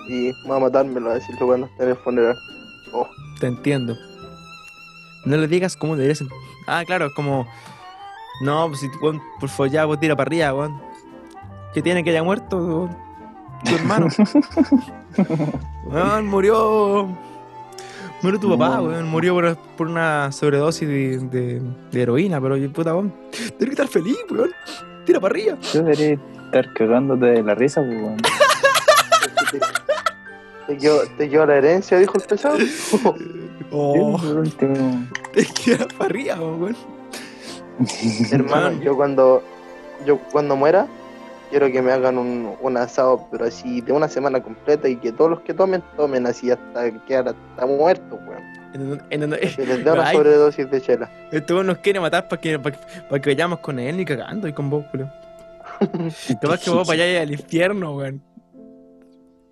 Y va a matarme, lo va a decirle cuando esté en el funeral. Oh,
Te entiendo. No le digas cómo debería sentir. Ah, claro, es como. No, pues si, weón, por favor, ya, weón, tira para arriba, weón. ¿Qué tiene que haya muerto, weón? Tu hermano. Weón, murió. Murió tu papá,
No.
weón. Murió por, por una sobredosis de, de- de heroína, pero puta, weón. Tienes que estar feliz, weón. Tira para arriba.
Yo debería estar cagándote de la risa, pues, weón.
te, te quedó, te quedó la herencia, dijo el pesado. Oh,
Oh,
Sí, por último.
te queda para arriba, weón.
hermano,
Man.
yo cuando yo cuando muera, quiero que me hagan un, un asado, pero así de una semana completa y que todos los que tomen, tomen así hasta quedar hasta muerto, weón.
En donde, en donde-
Que les da una
Ay,
sobredosis de chela.
este weón nos quiere matar para que, para que, pa' que vayamos con él ni cagando y con vos, culo. Capaz que vos vayáis al infierno, weón.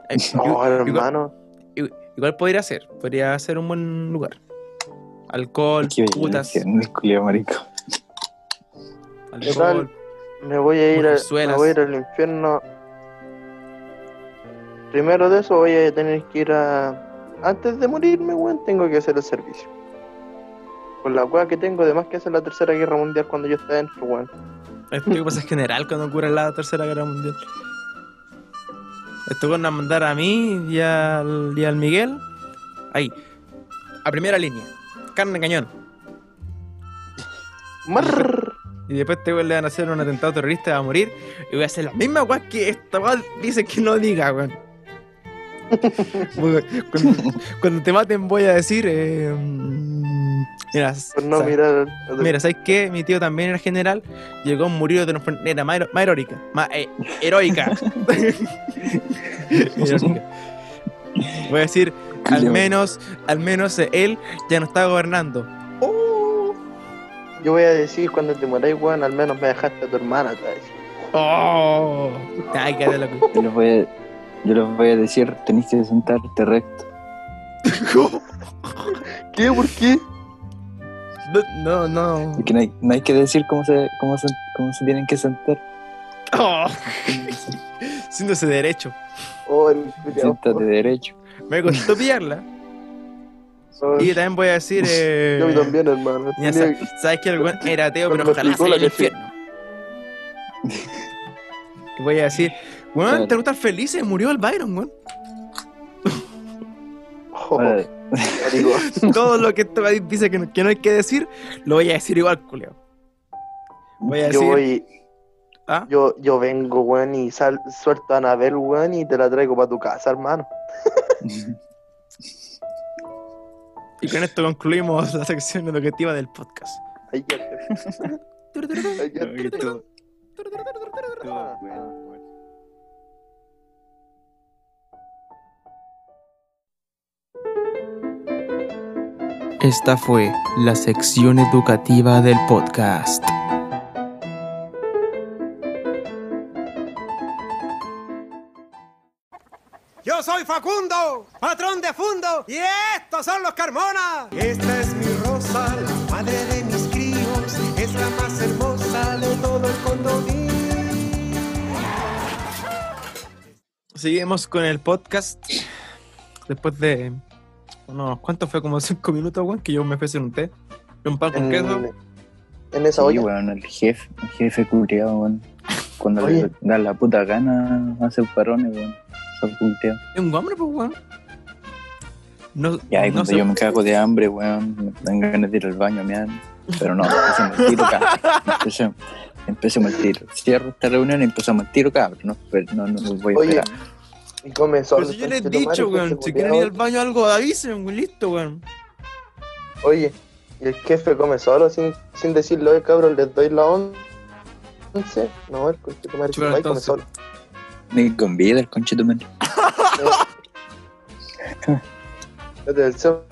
Ay,
No,
igual-
hermano.
Igual, igual podría ser, podría ser un buen lugar. Alcohol,
Qué
putas,
violencia, no es culiao, marico.
¿Qué tal?
alcohol.
Me voy a ir, a-
Mujerzuelas.
me voy a ir al infierno. Primero de eso voy a tener que ir a... Antes de morirme, weón, tengo que hacer el servicio. Con la weá que tengo, además que hacer la tercera guerra mundial cuando yo esté dentro, weón.
Esto que pasa es general cuando ocurre la tercera guerra mundial. Esto van a mandar a mí y al, y al Miguel. Ahí. A primera línea. Carne en cañón.
Marr.
Y después te weón le van a hacer un atentado terrorista y va a morir. Y voy a hacer la misma weá que esta weá dice que no diga, weón. Porque cuando, cuando te maten voy a decir... eh, mm, mira,
Por no
sa-
mirar... a-
Mira, ¿sabes qué? Mi tío también era general. Llegó a morir de una manera más, hero- más heroica. Más eh, heroica. Heroica. Voy a decir, al
Culeado.
menos, al menos eh, él ya no está gobernando. ¡Oh!
Yo voy a decir cuando te moráis, weón, al menos me dejaste a tu hermana, te voy a decir.
¡Oh! Ay, qué loco.
Yo les voy a, yo les voy a decir, tenéis que sentarte recto.
¿Qué? ¿Por qué?
No, no.
Porque no hay, no hay que decir cómo se, cómo se, cómo se tienen que sentar.
Oh. Siéndose derecho.
Oh, el culiao.
Siéntate derecho.
Me costó pillarla.
Oh,
Y también voy a decir. Eh,
Yo también, hermano.
ya
Tenía-
sa- sabes que el weón era ateo, pero
Cuando
ojalá
explicó
salga
la
al
que sí.
infierno. Y voy a decir, weón,
Claro.
tenemos que estar felices, murió el Byron, weón.
Oh,
Ahora,
marico.
Todo lo que esto dice que no, que no hay que decir, lo voy a decir igual, culeo. Voy a
Yo
decir,
voy,
ah,
yo, yo vengo, weón, y sal- suelto a Anabel, weón, y te la traigo para tu casa, hermano.
y con esto concluimos la sección educativa del podcast.
Ay, ya te- ay, ya te-
Esta fue la sección educativa del podcast.
Yo soy Facundo, patrón de fundo, y estos son los Carmona. Esta es mi rosa, la madre de mis críos, es la más hermosa de todo el condominio.
Seguimos con el podcast. Después de unos cuántos fue como cinco minutos, weón, que yo me fui a hacer un té. Un pan
Eh,
con queso.
En, en esa
Sí,
olla.
weón, el jefe, el jefe culiao, weón. Cuando
Oye.
le da la puta gana, hace parones, weón. Son culiao.
Es un hombre, pues, weón. No,
Ya, y
no
cuando
se-
yo me cago de hambre, weón, me dan ganas de ir al baño, me dan. Pero no, empecemos el tiro, cabrón. Empecemos, empecemos el tiro. Cierro esta reunión y empezamos el tiro, cabrón. No, pero no, no voy a
Oye,
esperar.
Y este comenzó
Pero si yo les he dicho,
pues,
weón, si quieren ir al baño o algo, avisen, weón, listo, weón.
Oye, y el jefe come solo sin, sin decirlo, oye cabrón, les doy la on- once. No, el coche come
Chupa,
come
entonces.
solo.
Me convida el conchito, man.
Desde el sol.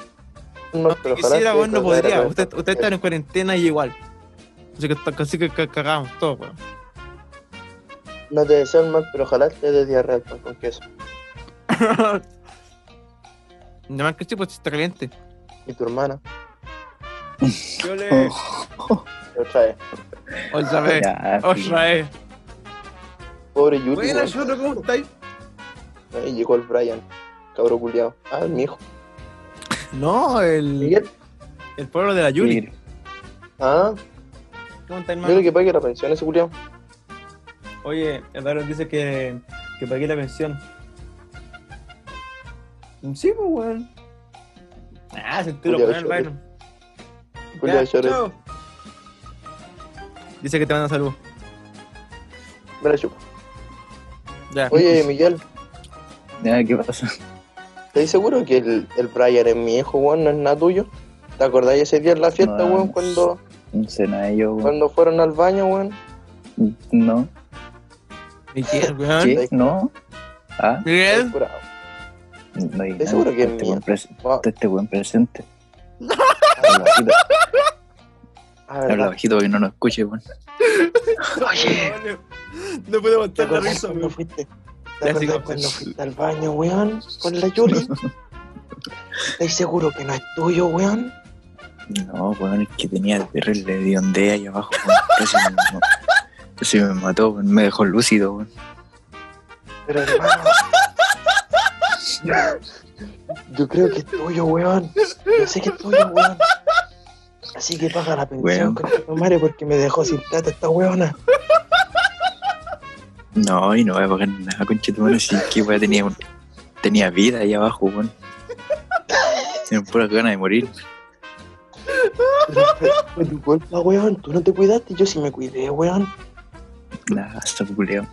No, pero ojalá
Quisiera,
que
weón, no
esto fuera
podría.
verdad.
Ustedes usted están en cuarentena y igual. Así que, así que ca- cagamos todo, weón.
No te deseo el mal, pero ojalá te dé diarrea pues, al pan con queso.
Nada más que sí, pues está caliente.
Y tu hermana,
Yo le.
te lo trae.
Otra vez.
Ya, sí.
Otra vez.
Pobre Yuri.
Buenas,
weón.
Yoto, ¿cómo estáis?
Ahí llegó el Brian, cabro culiao. Ah, mi hijo.
No, el,
Miguel.
el pueblo de la Yuri.
Sí,
Ah,
¿Cómo estáis,
yo lo
hermano?
que pague la pensión ese culiao.
Oye, Eduardo dice que, que pagué la pensión. Sí, pues, weón. Ah, se entero,
Culiao
weón,
chorro.
Byron.
Culiao
Ya,
chorro.
chao. Dice que te manda salud.
Me la chupo.
Ya.
Oye, Miguel,
Ya, ¿qué pasa?
¿estás seguro que el, el Brian es mi hijo, weón? No es nada tuyo. ¿Te acordáis ese día en la fiesta,
No,
weón?
no.
Cuando,
No sé nada de ello, weón.
cuando fueron al baño, weón.
No.
Miguel, weón.
¿Qué? ¿No? ¿Ah?
Miguel.
Curado.
No hay
¿Estás seguro que es
este
mía?
weón pres-
Wow.
este weón presente. Habla bajito.
Ah,
Habla bajito para que no nos escuche, weón.
Oye. No puedo aguantar la risa,
cuando
weón. Ya,
fuiste, ¿te acordás
sigamos.
cuando fuiste al baño, weón? Con la Yuri. ¿Estás seguro que no es tuyo, weón?
No, weón, es que tenía el perro de hediondea ahí abajo, weón. Casi me, no, casi me mató, weón. Me dejó lúcido, weón.
Pero hermano. Yo creo que es tuyo, weón. Yo sé que es tuyo, weón. Así que paga la
Weón.
pensión con tu madre porque me dejó sin plata esta weona.
No, y no voy a pagar nada, conchetumare, si que weón tenía, un- tenía vida ahí abajo, weón. Tenía puras ganas de morir.
Pero fue- Fue tu culpa, weón. Tú no te cuidaste, yo sí me cuidé, weón.
Nada, hasta culeo.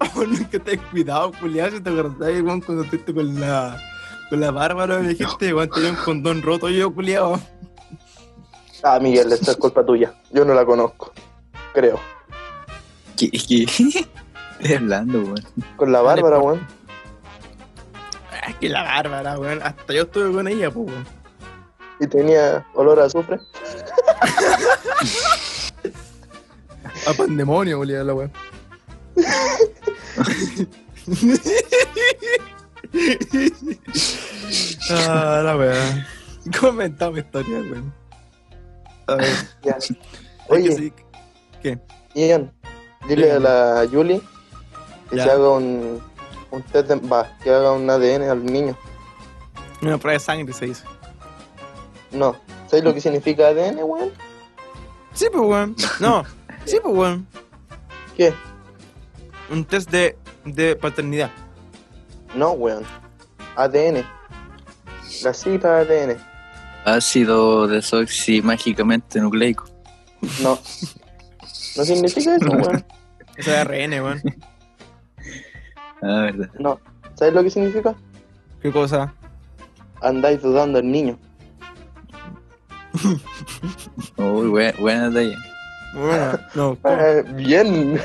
Nunca te has cuidado, culiado. Si te acordás, weón, cuando estuviste con la. Con la bárbara me dijiste, weón, tenía un condón roto yo, culiado.
Ah, Miguel, esto es culpa tuya. Yo no la conozco. Creo.
¿Qué, qué? Estoy hablando, weón.
Con la Bárbara, weón.
Es que la bárbara, weón. Hasta yo estuve con ella, pues, weón.
Y tenía olor a azufre.
A pandemonio, culiado, la weón. ah, la weón. Comentame historia, weón. A ver.
Ya. Oye.
¿Qué?
Ian, dile a la Julie que
Ya.
se haga un, un test de, va, que haga un ADN al niño.
Una prueba de sangre se hizo.
No, ¿sabes lo que significa ADN, weón?
Sí, pues, weón. No, sí, pues, weón.
¿Qué?
Un test de, de paternidad.
No, weón. ADN. La cita ADN.
Ácido desoxi mágicamente nucleico.
No. No significa eso, weón.
Eso es ARN, weón.
Ah, verdad.
No. ¿Sabes lo que significa?
¿Qué cosa?
Andáis dudando al niño.
Uy, buena, buena talla.
Bueno, no.
Eh, bien.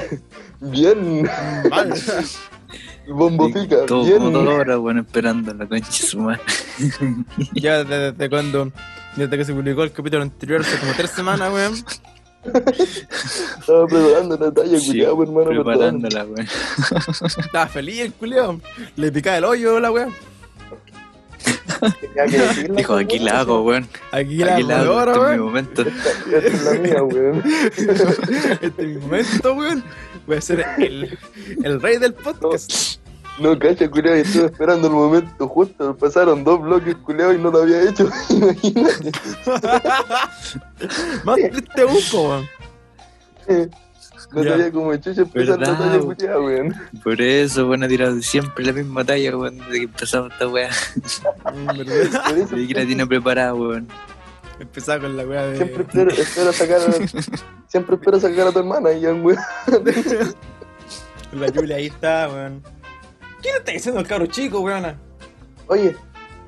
Bien.
Vale.
Bombo pica.
Todo como dos
Bien.
horas, weón, esperando la concha de su madre.
Ya desde, desde cuando. Desde que se publicó el capítulo anterior, hace como tres semanas, weón.
Estaba preparando la talla,
Sí,
cuidado, hermano. perdón.
preparándola, weón.
Estaba feliz el culiao. Le picaba el hoyo, la weón.
Tenía que decirla,
Dijo, aquí la hago, weón.
Aquí la
Aquí la hago,
ahora,
este es mi
weón.
momento.
Esta es la mía, weón.
Este es mi momento, weón. Voy a ser el, el rey del podcast.
No, cacha, culiao, y estuve esperando el momento justo. Pasaron dos bloques, culiao, y no lo había hecho. Imagínate.
Más triste aún, po, weón.
No
Ya.
sabía cómo chucha empezar la
¿Verdad,
talla,
weón?
culiao, weón.
Por eso, weón, ha tirado siempre la misma talla, weón, desde que empezamos esta weá.
¿verdad?
Por eso
Creí que la tiene preparada, weón.
Empezaba con la weá
siempre
de.
espero, espero sacar a, siempre espero sacar a tu hermana, Ian, weón.
La Julia ahí está, weón. ¿Qué le está diciendo el cabro chico, weón?
Oye,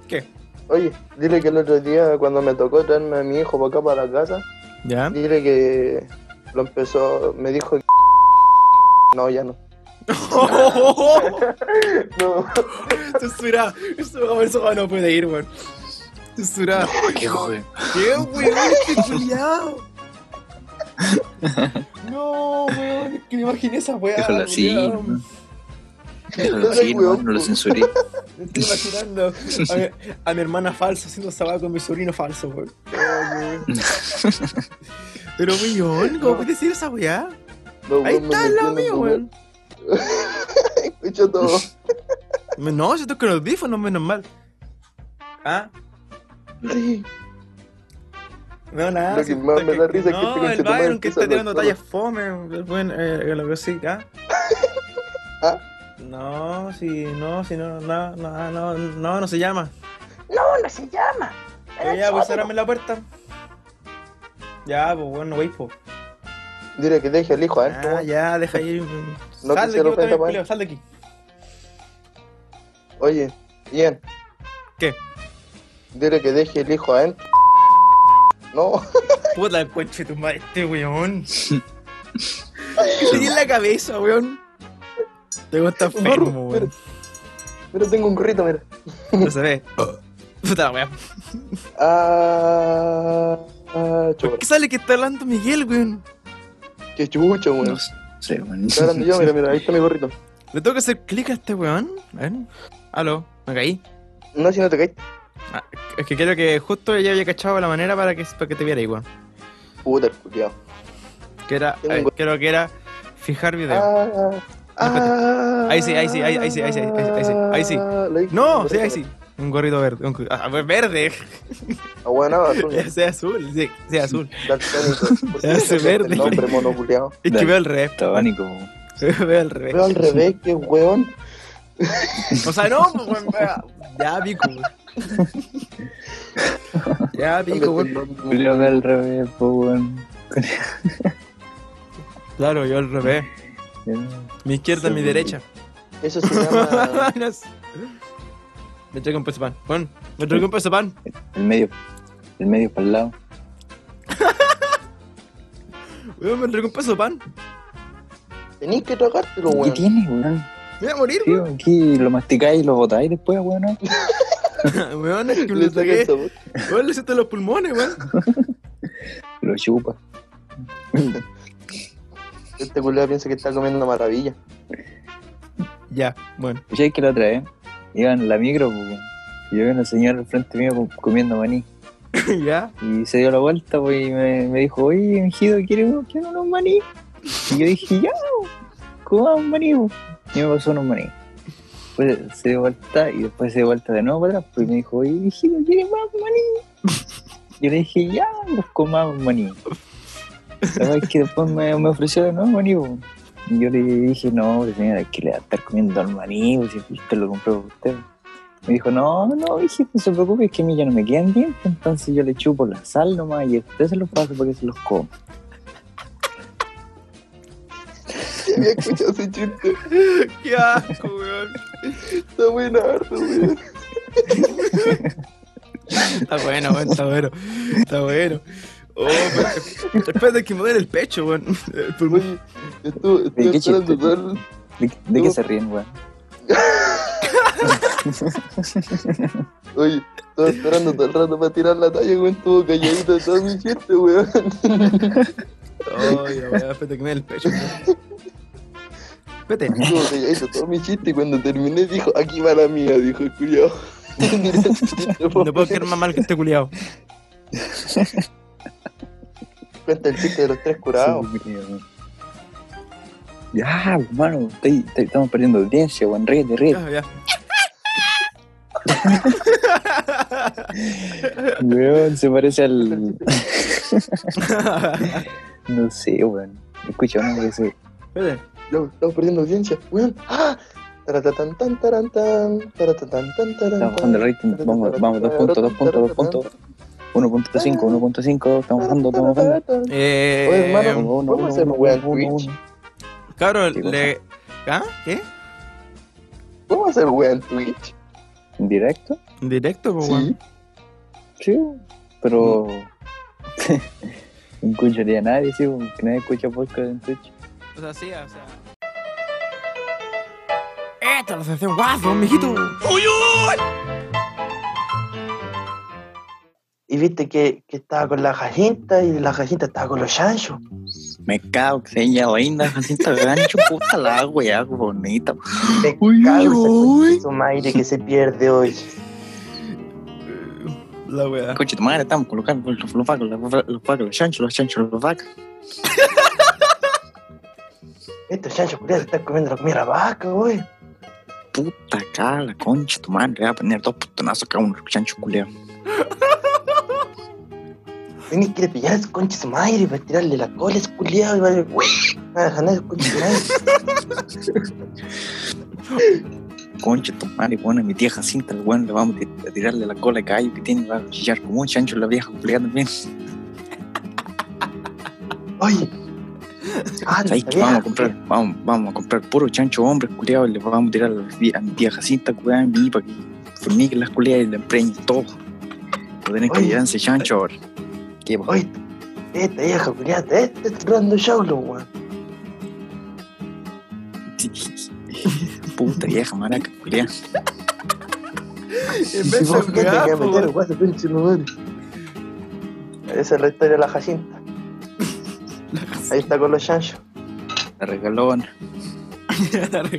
¿Qué?
oye, dile que el otro día cuando me tocó traerme a mi hijo para acá, para la casa,
¿Ya?
dile que lo empezó, me dijo que... No, ya no. No,
Censurado. Eso, eso no puede ir, weón. Censurado.
Qué joven.
¿Qué, weón? ¡Qué culiao! No, weón, es que me imaginé esa weá.
Déjalo así,
culiao.
weón. Déjalo
No seas
así,
weón,
weón, no lo
po.
censuré.
Me estoy imaginando a mi, a mi hermana falsa haciendo esa weá con mi sobrino falso, weón. Pero, weón, ¿cómo puedes decir esa weá?
no,
Ahí
weón, me
está al lado
metí en
mío,
un
weón.
Escucho todo.
No, yo estoy con el audífono, menos mal. ¿Ah? No, nada.
Lo que
si
más
está
me da risa es que este
No, el
conchetumare
Byron que
empieza
está
a
tirando
hablar
tallas fome, el buen, eh, lo que sí, ¿ah?
¿Ah?
No, si, no, si no, no, no, no, no, no se llama.
No, no se llama.
Eh, ya, pues ábrame la puerta. Ya, pues bueno, wey, po.
Dile que deje al hijo a
Ah, ya, deja ir.
No
sal de aquí,
quisiera
vos también,
ofender, man.
culiao, sal de aquí.
Oye, Ian.
¿Qué?
Dile que deje el hijo adentro. No,
Puta el coche, tu madre, este weón. Tiene en la cabeza, weón. Te gusta enfermo,
mira,
weón.
mira, tengo un gorrito, mira.
No se ve. Puta la wea.
Ah, ah,
¿Por qué sale que está hablando Miguel, weón?
Qué chucho, weón.
No sé, weón.
Estoy hablando yo, mira, mira, ahí está mi gorrito.
Le tengo que hacer clic a este weón. A ver. Aló, me caí.
No, si no te caíste.
Ah, es que creo que justo ella había cachado la manera para que, para que te viera igual.
Puta, el culiao.
Que era, a ver, creo que era fijar video.
Ah, ah,
Ahí sí, ahí sí, ahí, ahí sí, ahí sí, ahí sí, ahí sí, ahí sí.
lo hice.
No, sí, ahí sí. Un gorrito verde. Un, cu- ah, verde.
Ah, bueno, azul.
Ya sea azul, sí, sea azul.
Daltónico. ¿Por qué
Ya se
le cambiaste
verde.
El nombre mono culiao.
Es que veo al revés.
Tabánico.
Veo al revés.
Veo al revés, qué weón.
O sea, no, pues, weón, vea. Ya, pico. Ya, pico, weón.
Julio ve al revés, po, weón.
Claro, yo al revés. Mi izquierda, mi derecha.
Eso se llama.
No sé. Me traigo un peso pan. Juan, me traigo un peso pan.
El medio, el medio para el lado.
Weón, me traigo un peso pan.
Tenís que tragártelo,
¿Qué
weón.
tiene, weón?
Me voy a morir,
Tío, aquí lo masticáis y lo botáis después, weón.
weón. Weón, es que
Le
le
saca
saqué.
el sabor.
Weón, le siento los pulmones, weón.
Lo chupa.
Este culiao piensa que está comiendo maravilla.
Ya, bueno.
Escuché que la otra vez iba en la micro, po, weón. Y yo vi una señora al frente mío com- comiendo maní.
Ya.
Y se dio la vuelta, pues, y me, me dijo, oye, Mejido, ¿quieres uno, ¿quieres unos maní? Y yo dije, ya, ¿cómo un maní? po". Y me pasó unos maní. Pues se dio vuelta y después se dio vuelta de nuevo para atrás. Pues y me dijo, oye, Mejido, ¿quieres más maní? Yo le dije, ya, pues comamos maní. La verdad es que después me, me ofreció de nuevo maní. po. Y yo le dije, no, pues, señora, es que le va a estar comiendo al maní, pues, si usted lo compró por usted. Me dijo, no, no, dije, no se preocupe, es que a mí ya no me quedan dientes, entonces yo le chupo la sal nomás y usted se los pasa porque se los come.
Ya había escuchado ese chiste.
Qué asco, weón.
Está bueno, harto, weón.
Está bueno, weón, está bueno. Está bueno. Oh, pero- espérate que me duele el pecho, weón. El pulmón.
Oye, estuve,
¿De
estuve
qué
esperando
chiste?
todo
¿De, de qué se ríen, weón?
el- Oye, estaba esperando todo el rato para tirar la talla, weón. Estuvo calladito todo mi chiste, weón.
Oh, ya, weón, espérate que me duele el pecho, weón. Espérate.
Estuvo calladito todo mi chiste y cuando terminé dijo, aquí va la mía, dijo el culiao.
No puedo quedar más mal que este culiao.
Cuenta el chiste de los tres curados.
Sí, weón. Ya, hermano, estoy- estoy- estamos perdiendo audiencia, weón, ríete, ríete.
Ya, ya.
Weón, se parece al... No sé, weón. Escucha, no me parece...
Espérate.
Loco, estamos perdiendo audiencia, weón. ¡Ah! Taratatan, tan, taran, tan, taratatan, tan, taran,
Estamos bajando el rating,
tan,
vamos, vamos, dos puntos, dos puntos, dos puntos. 1.5, 1.5, estamos bajando, estamos bajando.
Eh,
Oye, hermano,
Uno, uno,
¿Podemos hacer
uno,
una wea en
uno, uno,
Twitch?
uno.
Cabrón,
¿Qué
le. ¿Ah? ¿Qué?
¿Cómo hacer wea en Twitch?
¿En directo?
¿En directo, po, Oh, weón?
Sí.
Sí, pero no escucharía a nadie, sí, porque nadie escucha podcast en Twitch.
O sea, sí, o sea. ¡Esta la sección guaso, mijito!
Y viste que, que estaba con la jajinta y la jajinta estaba con los chanchos.
Me cago, que ella linda, Jacinta Gancho, puta la wea bonita. pues,
Me
Uy,
causa
uy.
su madre que se pierde hoy.
La weá.
Escucha, tu madre, estamos colocando los, los vacos, los, los vacos, los chanchos, los chanchos, los vacos.
Estos chanchos curiosos están comiendo la comida de la vaca, hoy.
Puta cara, la concha, tu madre, le va a poner dos putonazos a cada uno, los chanchos culeados.
Tenés que ir a pillar a su concha su madre para tirarle la cola a ese culiao y va a decir, "Uy, va a ganar su concha su madre.
Concha, tu madre, bueno, mi tía Jacinta, el weón, le vamos a tirarle la cola de caballo que tiene, va a chillar como un chancho la vieja culeada también.
Oye. Ah,
Ahí que vamos a comprar, vamos, vamos a comprar puro chancho hombre, culiado, y le vamos a tirar a, los di- a mi tía Jacinta, culiado, a mí, para que forniquen las culiadas y le empreñen todo. Lo tenés que
Oye.
llevar en ese chancho ahora. ¿Qué pasa?
Oye, este esta vieja culiao, esta está tirando showlo, weón.
Puta vieja maraca, culiado.
Y si vos te querías meter, weón, ese pinche lugar. Esa es la historia de la Jacinta. Ahí está con los chanchos.
La regalona.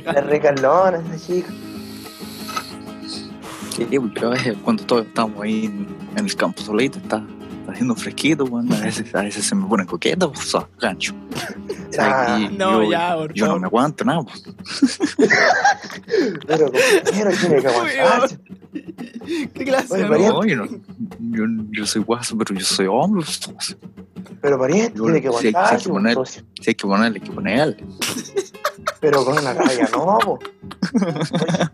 La regalona, esa chica.
Sí, güey, pero a veces eh, cuando todos estamos ahí en, en el campo solito, está, está haciendo un fresquito, weón. A veces, a veces se me ponen coquetas, pues, a gancho. O sea,
Ah,
y
no,
yo,
ya, por
Yo no me aguanto nada, pues.
Pero compañero tiene que aguantarse.
¿Qué clase
Oye,
de
pariente,
No, yo, no- yo, yo soy guaso, pero yo soy hombre, pues, socio.
pero pariente
Yo-
tiene que
si hay, si hay que
aguantarse.
poner, si hay que ponerle, hay que ponerle.
Pero con una galla, no, po. Oye,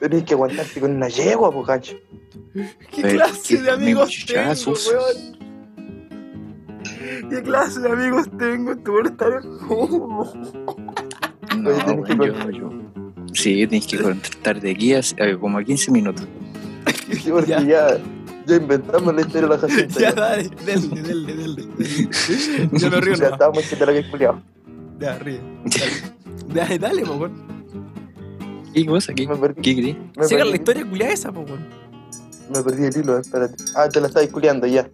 Tenés que aguantarte con una yegua, po, cacho.
¿Qué
eh,
Pero
clase
que
de
también
amigos
chuchada,
tengo,
sucio.
weón? ¿Qué clase de amigos tengo? Este weón está enfermo.
No, bueno, yo, yo. Sí, tienes que contestar de aquí a, a como a 15 minutos.
Porque ya. ya, inventamos la historia de la Jacinta.
Ya, dale, dale, dale, dale. Yo me río,
Ya
no.
estábamos en la que culiado.
Ya, ríe. Dale, dale, po, weón.
¿Qué cosa? ¿Qué, ¿Qué querés?
Me,
Sigan la
perdí,
historia culiada esa, po, weón.
me perdí el hilo, espérate. Ah, te la estáis culiando ya.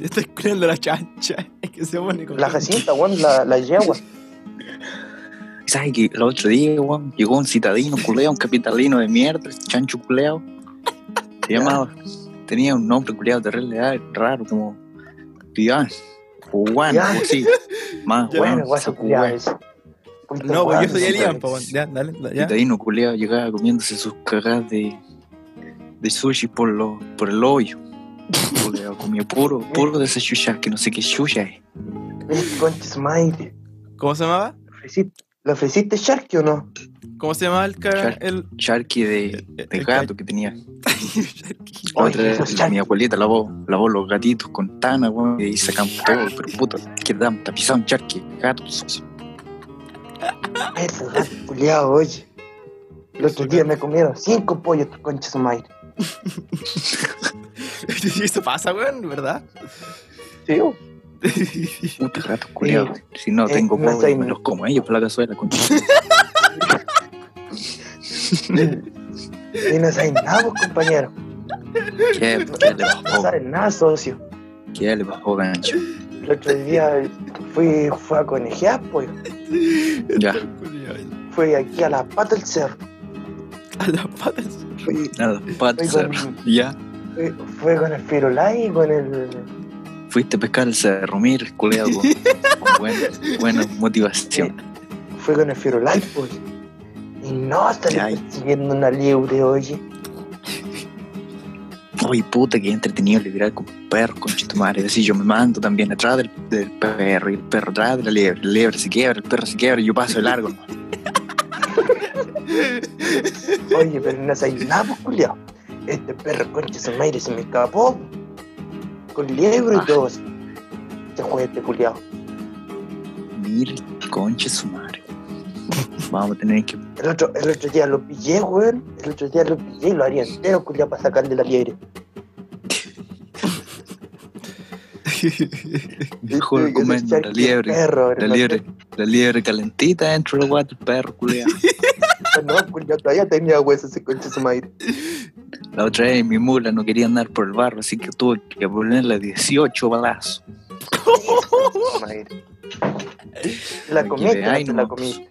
Estoy culiando la chancha. Es que se pone con.
La Jacinta, weón, la, la yegua.
¿Sabes que el otro día, weón, llegó un citadino culeo, un capitalino de mierda, este chancho culeo? Se llamaba, tenía un nombre culeado terrible ah, raro, como Pian, o Juan,
Ya.
algo así. Más
Ya.
weón,
Bueno, guaso
saco
culiao
weón.
ese. Puta
No, pues
weón,
yo soy
ese
Elian,
weón.
po, weón. Ya, dale, da- ya.
Citadino culeado llegaba comiéndose sus cagadas de, de sushi por, lo, por el hoyo. Culeado, comía puro, puro de ese chucha, que no sé qué chucha es.
Ven, Concha su madre.
¿Cómo se llamaba?
¿Le ofreciste- ¿Le ofreciste Sharky o no?
¿Cómo se llamaba el ca- el
charqui de, de
el
gato que tenía. La
Eh, Oye,
otra vez,
esos charqui.
mi abuelita lavó, lavó los gatitos con tana, weón, y ahí sacamos todo, pero puta, quedamos tapizados en charqui, de gato. socio.
Eso, gato culiao, oye. Los otro día me comieron cinco pollos, tu concha su madre.
Eso pasa, weón, ¿verdad?
Sí, oh.
Puta, gato culeado. Si no
Eh,
tengo
no
pobre,
soy-
me los como ellos por la cazuela. Con...
Y no saben nada, vos, compañero.
¿Qué, qué le
No
bajó?
saben nada, socio.
¿Qué le bajó, gancho?
El otro día fui, fui a conejear, pues.
Ya,
Fui aquí a la pata del cerro.
A las patas.
Fui,
nada, pato,
Oye,
cerro. Ya,
fui, fui con el Firulai y con el.
fuiste a pescar el cerro, mira, culeado. con- con buena, buena motivación.
Fui con el Firulai, pues. Y no,
Ay.
salí persiguiendo una liebre, oye.
Uy, puta, que entretenido liberar con perros, con chitumare. Así yo me mando también atrás del, del perro, y el perro atrás de la liebre. La liebre se quiebra, el perro se quiebra, y yo paso de largo.
Oye, pero no sabéis nada, pues, culiao. Este perro, concha su madre, se me escapó. Con liebre
Ah.
y todo. Se juega este culiao.
Mire, conche su madre. Vamos a tener que.
El otro, el otro día lo pillé, weón. El otro día lo pillé y lo haría entero, culiao, para sacarle la liebre.
Mejor
Tuve que
comer
desechar
la
el
liebre.
perro,
La
hermano.
liebre, la liebre calentita dentro del agua del perro, culea.
No, culiao, todavía tenía huesos ese concha su madre.
La otra vez mi mula no quería andar por el barro, así que tuve que ponerle 18 balazos.
Madre. La
Aquí
comiste,
ve,
no
ay,
te
no.
la comiste.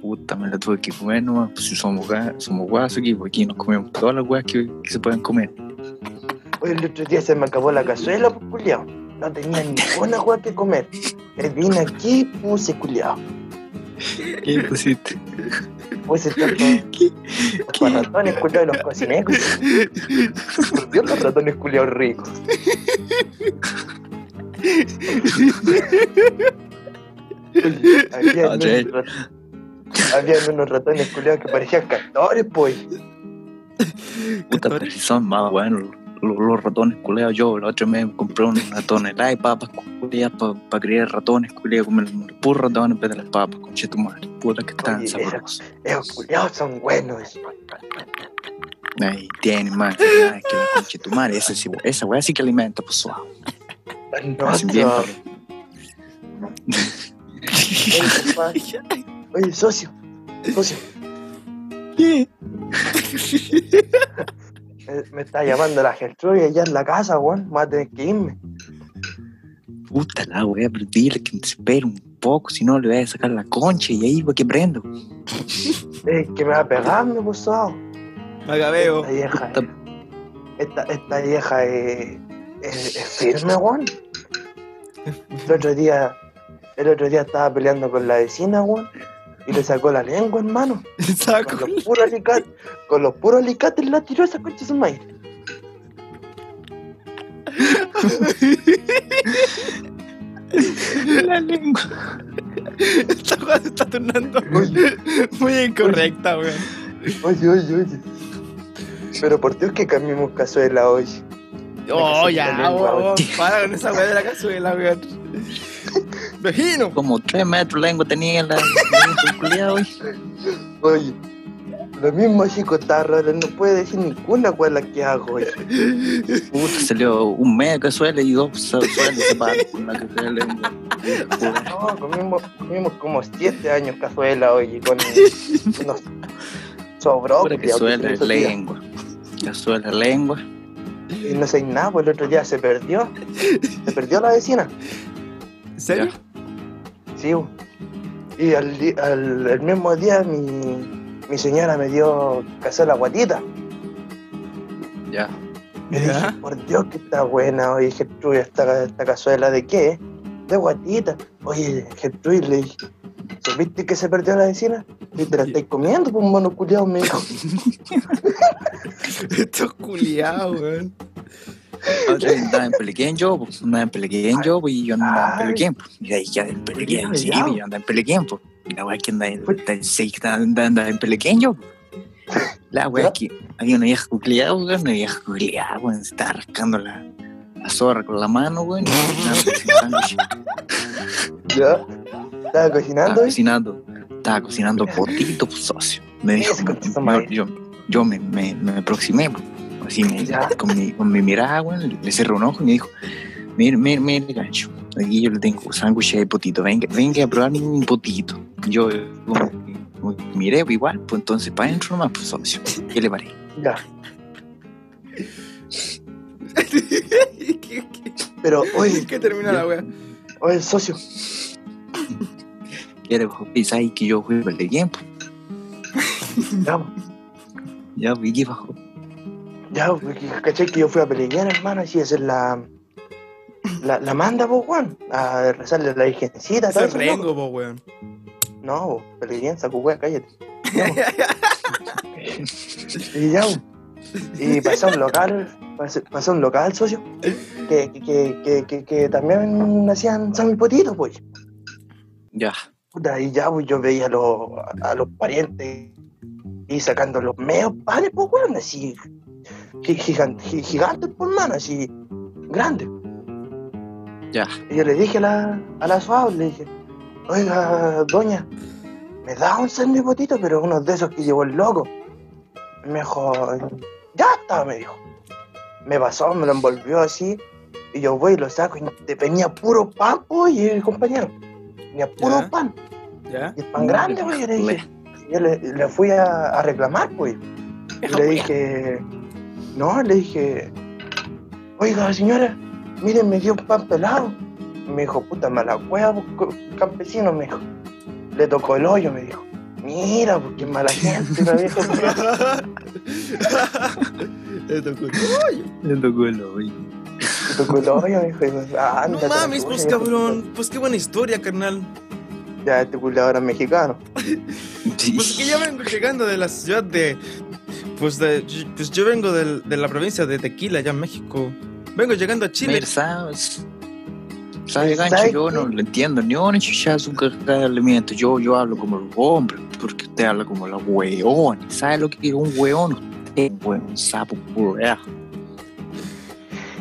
Puta, me la tuve que comer nomás, pues si somos, ga- somos guasos aquí, pues aquí nos comemos todas las weas que, que se pueden comer.
Oye, el otro día se me acabó la cazuela, pues, culiao. No tenía ninguna hueá que comer. Eh, Vine aquí, puse culiao.
¿Qué pusiste?
Pues estar con con ratones culiados los cocineros. Por Dios, los ratones culiados ricos. Habían
Ah, sí.
unos, rat- habían unos ratones culiados que parecían castores, pues.
Puta, pero si son más buenos los, los ratones culeados. Yo la otra vez me compré unos ratones. Ay, papas culeadas para criar ratones culeados. Comer los puros ratones en vez de las papas. Conche tu madre. Puta que están
Oye,
sabrosos.
Esos culiados son buenos.
Ahí tienen más calidad que la conche tu madre. Esa, sí- esa weá sí que alimenta, pues suave.
No,
Hacen bien,
tío.
pero-
Oye, compadre. Oye, socio. Socio. Me, me está llamando la Gertrude allá en la casa, weón. Voy a tener que irme.
Puta la wea, pero dile que te espere un poco, si no le voy a sacar la concha y ahí va que prendo.
Es que me va pegando, posado.
Macabeo.
Esta vieja. es- Esta, esta vieja es, es, es firme, weón. El otro día. El otro día estaba peleando con la vecina, weón. Y le sacó la lengua, hermano. Con los puros alicates. Con los puros alicates la tiró esa concha de su madre.
La lengua. Esta cosa se está tornando muy incorrecta, weón.
Oye, oye, oye. Pero por Dios que cambiamos cazuela hoy.
Oh,
Me
ya,
casé con la lengua,
weón.
weón.
Para con esa weá de la cazuela, weón. Vecino.
Como tres metros de lengua tenía la culiada hoy.
Oye, lo mismo chico Tarra, no puede decir ninguna cuela que hago hoy.
Puta, salió un medio cazuela y dos sa- suelas separadas con la cazuela de lengua.
No, comimos, comimos como siete años cazuela hoy y con unos sobró.
Pura
culiao,
cazuela de
que se hizo tía.
lengua. Cazuela de lengua.
Y no sé nada, pues el otro día se perdió. Se perdió la vecina.
¿En serio?
Sí. bu. Y al, di- al- el mismo día mi, mi señora me dio cazuela guatita.
Ya.
Yo dije, por Dios que está buena. Oye, Gertrude, esta, esta cazuela de qué? De guatita. Oye, Gertrude, le dije, ¿supiste que se perdió la vecina? Y te la estáis comiendo, pues, mono culiao, me dijo.
Esto es culiado, weón.
Otra vez andaba en Pelequén yo, pues, andaba en Pelequén yo, pues, y yo andaba en
Ay.
Pelequén. pues. Y ahí ya en Pelequén,
Ay,
sí,
ya. Pues
pues, yo andaba en Pelequén, pues. Y la weá que andaba en, andaba en- sí, que andaba- andaba en Pelequén yo. pues. La weá
Ya.
que había una vieja cucleada, weón, una vieja cucleada, weón, se estaba rascando la, la zorra con la mano, weón, y estaba cocinando,
¿Ya? ¿Estaba
estaba
cocinando?
Ah,
oye?
cocinando, estaba cocinando potito, pues, socio. Me dijo,
Ese cochino
yo,
madre.
yo, yo me, me, me aproximé, pues, así me,
Ya.
con, mi, con mi mirada, weón, le cerré un ojo y me dijo, mire, mire, mire, gancho, aquí yo le tengo sándwiches de potito, venga, venga a probar un potito. Yo como que- como que miré pues, igual, pues entonces para adentro nomás, pues socio, ¿qué le paré?
Ya. Pero, oye,
¿Qué termina la weá?
oye, socio,
¿Quiere pizza y que yo juegue por el tiempo?
ya, bu-
Ya, pues, ¿y qué bajó?
ya, bu, que- ¿cachai? Que yo fui a pelear, hermano, así hacer la. La, la manda, pues, weón, a rezarle a la virgencita. todo
Ese
eso, loco.
rengo, po, weón.
No, pelearían saco wea, cállate. Ya, bo. y ya, bo. y pasé a un local, pasé, pasé a un local, socio, que, que, que, que, que también hacían Sammy Potito, pues.
Ya,
Puta, y ya, pues yo veía a los, a los parientes y sacando los meos panes, pues, weón, así, gi- gigan- gi- gigantes, pues, mano, así, grandes.
ya.
Y yo le dije a la, a la suave, le dije, oiga, doña, me da un semi potito, pero uno de esos que llevó el loco. Me dijo, ya está, me dijo. Me pasó, me lo envolvió así, y yo voy y lo saco, y te- tenía puro pan, po, y el compañero. Tenía puro
Ya.
pan,
¿Ya?
y el pan grande, güey, yo le dije. y Yo le, le fui a, a reclamar, pues. Y le dije, no, le dije, oiga, señora, miren, me dio un pan pelado. Me dijo, puta mala cueva, pues, co- campesino, me dijo. Le tocó el hoyo, me dijo. Mira, pues qué mala gente, la vieja. culiao".
Esto es culiao.
Le tocó el hoyo.
Le tocó el hoyo, me dijo. y dijo, Ah,
No
ándate a la
mames, pues
chucha,
cabrón. Pues qué buena historia, carnal.
Ya, este culiao era mexicano.
Sí.
Pues que yo vengo llegando de la ciudad de. Pues, de, pues yo vengo del- de la provincia de Tequila, allá en México. Vengo llegando a Chile.
Mira, ¿sabes? ¿Sabes,
¿Sabes
gancho? Yo
qué?
no lo entiendo ni una chucha es un cagada de alimento. Yo, yo hablo como los hombres, porque usted habla como los weones. ¿Sabe lo que es un weón? Usted es un Ah, weón sapo culea.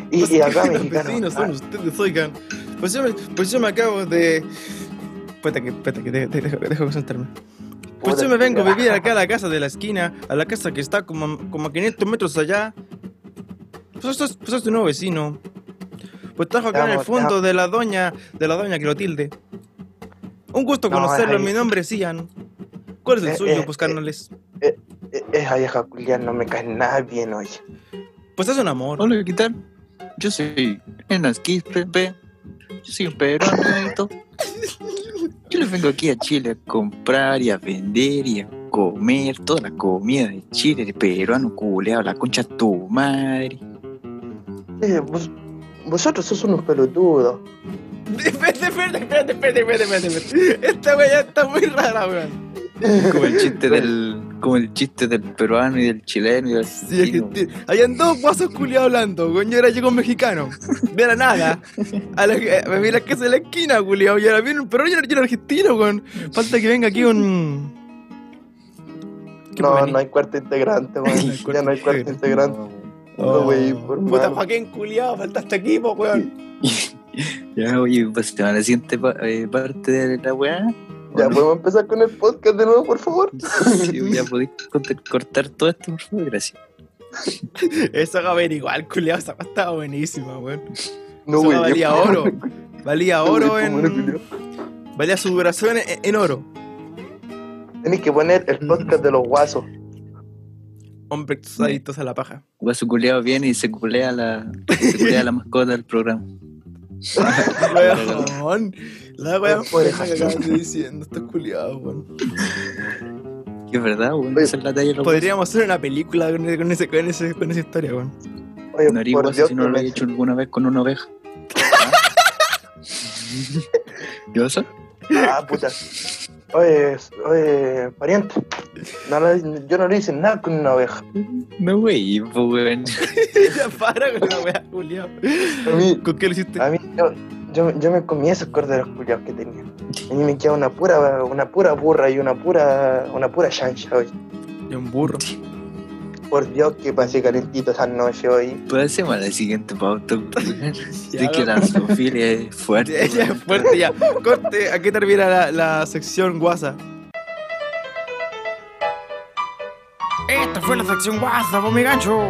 Y,
Pues,
y acá
¿qué
mexicano.
vecinos
ah,
son ustedes, oigan. Pues yo, me, pues yo me acabo de. Espérate que, espérate que, de- de- dejo, dejo concentrarme. Pues
puta,
yo me vengo a
culiao.
vivir acá a la casa de la esquina, a la casa que está como, como a 500 metros allá. Pues esto es, pues es tu nuevo vecino. Pues trabajo acá en el
Vamos,
fondo
vamos.
de la doña, de la doña Clotilde. Un gusto
No,
conocerlo,
ahí-
mi nombre es Ian. ¿Cuál es el
Eh,
suyo,
eh,
pues
eh.
carnales?
E- Esa vieja culiao no me cae nada bien hoy.
Pues es un amor.
Hola, ¿qué tal? Yo soy en las Yo soy un peronito. Yo les vengo aquí a Chile a comprar y a vender y a comer toda la comida de Chile, el peruano culeado, la concha de tu madre.
Eh, vos- vosotros sos unos pelotudos.
Espérate, espérate, espérate, espérate, espérate, espérate, espérate. Esta weá está muy rara, weón.
Como el chiste del, como el chiste del peruano y del chileno y del
Sí, es que
argentino.
ti- habían dos guasos culiados hablando, weón. Y ahora llegó un mexicano. De la nada. A la, que- a la casa de la esquina, culiado. Y ahora viene un peruano y ahora viene un argentino, weón. Falta que venga aquí un.
No, no hay cuarto integrante, weón. ya no hay cuarto integrante. No, wey, por
Oh, Puta
malo.
fucking culiado, faltaste aquí, po, weón.
Ya, oye, pues te van a la siguiente pa- eh, parte de la weá.
Ya podemos empezar con el podcast de nuevo, por favor.
Sí, ya podéis cont- cortar todo esto, por favor, gracias.
Eso va a ver igual, culiado. Esa weá estaba buenísima, weón.
No,
Esa
güey,
weá valía
yo-
oro. Valía
No, güey,
oro
fue bueno,
en. Valía su duración en, en oro.
Tenéis que poner el podcast de los guasos.
Hombre, saditos a la paja.
Guaso culeado viene y se culea la, se culea la mascota del programa.
Weón. La weá
Orejas.
fue que acabas de diciendo, estos culiados, weón.
Que es verdad, weón. Esa es la talla de los
Podríamos hacer una película con, e-, con ese, con, ese- con esa historia, weón.
Oye,
No haría
por
guaso
Dios,
si no
que
lo
me-
había hecho alguna vez con una oveja. ¿Yo eso?
Ah, puta. Oye, oye, pariente. No lo- yo no le hice nada con una oveja.
No, wey, pues, weón.
ya para con la weá, culiado.
A mí,
¿Con qué lo hiciste?
a mí yo, yo, yo me comí esos corderos culiados que tenía. A mí me queda una pura, una pura burra y una pura, una pura chancha hoy.
Y un burro.
Por Dios, que pasé calentito esa noche hoy.
Pasemos a la siguiente pauta. weón.
Ya,
Es que la zoofilia es
Ya,
fuerte.
ya,
weón.
fuerte, ya. Corte, ¿a qué termina la, la sección guasa? Esta fue la sección guasa, por mi gancho.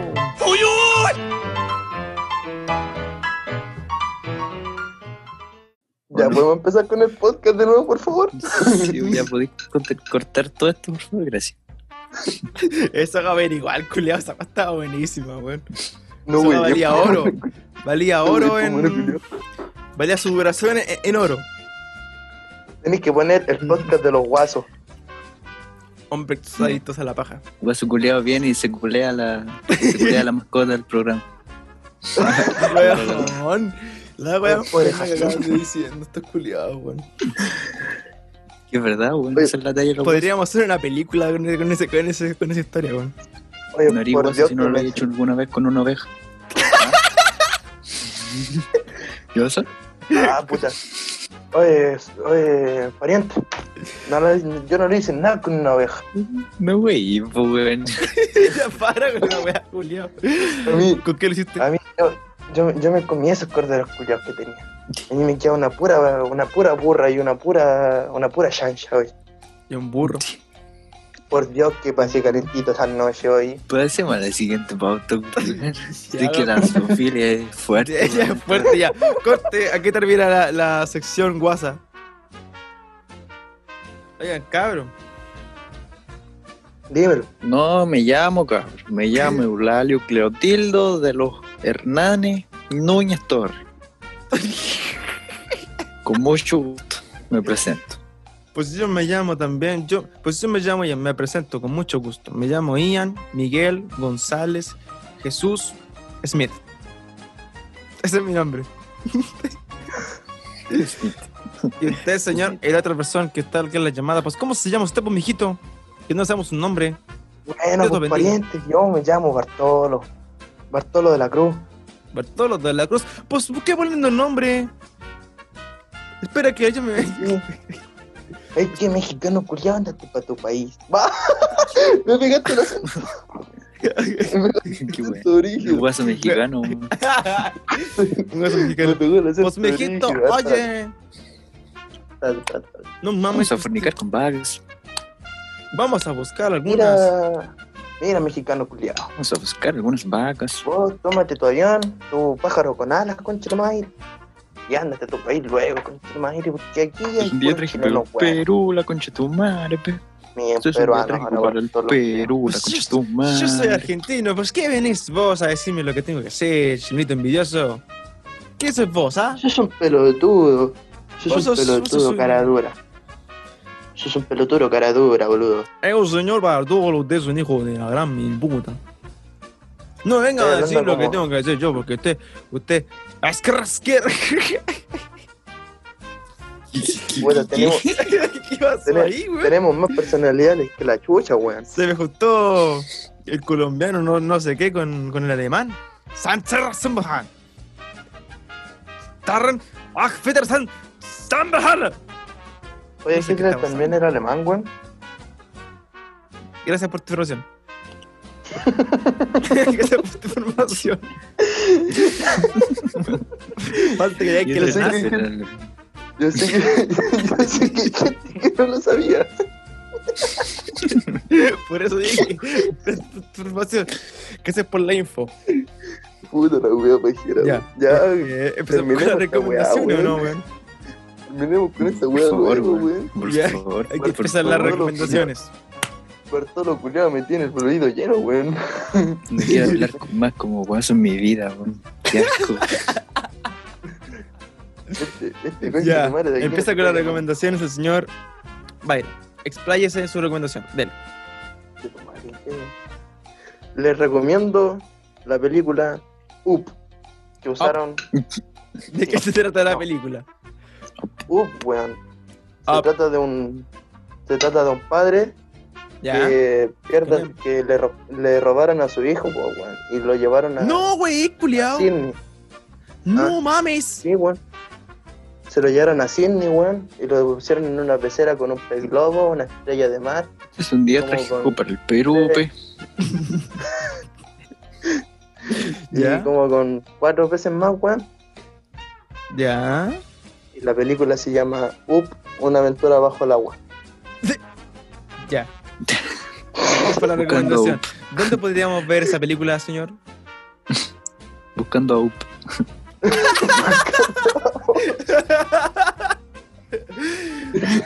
Ya podemos empezar con el podcast de nuevo, por favor.
Sí, ya podéis cont- cortar todo esto, por favor, gracias.
Eso va a ver igual, culiado. Esa weá estaba buenísima, weón.
No,
Esa
güey,
weá
yo-
valía oro. Valía oro
Como era
en.
culiao.
Valía su duración en, en oro.
Tenéis que poner el podcast de los guasos.
Hombre, saditos a la paja.
Guaso culeado viene y se culea la, se culea la mascota del programa.
Weón. La weá fue
Orejas.
que acabas de diciendo, estos culiados, weón.
Que es verdad, weón. Esa es la talla de los
Podríamos hacer una película con, e-, con ese, con, ese- con esa historia, weón.
Oye,
No haría
por
guaso
Dios,
si no
que
lo
me-
había hecho alguna vez con una oveja. ¿Yo eso?
Ah, puta. Oye, oye, pariente. No lo- yo no le hice nada con una oveja.
No, wey, pues, weón.
ya para con la weá, culiado.
A mí,
¿Con qué lo hiciste?
a mí yo, yo, yo me comí esos corderos culiados que tenía. A mí me queda una pura, una pura burra y una pura, una pura chancha hoy.
Y un burro.
Por Dios, que pasé calentito esa noche hoy.
Pasemos a la siguiente pauta. weón. Sí, Es
Ya,
que la zoofilia es fuerte.
Ya, ya,
weón.
fuerte ya. Corte, ¿a qué termina la, la sección guasa? Oigan, cabrón.
Dímelo.
No, me llamo, cabrón. Me llamo Eulalio Cleotildo de los Hernández Núñez Torres. Con mucho gusto me presento.
Pues yo me llamo también, yo, pues yo me llamo y me presento con mucho gusto. Me llamo Ian, Miguel, González, Jesús, Smith. Ese es mi nombre. Y usted, señor, y la otra persona que está que es la llamada, pues ¿cómo se llama usted, pues, mijito? Que no sabemos su nombre.
Bueno,
Dios
pues,
lo bendiga.
pariente, yo me llamo Bartolo. Bartolo de la Cruz.
Bartolo de la Cruz. Pues, ¿qué bonito nombre? Espera que yo me...
Sí. Es que mexicano culiado, andate para tu país. Va. Me pegaste la
Qué bueno. El
origen.
guaso mexicano. weón.
Un gato mexicano. Pues, mijito,
"Ah,
oye, no mames,
Vamos a fornicar con varios.
vamos a buscar algunas...
Mira, mira, mexicano culiado.
Vamos a buscar algunas vacas.
Vos tómate tu avión, tu pájaro con alas, concha de madre. Y ándate a tu país luego, concha de madre, porque aquí hay
Un día
puros
traje
chilenos
Perú,
buenos.
Perú, la concha de tu madre. pe.
Ni en
Eso es un
peruano,
atraco
ahora,
para
bueno,
el
todos los días.
Perú, la concha de tu madre.
Yo Pues, soy argentino, pues ¿qué venís vos a decirme lo que tengo que hacer, chimito envidioso? ¿Qué sos vos, ah?
Yo soy un pelotudo. Yo
Vos
soy
sos-
un pelotudo,
vos sos-
cara dura. Yo soy un pelotudo, cara dura, boludo.
Es Eh, un señor Bartolo, usted es un hijo de la gran mil puta. No venga a
Estoy
decir
hablando
lo que
como-
tengo que decir yo, porque usted, usted, ascarrasquer.
Bueno, tenemos,
¿Qué pasó
tenemos,
ahí, güey?
tenemos más personalidades que la chucha, weón.
Se me juntó el colombiano, no, no sé qué, con, con el alemán. Sanzer Sambahan. Tarren, Ach, Federsan, Sambahan.
Oye,
No sé qué
Hitler
está pasando.
también era alemán, weón.
Gracias por tu información. Gracias por tu información. Falta que diga que
Yo
le
sé que-
nace.
Yo sé que, yo sé que hay gente que no lo sabía.
Por eso dije, gracias por tu información. Gracias por la info.
Puta la wea pajera.
Ya.
weón. Ya,
Eh, empezamos con las
terminemos esta weá,
recomendaciones, ¿o
weón.
¿no, weón?
Terminemos con esta wea
Por favor,
luego,
weón.
weón.
Por
Ya,
favor,
Hay que
por
empezar las
favor.
recomendaciones.
Bartolo culiado me tiene el oído lleno, weón.
No quiero hablar con- más como guaso en mi vida, weón. Qué asco.
Este, este coño
Ya,
de madre de aquí
empieza
no
con las
está,
recomendaciones el señor. Vaya, expláyese en su recomendación. Dele.
weón. Les recomiendo la película Up, que usaron
¿De qué se trata la película?
Up, weón. Se
Up.
trata de un. Se trata de un padre
Ya.
que pierde,
Bien.
que le, ro- le robaron a su hijo, po, weón, y lo llevaron a
No, güey, culiao.
Sydney.
No mames.
Sí, weón. Se lo llevaron a Sydney, weón, y lo pusieron en una pecera con un pez globo, una estrella de mar.
Es un día
Como
trágico
con-
para el Perú,
Sí.
pe.
Ya.
Y como con cuatro veces más, weón.
Ya.
Y la película se llama Up, una aventura bajo el agua.
Ya. Vamos para la
Buscando
recomendación. ¿Dónde podríamos ver esa película, señor?
Buscando a UP.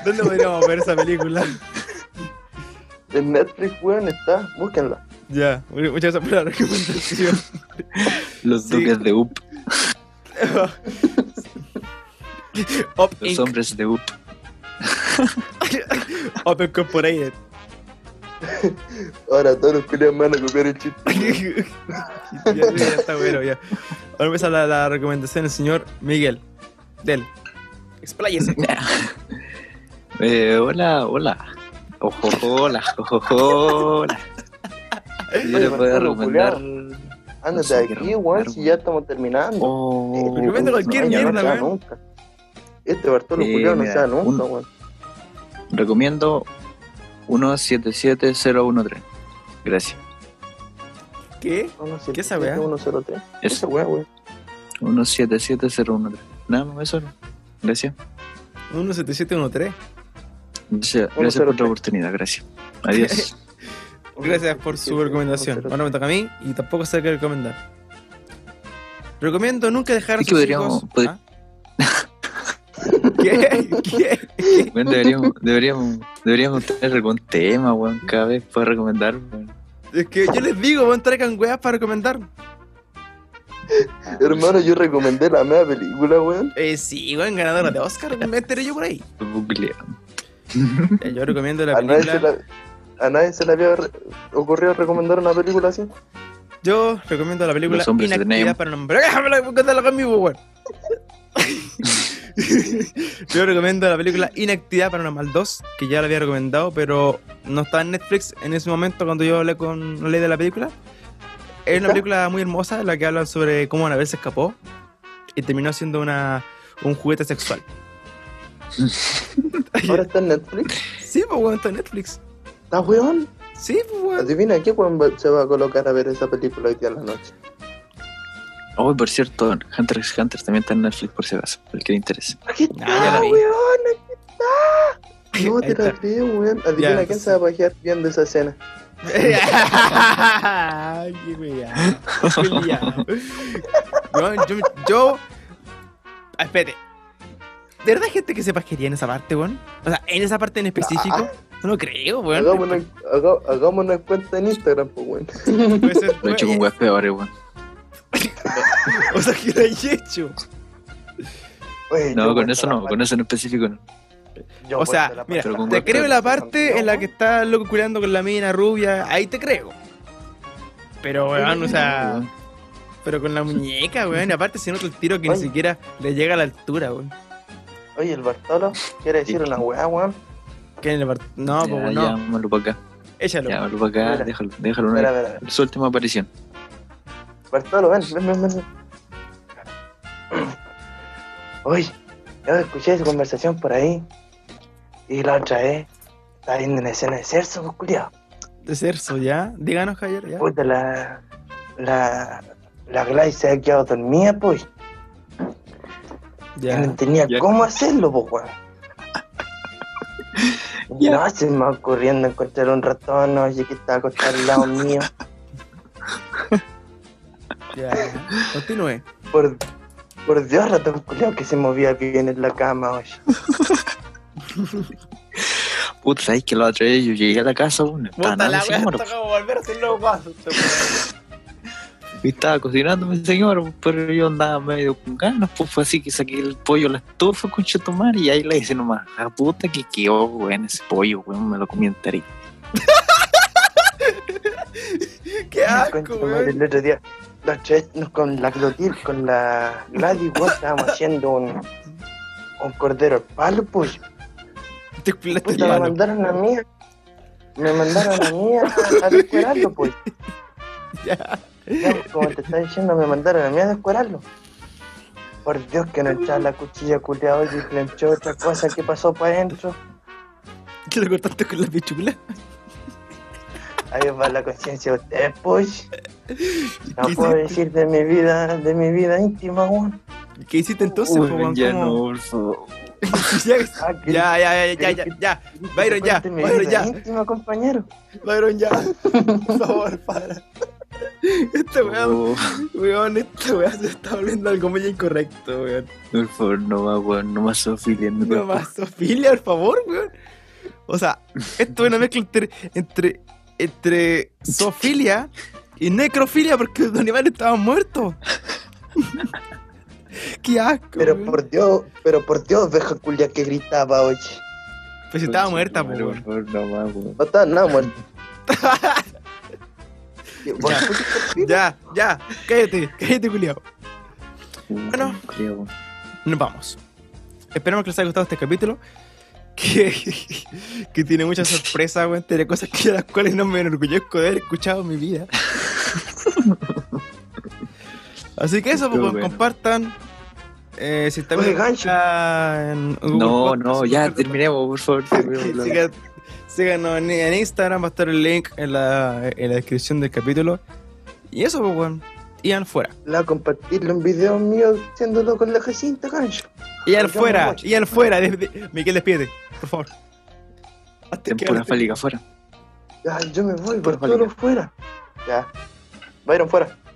¿Dónde podríamos ver esa película?
En Netflix, weón, está, búsquenla.
Ya. mu- Muchas gracias por la recomendación.
Los
Sí.
duques de UP.
Up
Los
Inc.
hombres de UP.
Up Incorporated.
Ahora todos los culiados me van a copiar el chiste.
ya, ya, ya está bueno, ya. Ahora empieza la, la recomendación del señor Miguel. Del. Expláyese.
Eh, hola, hola. Ojo, hola, ojo, hola. Yo les voy a
Marcelo,
recomendar. No
Ándate
sé
de
qué
aquí,
recomendar,
weón, si ya estamos terminando. Eh,
Oh,
Recomiendo cualquier
no, ya
mierda,
no se va
weón.
nunca. Este Bartolo
Eh,
culiado no
mira,
se va nunca,
un-
weón.
Recomiendo 177013. Gracias.
¿Qué?
Uno
¿Qué esa
7,
weá?
103.
Eso.
Esa weá, weón.
177013. Nada más eso. ¿no? Gracias.
17713.
Gracias,
Uno
gracias
cero
por la
tres.
oportunidad. Gracias. Adiós.
Gracias por su recomendación. pues, Ahora me toca a mí y tampoco sé qué recomendar. Recomiendo nunca dejar a
Es que
sus
podríamos-
hijos.
pod-
¿Ah? ¿Qué? ¿Qué?
Bueno, deberíamos, deberíamos, deberíamos tener algún tema, weón, cada vez para recomendar. weón.
Es que yo les digo, van traigan weas para recomendar.
Hermano, yo recomendé la media película, weón.
Eh, sí, weón, ganadora de Oscar, me enteré yo por ahí.
Bucle.
Ya, Yo recomiendo la
A nadie, se
película.
la, a nadie se le había re- ocurrido recomendar una película así.
Yo recomiendo la película
Los hombres
Inactividad
tenemos.
para nombrar. ¡Déjame la contarla conmigo, weón! Yo recomiendo la película Inactividad Paranormal 2, que ya la había recomendado, pero no estaba en Netflix en ese momento cuando yo hablé con la ley de la película. Es una
¿Ya?
película muy hermosa, la que habla sobre cómo Anabel se escapó y terminó siendo una, un juguete sexual.
Ahora está en Netflix.
Sí, pues, weón, está en Netflix.
¿Está weón?
Sí, pues, weón.
Adivina qué weón va- se va a colocar a ver esa película hoy día en la noche.
Oh, por cierto, Hunter x Hunter también está en Netflix por si acaso, por el que le interese.
Aquí
No,
está,
Ah, ya la vi.
Ah, weón. No
Ahí
te la
está.
creo, weón. Adivina
Ya,
quién se va a pajear viendo esa escena.
Ay, qué wea, qué liado. Weón, yo, yo- Ah, espérate. ¿De verdad hay gente que se pajería en esa parte, weón? O sea, en esa parte en específico. No creo, weón.
Hagámonos, haga- hagámonos cuenta en Instagram, pues, weón.
Puede ser,
Lo he hecho con weas peores, weón.
O sea, que lo hay hecho. eh,
Oye,
No,
yo
con
cuento
eso
la
no, con eso en específico no.
Yo
O sea,
cuento la
mira,
Pero con
te
weas
creo
peores.
la parte en la que está loco culeando con la mina rubia, ahí te creo. Pero, weón, o sea. Pero con la muñeca, weón. Y aparte se nota el tiro que ni
Oye.
siquiera le llega a la altura, weón.
Oye, el Bartolo quiere decir una weá, weón.
Que en el part- No,
Ya,
pues
ya,
no.
mándalo para acá.
Échalo.
Ya, mándalo para acá,
Mira.
déjalo, déjalo
Espera,
una
espera, espera.
Su última aparición.
Bartolo, ven, ven, ven, ven. Oye, yo escuché su conversación por ahí. Y la otra vez, estaba viendo una escena de Cerso, pues, culiao.
De Cerso, ya. Díganos, Javier, ya.
Puta, la. La. La Gladys se ha quedado dormida, pues.
Ya.
no tenía
Ya.
cómo hacerlo, po, weón.
Ya.
No, se me va ocurriendo encontrar un ratón, oye, que estaba acostado al lado mío.
Ya. Continúe.
Por, por Dios, ratón culiao, que se movía bien en la cama, oye.
Puta, sabes que la otra vez yo llegué a la casa, weón. no Estaba
Puta
nada
la
mi
weá,
señora,
está como volverse loco.
y estaba cocinando mi señora, pues, pero yo andaba medio con ganas, pues fue así que saqué el pollo a la estufa con chetumar y ahí le hice nomás, ah puta que quedó, weón, ese pollo, weón, me lo comí entero.
Qué asco,
Concha madre,
weón.
el otro día, los tres nos- con la Clotil, con la Gladys, weón, estábamos haciendo un, un cordero al palo, pues.
Te culaste el
Puta, me
palo.
mandaron a mí. Me mandaron a mí a, a descuerarlo, pues.
Ya.
Ya, pues, como te está diciendo, me mandaron a mí a descuerarlo. Por Dios, que no echaba la cuchilla culeado y planchó otra cosa que pasó para adentro.
¿Te lo cortaste con la pichula?
Ahí va la conciencia de ustedes, pues. No
¿Qué
puedo
hiciste?
decir de mi vida, de mi vida íntima, weón.
¿Qué hiciste entonces, po, weón?
ya
¿Cómo?
no, por favor.
ya,
Ah, que-
ya, ya, ya, ya, ya, ya. Byron, ya,
Cuente mi
Byron,
vida ¿eh?
ya.
íntima, compañero.
Byron, ya. Por favor, para. Esta weá,
Oh,
Este weón, esta weá se está volviendo algo muy incorrecto, weón.
por favor, no más, weón, no más zoofilia en mi
No
cuerpo.
más, Sofía, por favor, weón. O sea, esto es una mezcla entre, entre, entre zoofilia y necrofilia porque los animales estaban muertos. Qué asco.
Pero
weón.
por Dios, pero por Dios, veja culia que gritaba, oye.
Pues si estaba muerta, po,
por
weón.
favor, no más, weón.
No estaba nada muerto. Y vos-
Ya, ya, cállate, cállate, culiao. Bueno.
Weón, culiao, weón.
Nos vamos. Esperemos que les haya gustado este capítulo. Que, que tiene muchas sorpresas, weón. Tiene cosas que, de las cuales no me enorgullezco de haber escuchado en mi vida. Así que eso, pues,
Qué
weón,
bueno.
compartan. Eh, si están
Oye, gancho.
No, no, ya terminemos, por favor. terminemos.
Síganos en, en Instagram, va a estar el link en la, en la descripción del capítulo. Y eso, pues, weón. Ian fuera.
La compartirle un video mío haciéndolo con la Jacinta, gancho.
Ian
Nos vemos,
fuera.
guacho.
Ian fuera. Desde- Miguel, despídete, por favor. Hazte que-
Tempura fálica, fuera.
Ya, yo me voy, por
Vale.
todo fuera. Ya. Byron fuera.